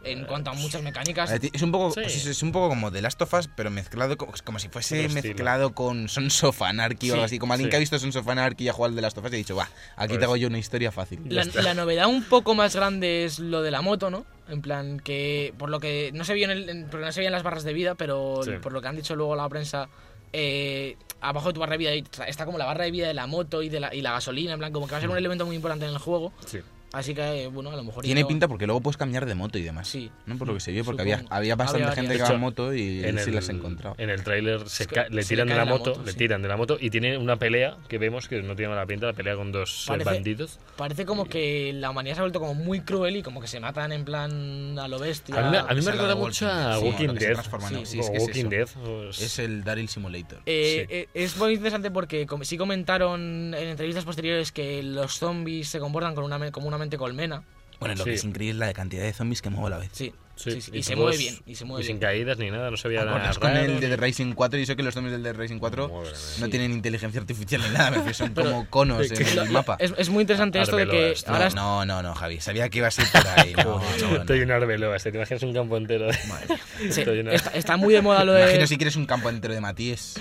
en cuanto a muchas mecánicas. A ver, Es un poco, Sí. pues, es un poco como The Last of Us, pero mezclado co- como si fuese Otro estilo. mezclado con Sons of Anarchy o algo Sí, así. Como alguien sí. que ha visto Sons of Anarchy y ha jugado al The Last of Us y ha dicho, va, aquí Pues- te hago yo una historia fácil. La, la novedad un poco más grande es lo de la moto, ¿no? En plan que por lo que no se vio en, el, en- porque no se veían las barras de vida, pero Sí. por lo que han dicho luego la prensa, eh, abajo de tu barra de vida hay- está como la barra de vida de la moto y de la, y la gasolina, en plan como que va a ser un Mm. elemento muy importante en el juego. Sí. Así que eh, bueno, a lo mejor Tiene yo- pinta porque luego puedes cambiar de moto y demás. Sí. No por lo que se vio, porque había, Supongo. había bastante Había gente que varias. De va hecho, en moto y en sí el, eh, las he encontrado. En el tráiler se Es que ca- le se tiran le de la cae la moto, moto, le sí. tiran de la moto y tiene una pelea que vemos que no tiene mala pinta, la pelea con dos eh, Parece- bandidos. Parece como que la humanidad se ha vuelto como muy cruel y como que se matan en plan a lo bestia. A mí, me- a mí es me la recuerda de mucho Walking Dead, a sí, Walking lo que se Dead. transforma, ¿no? o Sí, es que es Walking eso. Dead. pues, o es- Es el Daryl Simulator. Eh, Sí. eh, es muy interesante porque com- sí comentaron en entrevistas posteriores que los zombies se comportan con una me- como una mente colmena. Bueno, lo sí. que es increíble es la de cantidad de zombies que muevo a la vez. Sí, sí, sí, sí, Y, se todos- mueve bien. Y se mueve sin bien. caídas ni nada, no se veía nada Ah, Bueno, es con raro, el de ni- The Racing 4 y eso que los zombies del The Racing 4 Madre mía. no Sí. tienen inteligencia artificial ni nada, me refiero, son Pero- como conos en Lo- el lo- mapa. Es, es muy interesante esto de que Arbeloas, ahora No, no, no, no, Javi, sabía que iba a ser por ahí. No, no, no. Estoy en Arbeloa, se te imaginas un campo entero. de- se- Estoy en Arbeloa. está, está muy de moda lo de. Imagino si quieres un campo entero de Matíes.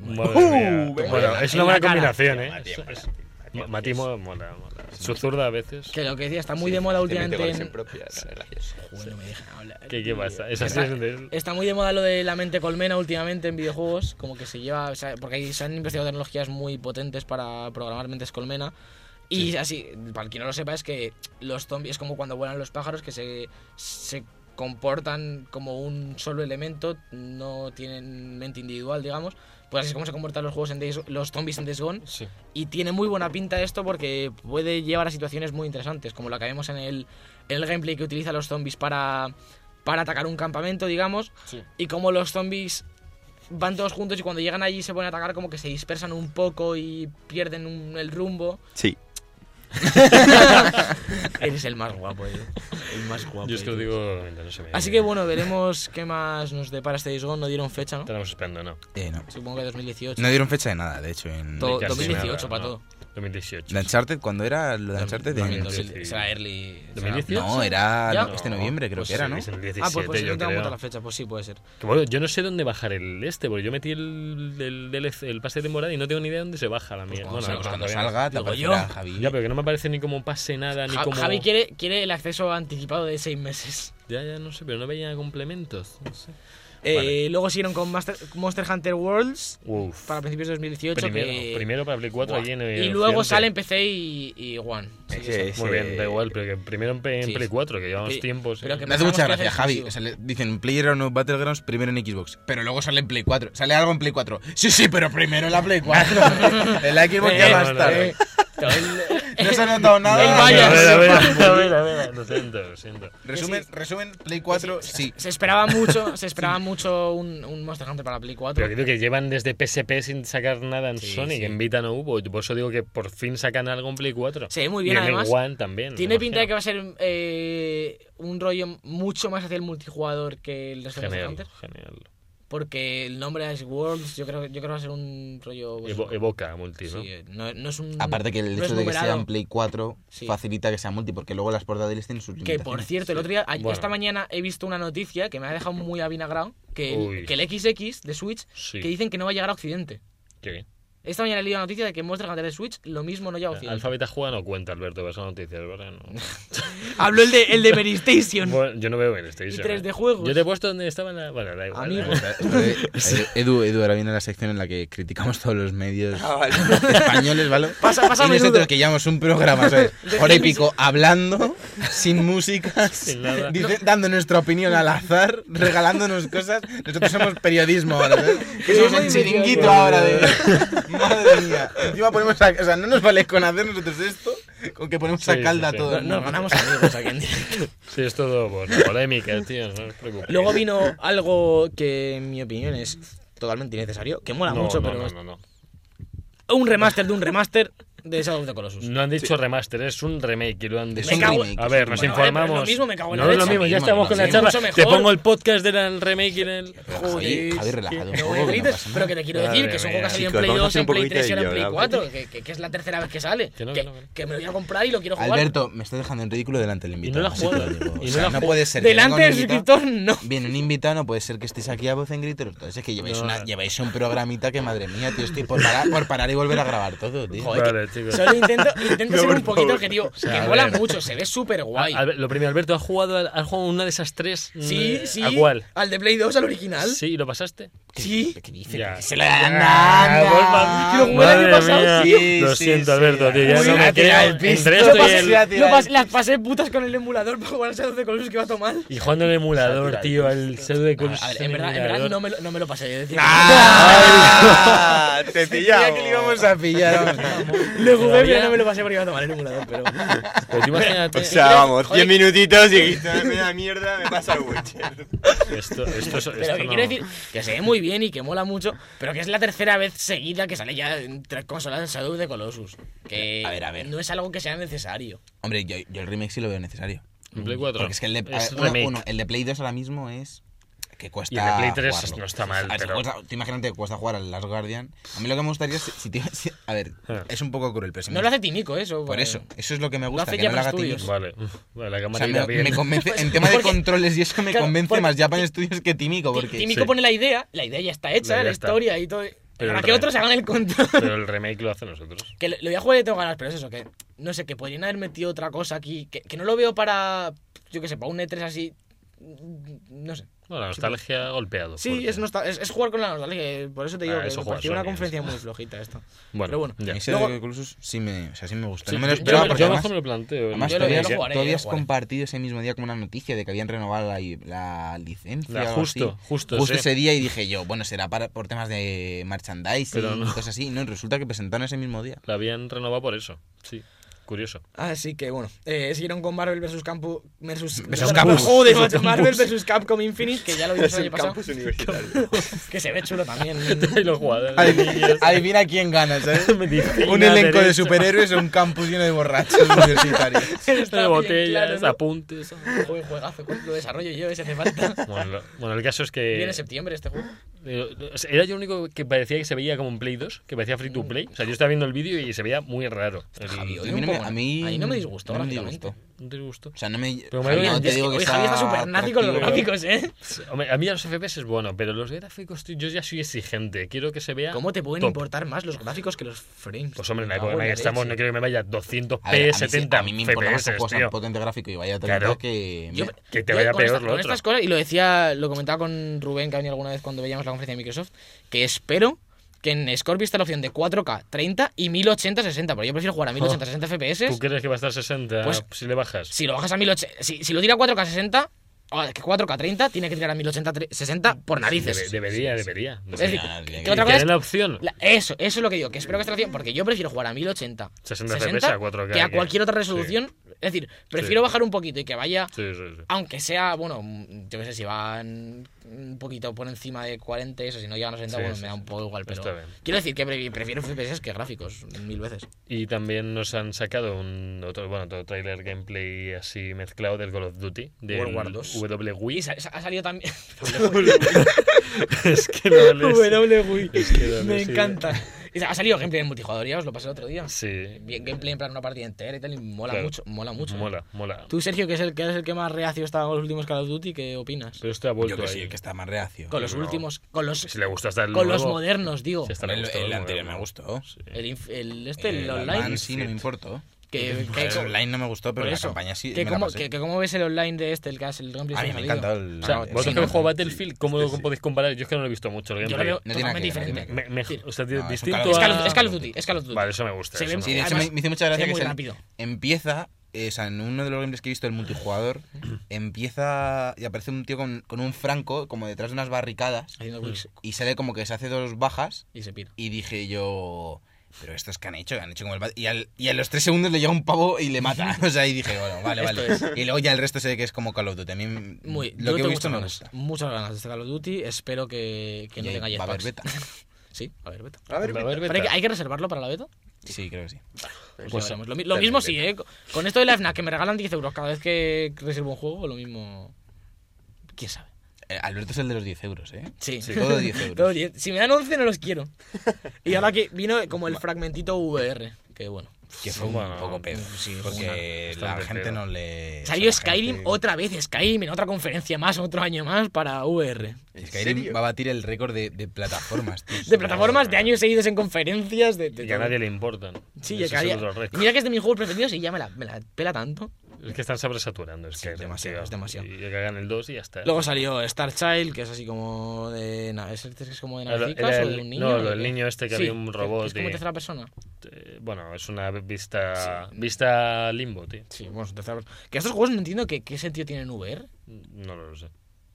Madre mía. Uh, Bueno, es una en la buena cara. combinación, ¿eh? Es- Ma- Mati mo- mola, mola. Su zurda a veces. Que lo que decía, está muy de moda últimamente. en- Gracias. Joder, no me dejan hablar. ¿Qué, qué pasa? Es así, es de- Está muy de moda lo de la mente colmena últimamente en videojuegos, como que se lleva, o sea, porque ahí se han investigado tecnologías muy potentes para programar mentes colmena. Y así, para quien no lo sepa, es que los zombies es como cuando vuelan los pájaros, que se, se comportan como un solo elemento, no tienen mente individual, digamos. Pues así es como se comportan los juegos en Days- los zombies en Days Gone. Sí. Y tiene muy buena pinta esto porque puede llevar a situaciones muy interesantes, como la que vemos en el, en el gameplay que utiliza los zombies para, para atacar un campamento, digamos, Sí. y como los zombies van todos juntos y cuando llegan allí se ponen a atacar como que se dispersan un poco y pierden un- el rumbo. Sí. Eres el más guapo, eh. El más guapo. Yo es que lo eh. digo mientras no se me Así que bueno, veremos qué más nos depara este Days Gone. No dieron fecha, ¿no? Estaremos esperando, ¿no? Eh, no. Supongo que 2018. No dieron fecha de nada, de hecho. En Todo- Casi 2018 para ¿no? todo. 2018. ¿De Uncharted? ¿Cuándo era lo de Uncharted? También En- 2000, Será early. será- 2018. No, era ¿Ya? no, este noviembre, creo Pues que era, sí, ¿no? es el 17, Ah, pues, pues yo no tengo apuntada la creo. fecha, pues sí, puede ser. Que bueno, yo no sé dónde bajar el este, porque yo metí el, el, DLC el pase de temporada y no tengo ni idea dónde se baja la mierda. cuando Bueno, salga, pues Cuando todavía no. salga, te Digo yo. aparecerá Javi. Ya, pero que no me aparece ni como pase nada, ni Ja- como... Javi quiere, quiere el acceso anticipado de seis meses. Ya, ya, no sé, pero no veía complementos. No sé. Eh, Vale. luego siguieron con Master- Monster Hunter Worlds Uf. para principios de 2018. primero, que- primero para Play 4 allí en Buah. el Y luego occidente. sale en PC y, y One. Sí, Ese sí. es, Muy eh, bien, da igual, pero que primero en, P- en sí, Play sí. 4, que llevamos Sí, tiempos... pero eh. que Me hace mucha Pensamos que gracia, hace Javi. exclusivo. O sea, le dicen PlayerUnknown's Battlegrounds primero en Xbox, pero luego sale en Play 4. Sale algo en Play 4. Sí, sí, pero primero en la Play 4. en la Xbox Eh, ya más no, no, tarde. El- No se ha notado nada. El No, Bayern. A ver, a ver, a ver, a ver, lo siento, lo siento. Resumen, resumen, Play 4, sí. se esperaba mucho, se esperaba mucho un, un Monster Hunter para Play 4. Pero creo que llevan desde PSP sin sacar nada en Sony, que en Vita no hubo. Por eso digo que por fin sacan algo en Play 4. Se ve muy bien, y en el además. One también. Tiene me pinta de que va imagino. a ser eh, un rollo mucho más hacia el multijugador que el resto de Genial, Monster Hunter. genial. Porque el nombre es Worlds, yo creo, yo creo que va a ser un rollo... pues, Evo- evoca multi, ¿no? sí, eh, no, no es un... Aparte que el no es hecho de que sea numerado. en Play 4 Sí. facilita que sea multi, porque luego las portátiles tienen sus Que limitaciones. por cierto, el otro día, a- Bueno. esta mañana he visto una noticia que me ha dejado muy avinagrado, que Uy. el, que el XX de Switch, Sí. que dicen que no va a llegar a Occidente. Qué bien. Esta mañana he leído la noticia de que Monster Hunter de Switch lo mismo no llega a Occidente. Alfabeta juega no cuenta, Alberto, pero son noticias, ¿verdad? No. Habló el de, el de Meristation. Bueno, yo no veo en Station. Y 3D juegos. ¿eh? Yo te he puesto donde estaban la... Bueno, da igual. Amigo. da igual. Edu, Edu, ahora viene la sección en la que criticamos todos los medios Ah, vale. españoles, ¿vale? Pasa- pasa y a menudo. nosotros que llevamos un programa, ¿sabes? De Por Gilles. épico, hablando, sin música, Sin nada. dice- dando nuestra opinión al azar, regalándonos cosas. Nosotros somos periodismo ahora, ¿sabes? Que somos el chiringuito ahora de... Madre mía. Encima ponemos a... O sea, no nos vale con hacer nosotros esto, con que ponemos Sí, a sí, calda sí. a todo No, el Nos mundo. ganamos amigos aquí en directo. Sí, es todo por polémicas, tío. No os preocupéis. Luego vino algo que, en mi opinión, es totalmente innecesario. Que mola No, mucho, no, pero. no, no, no. es Un remaster de un remaster de Shadow of the Colossus. No han dicho remaster, es un remake y lo han dicho. pues, Es un cago- remake, A es ver, un nos remake. pero es lo informamos. mismo, me cago en no la es lo leche. mismo, ya Mismo, estamos con mismo, la sí, charla. mucho mejor. Te pongo el podcast del remake y en el. Joder, Javi, Javi, relajado un no poco, me que no grites, pasa nada. pero que te quiero Madre decir que es un juego que ha salido en mía. Play Chicos, vamos a 2, hacer en un Play poquito 3 y de ahora en Play yoga. 4, que, que- que es la tercera vez que sale. Que Que, no, que no, que no. que me lo voy a comprar y lo quiero jugar. Alberto, me estás dejando en ridículo delante del invitado. no la así te lo juego. digo. Y O no sea, la no juego. puede ser. que Delante venga del un invitado- suscriptor, no. Viene un invitado, no puede ser que estéis aquí a voz en grito. Entonces es que lleváis, una, lleváis un programita que, madre mía, tío, estoy por parar, por parar y volver a grabar todo, tío. Joder, Vale, que- chicos. Solo intento, intento No, ser por un poquito favor. objetivo. sea, que a mola ver. mucho, se ve súper guay. Ah, Albe- lo primero, Alberto, ¿has jugado, al- has jugado una de esas tres? Sí, Mm, sí. ¿A cuál? Al de Play 2, al original. Sí, ¿y lo pasaste? Sí. ¿Qué dice? Ya. Que Se lo anda, anda. Ah, Lo jugué el año madre pasado, mía. sí. Lo Sí, siento, sí, Alberto, sí. tío. Ya Uy, no la me ha tirado quedo el pisto. entre Lo esto y pasé, el. la- Lo pas- las pasé putas con el emulador para jugar al Shadow of the Colossus que va a tomar. Y jugando en el emulador, tío, al pseudo de A ver, en verdad, en verdad no, me lo, no me lo pasé. es decir, ¡Ah! Te Ya pillamos. que le íbamos a pillar. vamos. Lo jugué, Todavía- pero no me lo pasé porque iba a tomar el emulador. Pero Pero tú imagínate. O sea, vamos, 10 minutitos y media mierda me pasa el Witcher. Esto, esto, esto, Pero que no- quiero decir que se ve muy bien y que mola mucho, pero que es la tercera vez seguida que sale ya en tres consolas de Shadow de Colossus. Que A ver, a ver. no es algo que sea necesario. Hombre, yo, yo el remake sí lo veo necesario. En Play 4. Porque es que el de, a ver, uno- remake. uno, el de Play 2 ahora mismo es que cuesta Y el de Play 3 jugarlo. no está mal, A ver, si pero- cuesta- tú imagínate que cuesta jugar al Last Guardian. A mí lo que me gustaría es si, si te- si- a ver, Ah. es un poco cruel, pero si No me- lo hace Timico eso. por eh. eso, eso es lo que me gusta, hace que no lo Japan haga Studios. Timico. Vale, vale, la O cámara sea, irá me, bien. me convence, en tema de Porque- controles y eso me claro, convence porque- más Japan Studios que Tímico, porque Timico Sí. pone la idea, la idea ya está hecha, La idea la, está. historia y todo. Para el que re- otros hagan el control. Pero el remake lo hace nosotros. Que lo lo voy a jugar y tengo ganas, pero es eso, que no sé, que podrían haber metido otra cosa aquí, que, que no lo veo para, yo que sé, para un E3 así, no sé. Bueno, la nostalgia golpeado. Sí, porque- es, nostal- es, es jugar con la nostalgia, que por eso te digo Ah, que eso me juega pareció una Sony, conferencia eso. muy flojita esta. Bueno, pero bueno, ya. a mí Sí, ese Luego- de Colossus sí me, o sea, sí me gusta. yo- no me lo yo- esperaba porque yo además, mejor me lo planteo. además Yo tú lo- yo habías, lo jugaré, tú yo lo habías jugaré. compartido ese mismo día como una noticia de que habían renovado la, la licencia. La- o justo, así. justo, sí. ese día y dije yo, bueno, será para, por temas de merchandising Pero y no. cosas así. No, y resulta que presentaron ese mismo día. La habían renovado por eso. Sí, curioso. Así que bueno, eh, siguieron con Marvel vs. Campu, versus, Versus Campus. Campus. Joder, macho, Marvel vs. Capcom Infinite, que ya lo vimos Es el un año pasado, campus universitario. que se ve chulo también. y los jugadores. Adivina, adivina quién gana, ¿sabes? Medicina, Un elenco de derecho. superhéroes o un campus lleno de borrachos universitarios. Está este de bien botellas, claro, ¿no? apuntes. Joder, juegazo, ¿cuánto lo desarrollo yo, ese hace falta. Bueno, lo- bueno, el caso es Viene en que. septiembre este juego. eh, o sea, Era yo el único que parecía que se veía como un Play 2, que parecía free to play. O sea, yo estaba viendo el vídeo y se veía muy raro. El- Javi, A hoy mí un no me, poco, a mí- a mí no me disgustó, no me gráficamente. disgustó. ¿No te gustó? O sea, no me. Pero me Javi, digas, no te Es que digo que hoy Javi está súper nazi con los atractivo. gráficos, ¿eh? Hombre, a mí los FPS es bueno, pero los gráficos, tío, yo ya soy exigente. Quiero que se vea. ¿Cómo te pueden top. importar más los gráficos que los frames? Pues hombre, en la Me cago época en la que leche. estamos, no quiero que me vaya 200 A ver, p, a mí sí- 70 A mí me importa más FPS, que juegas tío. tan potente gráfico y vaya a Claro. que. Yo- Que te yo vaya con peor esta- lo con otro. estas cosas, y lo decía, lo comentaba con Rubén que ha venido alguna vez cuando veíamos la conferencia de Microsoft, que espero que en Scorpio está la opción de 4K 30 y 1080-60, pero yo prefiero jugar a 1080-60 ¿Tú FPS. crees que va a estar 60 Pues- si le bajas? Si lo bajas a 1080, si, si lo tira a 4K-60, o que 4K-30 tiene que tirar a 1080-60 por narices. Debe- debería, debería. es decir, Ya, ya, que ya. otra que cosa es- den la opción. La- eso, eso es lo que digo, que espero que esta opción, porque yo prefiero jugar a 1080 60 FPS a 4K, que a que- cualquier otra resolución. Es decir, prefiero Sí. bajar un poquito y que vaya, Sí, sí, sí. aunque sea, bueno, mm, yo qué sé, si van un poquito por encima de 40, eso, si no llegan a 60, Sí, bueno, sí, me da sí. un poco igual, pero. Está bien. Quiero decir que pre- prefiero FPS que gráficos, mil veces. Y también nos han sacado un otro, bueno, otro trailer gameplay así mezclado del Call of Duty. Del World War 2. WWE. Y sa- sa- ha salido también. es que no Pues les... WWE. Es que no me les- encanta. Y sa- ha salido gameplay en multijugador, ya os lo pasé el otro día. Sí. Bien, Gameplay en plan una partida entera y tal, y mola Claro. mucho, mola mucho. Mola, mola. Tú, Sergio, que, es el, que eres el que más reacio está con los últimos Call of Duty, ¿qué opinas? Pero esto ha Yo vuelto que ahí. sí, el que está más reacio. Con los no. últimos, con los, Si le gusta hasta el con los nuevo, modernos, digo. si hasta El, le gusta el nuevo, anterior ¿no? me gustó. El, inf- el este, el, El online. Batman sí, no me importó. Que, que El co- online no me gustó, pero por la eso, campaña sí. que me la cómo, pasé. que- que cómo ves el online de este, el que has- el gameplay A mí que me ha ha salido. encantado el. O sea, el Vosotros sí, que habéis online. jugado Battlefield, ¿cómo Sí, lo sí. podéis comparar? Yo es que no lo he visto mucho. el Yo lo gameplay. veo tiene nada totalmente que ver, diferente. Me- me- o sea, No, es un distinto Call of Es a- Call, Duty. of, es Call of Duty, es Call of Duty. Vale, eso me gusta. Se eso ve- me Sí, de hecho Además, me, me hizo mucha gracia es que muy se- rápido. empieza, eh, o sea, en uno de los gameplays que he visto del multijugador, empieza y aparece un tío con, con un franco como detrás de unas barricadas Haciendo quicks y sale como que se hace dos bajas y se pira. y dije yo, pero estos que han hecho, que han hecho como el... Bat-". Y, al- y a los tres segundos le llega un pavo y le mata. O sea, y dije, bueno, vale, vale. Esto Y luego ya el resto sé que es como Call of Duty. A mí Muy, lo que yo he visto tengo muchas me ganas, gusta. Muchas ganas de este Call of Duty. Espero que, que no Y tenga va a haber jetpacks. beta. Sí, a ver, beta. A ver, A ver, Pero beta. hay que, hay que reservarlo para la beta. Sí, creo que sí. Pues Pues ya veremos. Lo, mi- beta, lo mismo beta. sí, ¿eh? Con esto de la FNAC, que me regalan 10 euros cada vez que reservo un juego, lo mismo... ¿Quién sabe? Eh, Alberto es el de los 10 euros, ¿eh? Sí. Todo 10 Todo euros. 10. Si me dan 11 no los quiero. Y ahora que vino como el fragmentito VR, que bueno. que fue Bueno, un poco pedo. sí, fue porque una- la bastante gente pedo. no le... Salió o sea, la Skyrim gente- otra vez, Skyrim en otra conferencia más, otro año más para VR. ¿En Skyrim serio? va a batir el récord de, de plataformas, tío. De plataformas, de años seguidos en conferencias, de, de Y a todo. nadie le importan. Sí, Ese ya es que otro había- reto. Mira que es de mis juegos preferidos y ya me la, me la pela tanto. Es que están sobresaturando. Es Sí, que demasiado, tío. es demasiado. Y que hagan el 2 y ya está. Luego salió Star Child, que es así como de. na- ¿Es, este es como de Era- era navecicas o el- de un niño? no, o de lo del qué? niño este que había un que- robot que Es como y- tercera persona. Eh, bueno, es una vista, vista limbo, tío. Sí, bueno, es tercera persona. Que estos juegos no entiendo que, qué sentido tienen VR. No lo sé.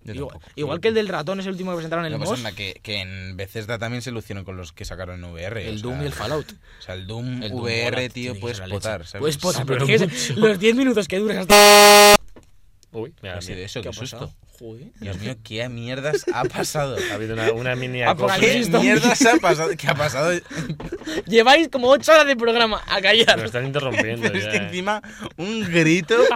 Yo Igual, tampoco. igual que el del ratón es el último que presentaron en Lo el que pasa MOS. es la que, que en Bethesda también se lucieron con los que sacaron en VR. El o Doom sea, y el Fallout. O sea, el Doom El Doom VR, mola, tiene eh, tío, que puedes ser la leche. potar, ¿sabes? Puedes potar, Sí, pero pero tienes mucho. los 10 minutos que duras hasta. Uy, me da Así de miedo. eso, qué, ha susto. pasado? Joder. Dios mío, qué mierdas ha pasado. Ha habido una, una mini Apocalipsis acopla. ¿Qué Apocalipsis zombie. mierdas ha pasado? ¿Qué ha pasado? Lleváis como 8 horas de programa a Nos callar. están interrumpiendo Pero es ya, que eh. encima un grito.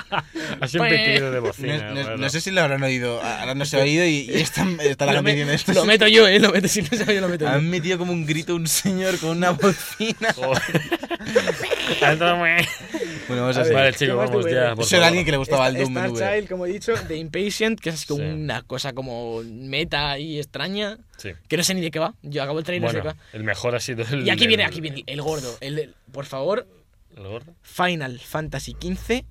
Ha sido un Pues- pitido de No, bocina. no- bueno. no sé si lo habrán oído. Ahora no se ha oído y, y están, está la este Lo, gente me- diciendo esto. lo meto yo, eh. Lo meto, si no sabía, lo meto yo. Han metido como un grito un señor con una bocina. Joder. Tanto me- Bueno, vamos a seguir. Vale, chicos, ¿Qué más vamos te ya. parece? por Eso era favor. alguien que le gustaba el Esta- Doom en Star VR. Child, como he dicho, de Impatient, que es como Sí. una cosa como meta y extraña, Sí. que no sé ni de qué va. Yo acabo el trailer y no sé Bueno, de qué el mejor ha sido el. va. Y aquí el- viene, aquí viene el gordo. El, el- por favor, ¿El gordo? Final Fantasy XV,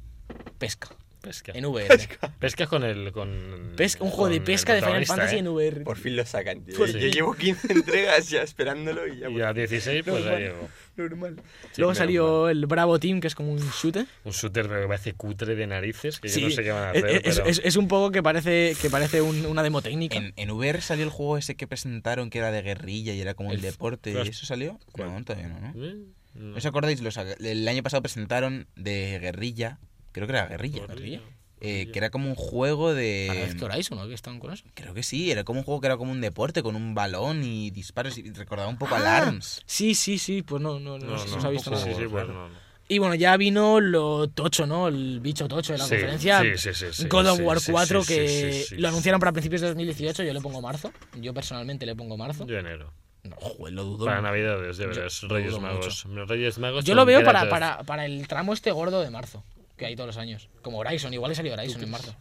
pesca. Pesca. En VR. Pesca con el. Con, Eh, Pesca- un juego de con pesca el de Final protagonista, Fantasy ¿eh? en VR. Por fin lo sacan, tío. Pues Yo sí. llevo 15 entregas ya esperándolo y ya. ¿eh? Y a 16, pues Normal. ahí llegó. Normal. Sí, Luego pero salió el Bravo Team, que es como un shooter. Eh, Un shooter pero que parece cutre de narices, que yo no sé qué van a hacer. es, pero... es- es un poco que parece, que parece un- una demo técnica. En, en VR salió el juego ese que presentaron que era de guerrilla y era como el, El- deporte. claro. ¿Y eso salió? ¿Cuál? No, todavía no, ¿no? ¿Eh? No. ¿No os acordáis? Los- el año pasado presentaron de guerrilla, creo que era guerrilla, ¿Guerrilla? eh, que era como un juego Para de... Death Horizon, ¿no? Que estaban con eso. Creo que sí, era como un juego que era como un deporte con un balón y disparos y recordaba un poco Alarms. Sí, sí, sí, pues no, no, no, no, se ha visto sí, nada. Sí, sí, pues Claro. no, no. Y bueno, ya vino lo tocho, ¿no? El bicho tocho de la Sí, conferencia. sí, sí, sí, sí, God of sí, War sí, 4, sí, que sí, sí, sí. lo anunciaron para principios de 2018. Yo le pongo marzo. Yo personalmente le pongo marzo. Yo enero. No, joder, lo dudo. Para Navidades, de Yo- veras. lo Reyes dudo Magos. Reyes Magos. Yo lo veo con para, gratis. para, para el tramo este gordo de marzo, que hay todos los años. Como Horizon, igual le salió Horizon en marzo.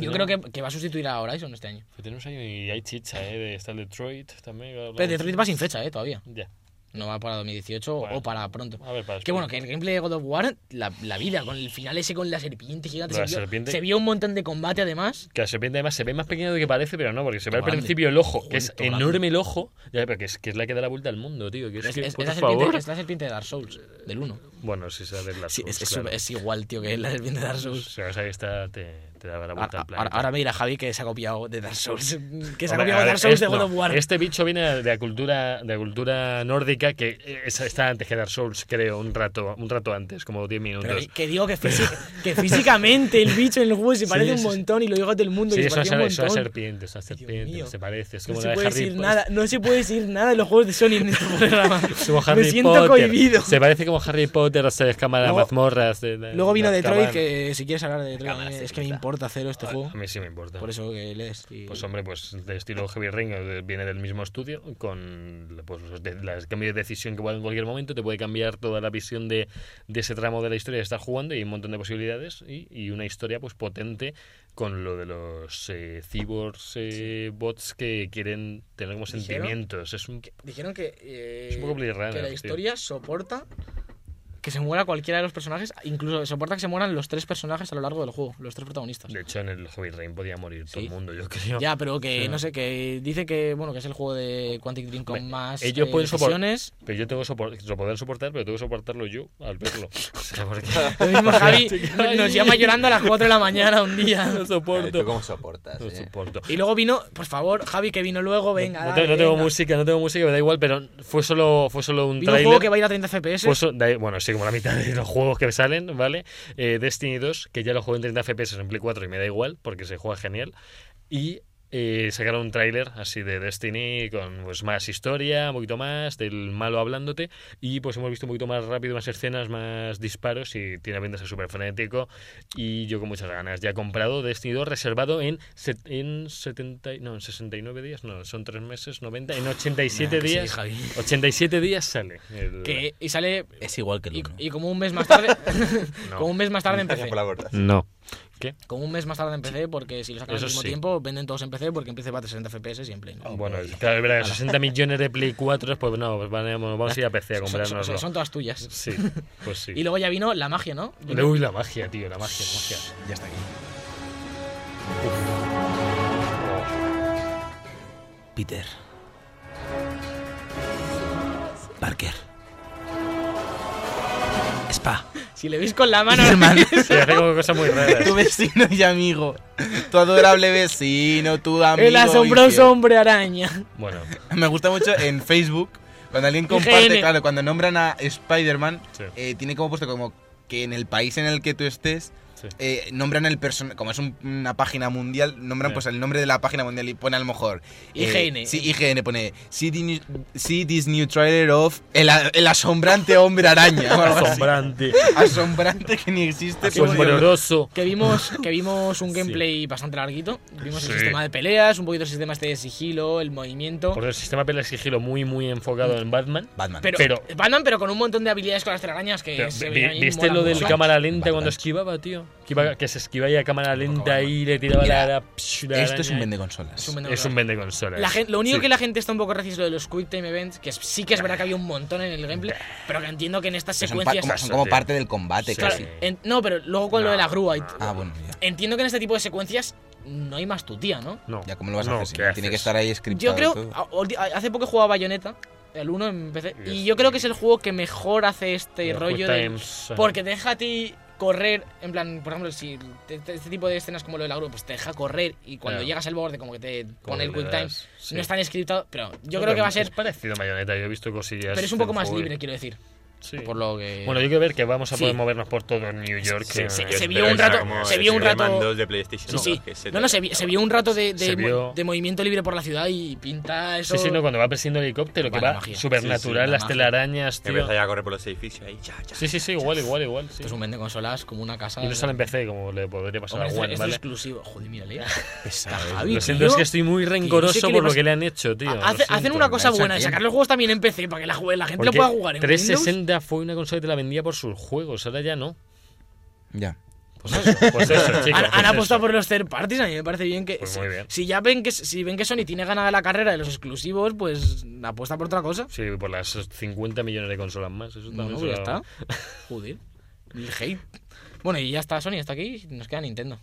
Yo creo que, que va a sustituir a Horizon este año. Que Tenemos ahí. Y hay chicha, ¿eh? De, está el Detroit también. hablamos- Pero Detroit va sin fecha, ¿eh? Todavía. Ya. No va para 2018 o- Bueno. o para pronto. A ver, para. Que bueno, que el gameplay de God of War, la, la vida, con el final ese con la serpiente gigante. La se, vio, serpiente. se vio un montón de combate además. Que la serpiente además se ve más pequeña de lo que parece, pero no, porque se ve al Grande. principio el ojo, que Joder, es todo grande. enorme el ojo, ya, pero que es, que es la que da la vuelta al mundo, tío. Que es, Es, que, es- por es la favor. serpiente, es la serpiente de Dark Souls, del 1. Bueno, si se la Sí, es, es- claro. es igual, tío, que es la serpiente de Dark O Souls. sea, o sea, que esta te, te daba la vuelta Ahora, al planeta. ahora me dirá Javi que se ha copiado de Dark Souls. Que se ha Hombre, a copiado de ver, Dark Souls es- de God no, of War. Este bicho viene de la cultura, de la cultura nórdica que es- está antes que Dark Souls, creo, un rato, un rato antes, como 10 minutos. Pero que digo que, fisi- que físicamente el bicho en el juego se parece sí, un sí. montón y lo digo a todo el mundo. sí, y se es una, parecía un ser- es una montón. serpiente, es una serpiente, mío. se parece. Es No como se la de puede Harry decir Po- nada, no se puede decir nada de los juegos de Sony en este programa. es como Harry Me siento Potter. cohibido. Se parece como Harry Potter, o sea, es cámara Luego- mazmorras. de- de- Luego vino de Detroit, Azkaban. que si quieres hablar de Detroit, Cámara a mí es que secreta. me importa cero este juego. A mí sí me importa. Por eso que lees. y- Pues hombre, pues de estilo Heavy Rain eh, viene del mismo estudio, con pues, los de- las cambios de decisión que pueda en cualquier momento, te puede cambiar toda la visión de, de ese tramo de la historia que estás jugando y hay un montón de posibilidades y, y una historia pues potente con lo de los eh, cyborgs eh, bots que quieren tener como Dijeron sentimientos. Es un... Dijeron que, eh, Es un poco Blade Runner, que la tío. historia soporta que se muera cualquiera de los personajes, incluso soporta que se mueran los tres personajes a lo largo del juego, los tres protagonistas. De hecho, en el Heavy Rain podía morir todo Sí. el mundo, yo creo. Ya, pero que Sí. no sé, que dice que bueno que es el juego de Quantic Dream con Hombre, más ellos eh, pueden sopor- decisiones. Pero yo tengo que sopor- so- poder soportar, pero tengo que soportarlo yo al verlo. O sea, porque Lo mismo Javi nos Ay. llama llorando a las 4 de la mañana un día. no Ay, ¿Tú soporto. cómo soportas? No eh? soporto. Y luego vino, por favor, Javi que vino luego, venga. No, te- dale, no tengo venga. música, no tengo música, me da igual, pero fue solo, fue solo un Pues, Vino un juego que trailer. va a ir a 30 FPS. Fue so- da- bueno, sí, como la mitad de los juegos que salen, ¿vale? Eh, Destiny 2, que ya lo juego en 30 FPS en Play 4 y me da igual, porque se juega genial. Y eh, sacaron un tráiler así de Destiny con pues, más historia, un poquito más, del malo hablándote. Y pues hemos visto un poquito más rápido, más escenas, más disparos y tiene pinta de ser súper frenético. Y yo con muchas ganas. Ya he comprado Destiny 2 reservado en, set- en, 70, y- no, en 69 días, no, son 3 meses, 90, en 87 Nah, que sí, días. Javi. 87 días sale. el- Que, y sale Es igual que el y, uno. y como un mes más tarde No. como un mes más tarde en PC ¿Cómo la abordas? No. ¿Qué? como un mes más tarde en PC porque si lo sacan al Eso mismo sí. Oh, tiempo venden todos en PC porque empieza a 60 FPS siempre ¿no? bueno, claro, es verdad, 60 millones de Play 4, pues no, pues vamos, vamos a ir a PC a son, son- comprarnos. son todas tuyas Sí, pues sí. y luego ya vino la magia ¿no? Vino- Uy, la magia, tío, la magia, la magia. Ya está aquí. Peter. Parker. Spa. si le veis con la mano Sí, hace como cosas muy raras. Tu vecino y amigo. Tu adorable vecino, tu amigo. el asombroso y fiel. hombre araña Bueno, Me gusta mucho en Facebook. Cuando alguien comparte, IGN. claro, cuando nombran a Spider-Man, Sí. eh, tiene como puesto como que en el país en el que tú estés, sí. eh, nombran el personaje. Como es un- una página mundial, nombran Sí. pues el nombre de la página mundial y pone a lo mejor. eh, IGN. sí, IGN pone. See, the new- see this new trailer of. El, a- el asombrante hombre araña. o algo así. Asombrante, Asombrante que ni existe. pues, asombroso. que vimos que vimos un gameplay bastante larguito vimos Sí. el sistema de peleas un poquito el sistema este de sigilo el movimiento Por el sistema pelea sigilo muy, muy enfocado en Batman. Batman. pero, pero- Batman pero con un montón de habilidades con las telarañas que Pero, se vi- veían ahí, ¿Viste molan lo del mucho. cámara lenta cuando Batman. esquivaba, tío? Que, iba- que se esquivaba y a cámara lenta y le tiraba la, Mira, la- psh, la Esto es un ¿eh? araña. vende Es consolas. un vendedor Es un de- vende consolas. La gen- lo único Sí. que la gente está un poco recis lo de los Quick Time Events, que es- sí que es verdad que había un montón en el gameplay, pero que entiendo que en estas Son, pa- secuencias. como, son como Sí. parte del combate Sí. Claro, casi. en- no, pero luego con lo No, de la grúa. y- no. Ah, bueno, ya. Entiendo que en este tipo de secuencias no hay más tutía, ¿no? No. Ya, ¿cómo lo vas No, a hacer? si ¿qué no? Tiene haces? que estar ahí Yo scriptado creo. todo. a- ordi- a- Hace poco jugaba Bayonetta, el 1 en PC, Yes. y yo creo que es el juego que mejor hace este Los Quick rollo de. Times, ajá. Porque te deja a ti correr, en plan, por ejemplo, si te- te- este tipo de escenas como lo de la grúa, pues te deja correr y cuando Claro. llegas al borde, como que te pone el que le Quick Time. das, sí. No es tan scriptado, pero yo No, creo pero que va a Es ser. parecido a Mayoneta, yo he visto cosillas. Pero es un poco del más juego y- libre, quiero decir. Sí. Por lo que. Bueno, yo quiero ver que vamos a Sí. poder movernos por todo New York. Se- se- eh, se yo vio espero un que rato- salgamos- se vio un rato- Spider-Man 2 eh, de PlayStation. sí, sí. que se No, no, se, vi- se vio un rato de, de, Se vio- de movimiento libre por la ciudad y pinta eso. Sí, sí, no, cuando va persiguiendo el helicóptero, que Vaya va magia. Sí, sí, supernatural, la las magia. telarañas, tío. Empieza ya a correr por los edificios ahí. Ya, ya. Sí, sí, sí, igual, igual, igual. sí. Esto es un vende consolas como una casa. Y no sale en PC, como le podría pasar a Hombre, esto, Juan, esto es ¿vale? eh. exclusivo. Joder, mírale. Javi, Lo siento, es que estoy muy no sé rencoroso qué le por lo pasa. que le han hecho, tío. lo Hace- hacen siento. una cosa eso buena de sacar entiendo. los juegos también en PC para que la, juegue- la gente Porque lo pueda jugar en Windows. 360 fue una consola que te la vendía por sus juegos, ahora ya no. Ya. Pues eso, pues eso, chicos. Han, pues han apostado eso. por los third parties, a mí me parece bien que. Pues si, muy bien. si ya ven que si ven que Sony tiene ganada la carrera de los exclusivos, pues apuesta por otra cosa. Sí, por las 50 millones de consolas más. Eso Pues No, también no, se pues ya lo- está. Joder. El hate. Bueno, y ya está Sony, hasta aquí. Nos queda Nintendo.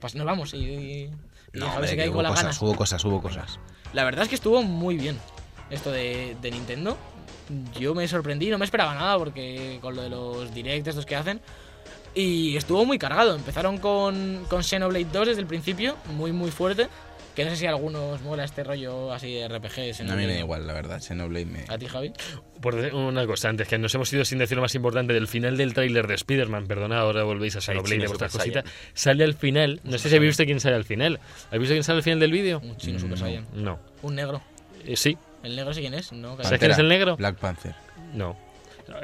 Pues nos vamos y, y- y No, Javi hombre, se que queda ahí hubo con las cosas, ganas. hubo cosas, hubo cosas. La verdad es que estuvo muy bien esto de, de Nintendo. Yo me sorprendí, no me esperaba nada porque con lo de los directos estos que hacen. Y estuvo muy cargado. Empezaron con, con Xenoblade 2 desde el principio, muy muy fuerte. Que no sé si a algunos mola este rollo así de RPG. No, a mí me da Xenoblade. igual, la verdad. Xenoblade me... ¿A ti, Javi? Por decir una cosa antes, que nos hemos ido sin decir lo más importante del final del tráiler de Spider-Man, perdona, ahora volvéis a Xenoblade y chino a vuestras Super cositas. Sale al final, no sé si habéis visto quién sale al final. ¿Habéis visto quién sale al final del vídeo? Un Mm, chino Super Saiyan. No. Un negro. Eh, ¿Sí? ¿El negro sí quién es? No, ¿Sabes calla. quién Pantera, es el negro? Black Panther. No.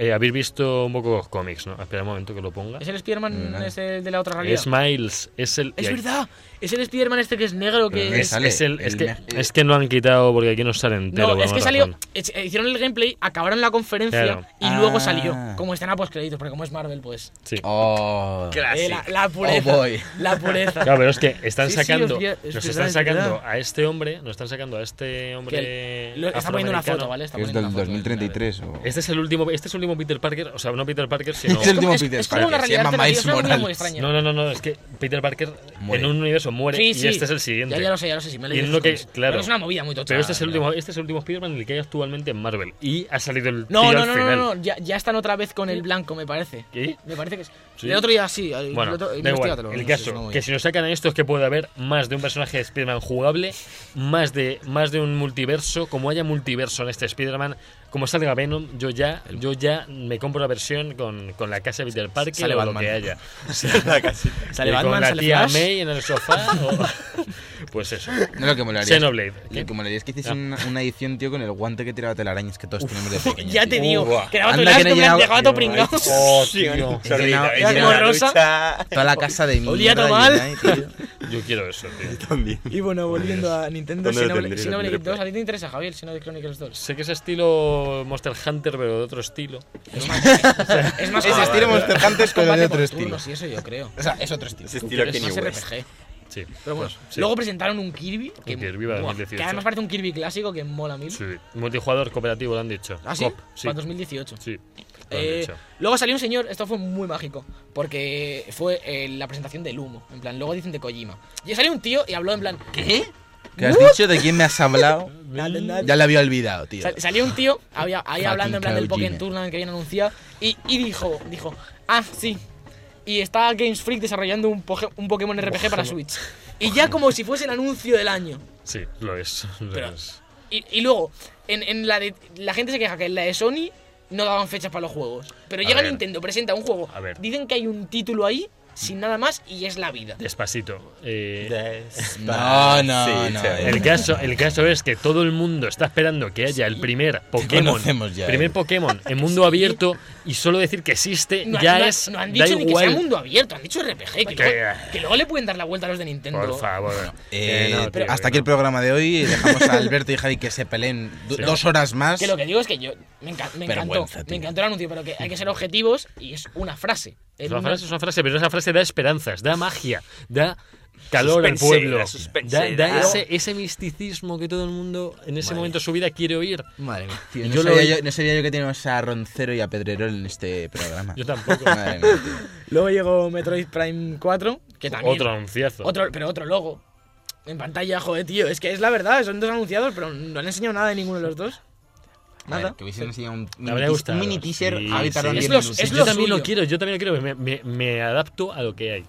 Eh, habéis visto un poco los cómics, ¿no? Espera un momento que lo ponga. ¿Es el Spider-Man No, no. es el de la otra realidad? Es Miles, es el... ¡Es y- verdad! Es el Spider-Man este que es negro, Pero que no es... sale es el- es el que, me- es que no han quitado porque aquí no sale entero. No, por es que alguna salió. razón. es- eh, Hicieron el gameplay, acabaron la conferencia Claro. y luego Ah. salió. Como escena post créditos, porque como es Marvel, pues. Sí. Oh. eh, la, la pureza. Oh, boy. La pureza. Claro, pero es que están Sí, sí, sacando, os vi- es nos verdad, están es sacando verdad. a este hombre, nos están sacando a este Que hombre. lo- está poniendo una afroamericano. foto, ¿eh? ¿vale? Está Es poniendo del una foto. 2033 o... Este es el último, este es último Peter Parker, o sea, no Peter Parker, sino... Este Es el último es, Peter es como una Parker, se realidad llama Miles alternativa, es una muy Morales. extraña. No, no, no, no, es que Peter Parker Muere. en un universo muere Sí, y sí. este es el siguiente. Ya, ya lo sé, ya lo sé. Si me lo Y es dices lo que- tú. claro. Pero es una movida muy tocha. Pero este es el ¿verdad? último, este es el último Spider-Man en el que hay actualmente en Marvel y ha salido el tío No, no, al no, no, final. no, ya, ya están otra vez con el blanco, me parece. ¿Qué? Me parece que es. Sí. El otro día sí. El Bueno, otro, da igual. investigatelo, El no sé, es una caso, movida. que si nos sacan a esto es que puede haber más de un personaje de Spider-Man jugable, más de, más de un multiverso. Como haya multiverso en este Spider-Man, como salga Venom, yo ya, yo ya me compro la versión con, con la casa de Peter Parker Sale o lo Batman. que haya. La casi. Sale Y con Batman, la sale tía Flash. May en el sofá. o- Pues eso. No, lo que molaría. es- Xenoblade. Lo ¿Qué? que molaría es que hiciesen una, una edición, tío, con el guante que tiraba telarañas que todos tenemos de pequeños. Ya te tío. digo, Buah. que era otro Anda lado que no eh. que me han llegaba- dejado todo pringado. Oh, tío. Se olvida, Llenaba- eh, llenaba era como la rosa. ducha. Toda la casa de mierda Olía todo llena, mal. eh, tío. Yo quiero eso, tío. También. Y bueno, volviendo a Nintendo, ¿Dónde lo Xenoblade tendré? Xenoblade Lo tendré por 2, ahí. ¿a ti te interesa, Javier? Xenoblade Chronicles 2. Sé que es estilo Monster Hunter, pero de otro estilo. Ah, Es más Ese combate- estilo Monster Hunter, es pero de combate otro por estilo. turnos y eso yo creo. O sea, es otro estilo. Ese estilo quieres Kenny Más West. RPG. Sí. Pero bueno, Sí. luego presentaron un Kirby que, Un Kirby para buah, 2018. que además parece un Kirby clásico que mola mil. Sí. Multijugador cooperativo, lo han dicho. ¿Ah, sí? Cop, sí. Para 2018. Sí. Lo han Eh, dicho. luego salió un señor, esto fue muy mágico, porque fue eh, la presentación del humo. En plan, luego dicen de Kojima. Y salió un tío y habló en plan. ¿eh? ¿Qué? ¿Qué has dicho? ¿De quién me has hablado? Sal- Ya la había olvidado, tío. salió un tío había, ahí Fucking hablando en plan del Kojima. Pokémon Tournament que habían anunciado y, y dijo, dijo, ah, sí. Y está Games Freak desarrollando un, poge- un Pokémon RPG para Switch. Y ya como si fuese el anuncio del año. Sí, lo es. lo Pero- es. Y, y luego, en, en la de. La gente se queja que en la de Sony no daban fechas para los juegos. Pero A llega ver. Nintendo, presenta un juego. A ver. Dicen que hay un título ahí, sin nada más, y es la vida. Despacito. Eh, No, no, eh. no. El caso, el caso es que todo el mundo está esperando que haya el primer Pokémon, conocemos ya, primer eh. Pokémon en mundo abierto y solo decir que existe No, ya no- es no han da dicho ni que igual. Pues sea mundo abierto, han dicho RPG. Que- Que, luego, que luego le pueden dar la vuelta a los de Nintendo. Por favor. Eh, Eh, no, tío, hasta que aquí el no. programa de hoy. Dejamos a Alberto y Javi que se peleen du- Sí. dos horas más. Que lo que digo es que yo. Me, enca- me encantó. Vergüenza, tío. Me encantó el anuncio, pero que hay que ser objetivos y es una frase. Es Es una una- frase, es una frase, pero esa frase da esperanzas, da magia, da calor Suspense, al pueblo. da suspense, Da, da da- ese, ese misticismo que todo el mundo en ese momento de su vida quiere oír. Madre mía. Tío, no, Yo lo- sabía yo, no sabía yo que teníamos a Roncero y a Pedrerol en este programa. Yo tampoco. Madre mía, tío. Luego llegó Metroid Prime 4, que también. Otro anunciazo. Otro, pero otro logo. En pantalla, joder, tío. Es que es la verdad, son dos anunciados, pero no han enseñado nada de ninguno de los dos. A ver, Nada. que hubiesen enseñado un Me habría mini, gustado. mini teaser Sí, a sí. Vitarón Es diez los- minutos. es yo lo también lo suyo. quiero, yo también lo quiero. Me, me- me adapto a lo que hay.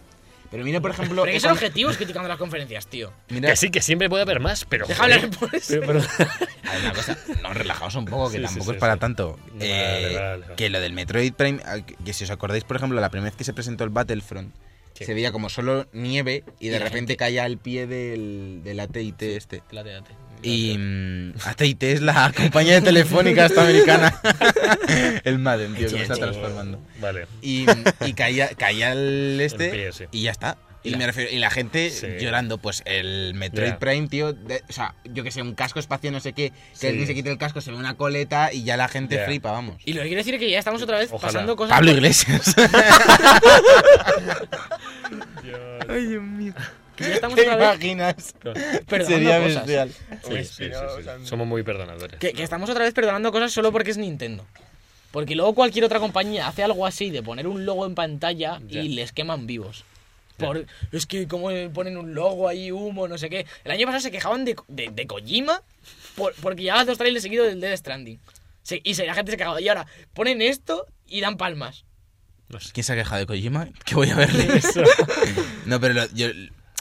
Pero mira, por ejemplo, Pero que esa- son objetivos criticando las conferencias, tío. mira, Que sí, que siempre puede haber más, pero. Deja joder. hablar pues. por eso. Pero- pero- A ver, una cosa, no, relajaos un poco, que Sí, sí, tampoco sí, es para sí. tanto. Vale, Eh, vale, vale. Que lo del Metroid Prime, ah, que- que si os acordáis, por ejemplo, la primera vez que se presentó el Battlefront, Sí. se veía como solo nieve y de la repente caía al pie del, del AT&T este. Late, late. Y mm, AT&T es la compañía de telefónica esta americana. el Madden, tío, que me está transformando. Vale. Y, y caía, caía el este El pie, sí. y ya está. Y, Y la- me refiero- y la gente Sí. llorando, pues el Metroid Ya. Prime, tío, de- o sea, yo que sé, un casco espacial, no sé qué, que Sí. alguien se quite el casco, se ve una coleta y ya la gente Ya. flipa, vamos. Y lo que quiero decir es que ya estamos otra vez Ojalá. pasando cosas. Pablo Iglesias. que ya estamos ¿Te otra vez imaginas? perdonando Sería cosas. bestial. Sí, sí, sí, sí. Somos muy perdonadores. Que, que estamos otra vez perdonando cosas solo porque es Nintendo. Porque luego cualquier otra compañía hace algo así de poner un logo en pantalla Ya. y les queman vivos. Por, es que como ponen un logo ahí, humo, no sé qué. El año pasado se quejaban de, de, de Kojima por- porque llevaba dos trailers seguidos del Dead Stranding. Se- y se- la gente se cagaba. Y ahora ponen esto y dan palmas. No sé. ¿Quién se ha quejado de Kojima? Que voy a verle. no, pero lo- yo.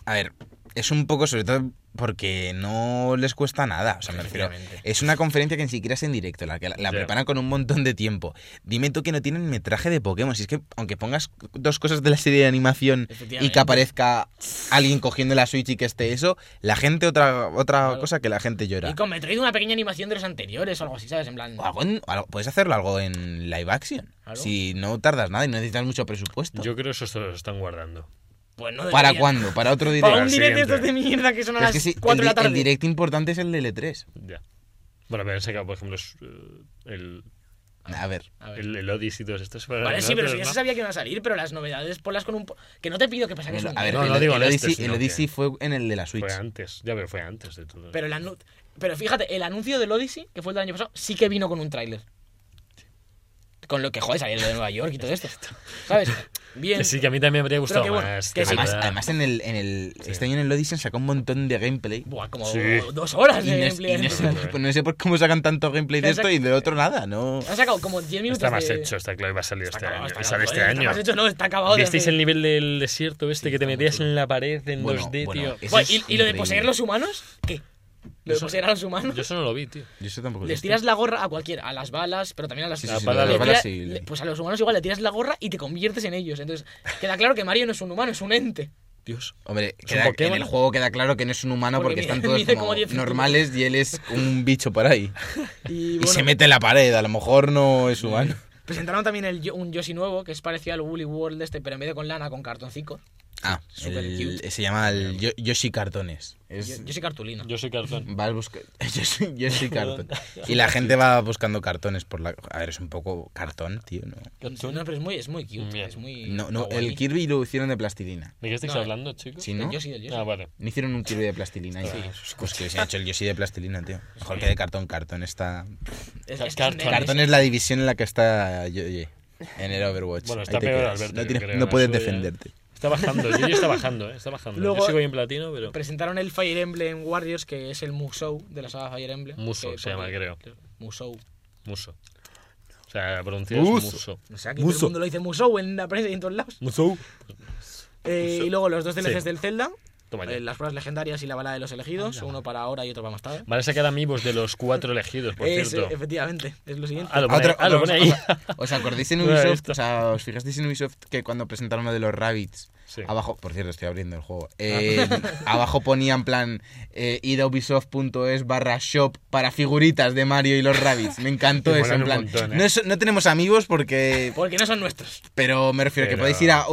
A ver, es un poco, sobre todo porque no les cuesta nada. O sea, me refiero. Efectivamente. Es una conferencia que ni siquiera es en directo, la, que la, la Ya. preparan con un montón de tiempo. Dime tú que no tienen metraje de Pokémon. Si es que, aunque pongas dos cosas de la serie de animación y Efectivamente. que aparezca alguien cogiendo la Switch y que esté eso, la gente, otra, otra Claro. cosa que la gente llora. Y con Metroid una pequeña animación de los anteriores o algo así, ¿sabes? En plan. O algo en- o algo- puedes hacerlo algo en live action. Claro. Si no tardas nada y no necesitas mucho presupuesto. Yo creo que eso se lo están guardando. Pues no ¿Para deberían. cuándo? ¿Para otro directo? Para un Al directo de siguiente. estos de mierda que son a Pero las es que sí, el, 4 de la di- el tarde. directo importante es el E del E3. Ya. Bueno, pero han sacado, por ejemplo, es, eh, el, A ver. A ver. el, el Odyssey y todo esto. es para- Vale, sí, ¿no? pero si Pero ya se no. sabía que iban a salir, pero las novedades ponlas con un... po- Que no te pido que A pasen ver, un no, el, no digo el en este, Odyssey, el sino Odyssey que- fue en el de la Switch. Fue antes. Ya, pero fue antes de todo. Pero, el anu- pero fíjate, el anuncio del Odyssey, que fue el del año pasado, sí que vino con un tráiler. con lo que, joder, salía lo de Nueva York y todo esto. ¿Sabes? Bien. Sí, que a mí también me habría gustado que bueno, más. que de sí. Además, verdad. además en el, en el, este año en el Odyssey sacó un montón de gameplay. Buah, como Sí. dos horas Y de no, es- gameplay. y no sé, pues no sé por cómo sacan tanto gameplay de esto y de otro nada, ¿no? Han sacado como 10 minutos Está más de... hecho, está claro, va a salir Está este acabado, año. está Sale acabado, este joder, Está año. más hecho, no, está acabado. de ¿Visteis hacer. el nivel del desierto este que te metías en la pared en Bueno, 2D, bueno, tío? es- Buah, Eso ¿y, y lo de increíble. poseer los humanos? ¿Qué? Lo de Eso- poseer a los humanos. Yo eso no lo vi, tío. Yo eso tampoco lo he Les visto. tiras la gorra a cualquiera, a las balas, pero también a las, Pues este. Sí, sí, sí, las le balas tira- y- le- Pues a los humanos igual le tiras la gorra y te conviertes en ellos. Entonces, queda claro que Mario no es un humano, es un ente. Dios. Hombre, ¿Es queda- un Pokémon? en el juego queda claro que no es un humano porque, Porque mide- están todos mide como como 10 normales y él es un bicho por ahí. Y, Y, bueno, Mm. se mete en la pared, a lo mejor no es humano. presentaron también el Yo- un Yoshi nuevo que es parecido al Woolly World este, pero en vez de con lana, con cartoncito. Ah, Super el- cute. se llama el Yo- Yoshi Cartones. Es, Yo- Yoshi cartulina. Yo soy cartón. va al busca- Yoshi, Yoshi Cartón. Y la gente va buscando cartones por la... A ver, es un poco cartón, tío. No, No, pero es muy, es muy cute. Bien. Es muy no, no, kawaii. el Kirby lo hicieron de plastilina. ¿De qué estáis No, eh. hablando, chicos? Sí, El ¿no? Yoshi del Yoshi. Ah, vale. No hicieron un Kirby de plastilina. ahí. Pues que se ha hecho el Yoshi de plastilina, tío. Mejor que de cartón. Cartón está... Es- Car- es- cartón. es- Cartón es la división en la que está Yoye. En el Overwatch. Bueno, Ahí está te peor, quedas. Alberto. No, yo tienes- creo, no la puedes suya. defenderte. Está bajando, yo, yo está bajando, ¿eh? Está bajando. Luego- yo sigo ahí en platino, pero. Presentaron el Fire Emblem Warriors, que es el Musou de la saga Fire Emblem. Musou que- se llama, creo. Musou. Muso. O sea, la pronunciación es Muso. muso. No sé, aquí todo el mundo lo dice Musou en la prensa y en todos lados. Muso. Eh, y luego los dos DLCs Sí. del Zelda. Toma ya. eh, las pruebas legendarias y la balada de los elegidos. uno para ahora y otro para más tarde. Van a sacar amigos de los cuatro elegidos, por Es, eh, cierto. efectivamente, es lo siguiente. Ah, lo pone, Otra- ah, lo pone ahí. ¿Os acordáis en No lo he Ubisoft? visto. O sea, ¿os fijasteis en Ubisoft que cuando presentaron lo de los Rabbits? Sí. Ah. Abajo, por cierto, estoy abriendo el juego. eh, abajo ponía en plan eh, ir a ubisoft.es barra shop para figuritas de Mario y los Rabbits. Me encantó Me eso. En molan plan, un montón, ¿eh? no, es- no tenemos amigos porque. Porque no son nuestros. Pero me refiero a que Pero- podéis ir a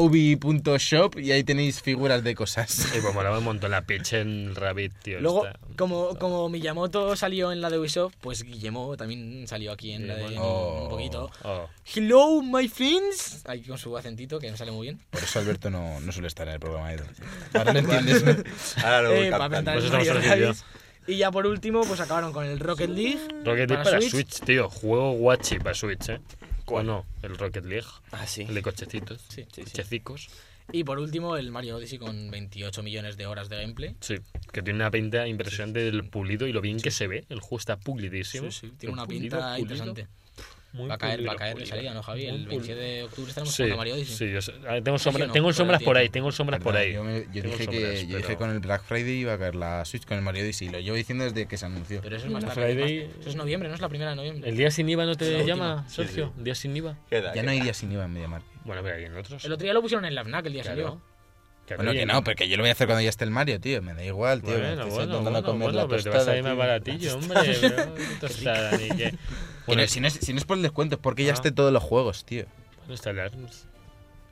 ubi.shop y ahí tenéis figuras de cosas. Y pues molaba un montón la pitch en Rabbit, tío. Luego, está- como, como Miyamoto salió en la de Ubisoft, pues Guillermo también salió aquí en la de Oh. un poquito. Oh. Hello, my friends. Ahí con su acentito que me sale muy bien. Por eso Alberto no, no suele estar en el programa. de Ahora lo entiendes. Ahora lo voy Eh, para captando. presentar Pues el estamos Mario tranquilos ya. Rabbids. Y ya por último, pues acabaron con el Rocket League. Rocket League para Switch. tío. Juego guachi para Switch, ¿eh? ¿Cuál? no, el Rocket League. Ah, sí. El de cochecitos. Sí, sí, sí. Cochecicos. Y por último, el Mario Odyssey con 28 millones de horas de gameplay. Sí, que tiene una pinta impresionante del pulido y lo bien que se ve. El juego está pulidísimo. Tiene una Pulido, pinta pulido, interesante. muy Va a caer, va a pulido, caer la pulido. salida, ¿no, Javi? Muy El pulido. 27 de octubre estaremos Sí, jugando Mario Odyssey. sí, yo sé- ah, tengo, sombra- no, tengo por sombras el por ahí, tiempo. tengo sombras por ahí. Yo, me- yo Tengo dije sombras, que yo dije pero- con el Black Friday iba a caer la Switch con el Mario Odyssey. Lo llevo diciendo desde que se anunció. Pero eso es más Black tarde. Friday- más- Eso es noviembre, ¿no? Es la primera de noviembre. ¿El día sin IVA no te La llama, última. Sergio? sí. ¿El día sin IVA? Queda, Ya no hay día sin IVA en MediaMarkt. Bueno, pero hay en otros. El otro día lo pusieron en la FNAC el día Claro. salió. Que Bueno, había que en- no, porque yo lo voy a hacer cuando ya esté el Mario, tío. Me da igual, tío. me Bueno, estoy bueno, intentando bueno, comer la bueno, pero te vas a tostada, ir más tío. baratillo, hombre. bro, qué tostada, ni qué. Pero Bueno, si, no es, si no es por el descuento, es porque ya Ah. esté todos los juegos, tío. ¿dónde está el Arms?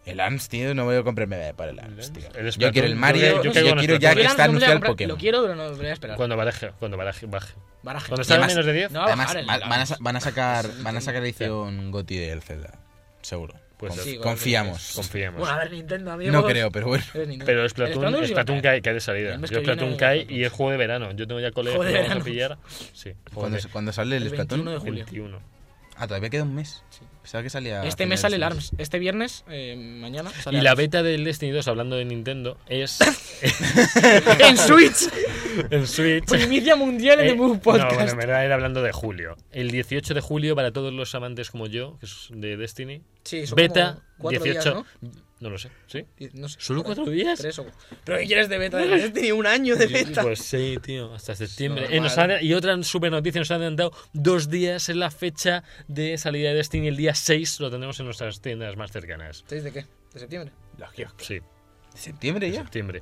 El ARMS, tío, no voy a comprarme para el ARMS, tío. El Yo Splatoon, quiero el yo Mario, creo- yo, yo creo que quiero nuestro ya que Yo está no me lo voy a anunciado el comprar, Lo Pokémon. quiero, pero no lo voy a esperar. Cuando baraje, cuando baraje, baje. Baraja. Cuando Y está en además- menos de 10, No va a Además, bajar el va- van a, sa- Arms. van a sacar, van a sacar edición GOTI del Zelda. Seguro. Pues Conf- sí, con- confiamos. confiemos. Bueno, a ver, Nintendo, amigos. No creo, pero bueno. Es Nintendo. Pero El Splatoon Splatoon, sí va a Splatoon caer. cae, cae de salida. El mes Yo que viene Splatoon el cae Splatoon. y es juego de verano. Yo tengo ya colegas Juego de que vamos a verano. pillar. Sí, juego Cuando, de cuando sale el, El Splatown. 21 de julio. 21. Ah, todavía queda un mes. Pensaba que salía. a Este finales mes sale el de ARMS. Este viernes, eh, mañana, sale Y la Arms. beta del Destiny 2, hablando de Nintendo, es ¡En Switch! en Switch. Primicia mundial Pues en Eh, el Move No, bueno, Podcast. en verdad era hablando de julio. El 18 de julio, para todos los amantes como yo, que es de Destiny, Sí, son beta como cuatro 18. días, ¿no? lo sé, ¿sí? Y- no sé, ¿Solo tres- cuatro días? tres o- ¿Pero qué quieres de beta? Tiene un año de beta. Pues sí, tío, hasta septiembre. Normal. Eh, nos han- y otra super noticia, nos han adelantado dos días en la fecha de salida de Destiny. El día 6 lo tendremos en nuestras tiendas más cercanas. ¿Seis de qué? ¿De septiembre? Sí, ¿Septiembre en ya? septiembre.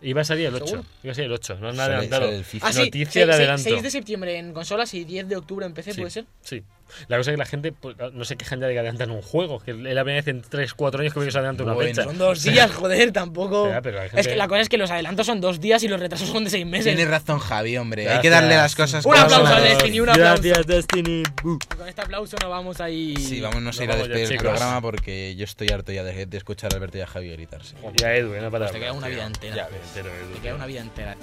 Iba a salir el 8. ¿Seguro? Iba a salir el 8. Nos han Sale- adelantado. sale el FIFA. Ah, sí. Noticia seis- de seis- adelanto. 6 de septiembre en consolas y 10 de octubre en PC, Sí, ¿puede ser? Sí. La cosa es que la gente pues, no se quejan ya de que adelantan un juego. Que es la primera vez en 3-4 años que veo que se adelanta una Bueno. fecha. Son dos días, joder, tampoco. Ya, pero la Es gente- que la cosa es que los adelantos son dos días y los retrasos son de seis meses. Tienes razón, Javi, hombre. Hay Gracias. que darle las cosas Un como aplauso son. a Destiny, un aplauso. Gracias, Destiny. Uh. Bu. Con este aplauso nos vamos ahí. Sí, vámonos a ir a Nos vamos ya, despedir el chicos. programa porque yo estoy harto ya de, de escuchar a Alberto y a Javi gritarse. Y a Edu, eh, no para. Pues te queda una vida entera. Ya, entero, Edu. Te queda una vida entera.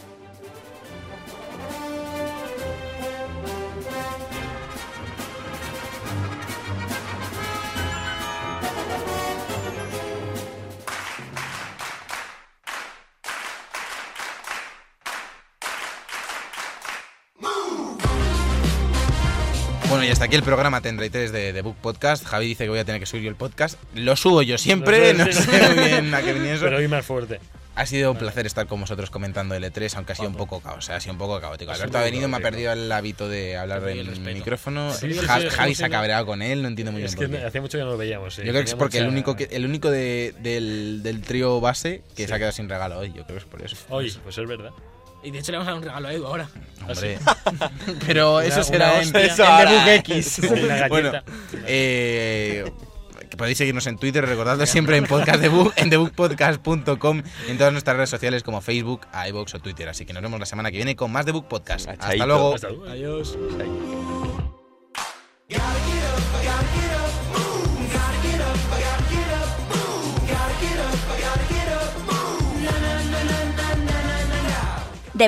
Bueno, y hasta aquí el programa 33 de, de Book Podcast. Javi dice que voy a tener que subir yo el podcast. Lo subo yo siempre, Lo no subo, sí. sé muy bien a qué venía eso. Pero hoy más fuerte. Ha sido un placer estar con vosotros comentando el E3, aunque ha sido un poco caos, o sea, ha sido un poco caótico. Alberto ha venido, me ha perdido el hábito de hablar Te doy el del respeto. micrófono. Sí, sí, Ja- sí, Javi sí, se ha sí. cabreado con él, no entiendo muy bien Es que por qué. hacía mucho que no lo veíamos. sí. Yo creo que es Tenía porque el mucha- único que, el único de- del, del trío base que Sí. se ha quedado sin regalo hoy, yo creo que es por eso. Pues, Hoy, pues es verdad. Y de hecho le vamos a dar un regalo a Edu ahora. Hombre. Pero eso Una- será una en, hostia. en Eso The ahora. Book X. Una galleta. bueno, eh, que podéis seguirnos en Twitter, recordadlo siempre en podcast de Book, en thebookpodcast.com, en todas nuestras redes sociales como Facebook, iVoox o Twitter. Así que nos vemos la semana que viene con más The Book Podcast. Hasta Chaito. luego. Hasta luego. Adiós. The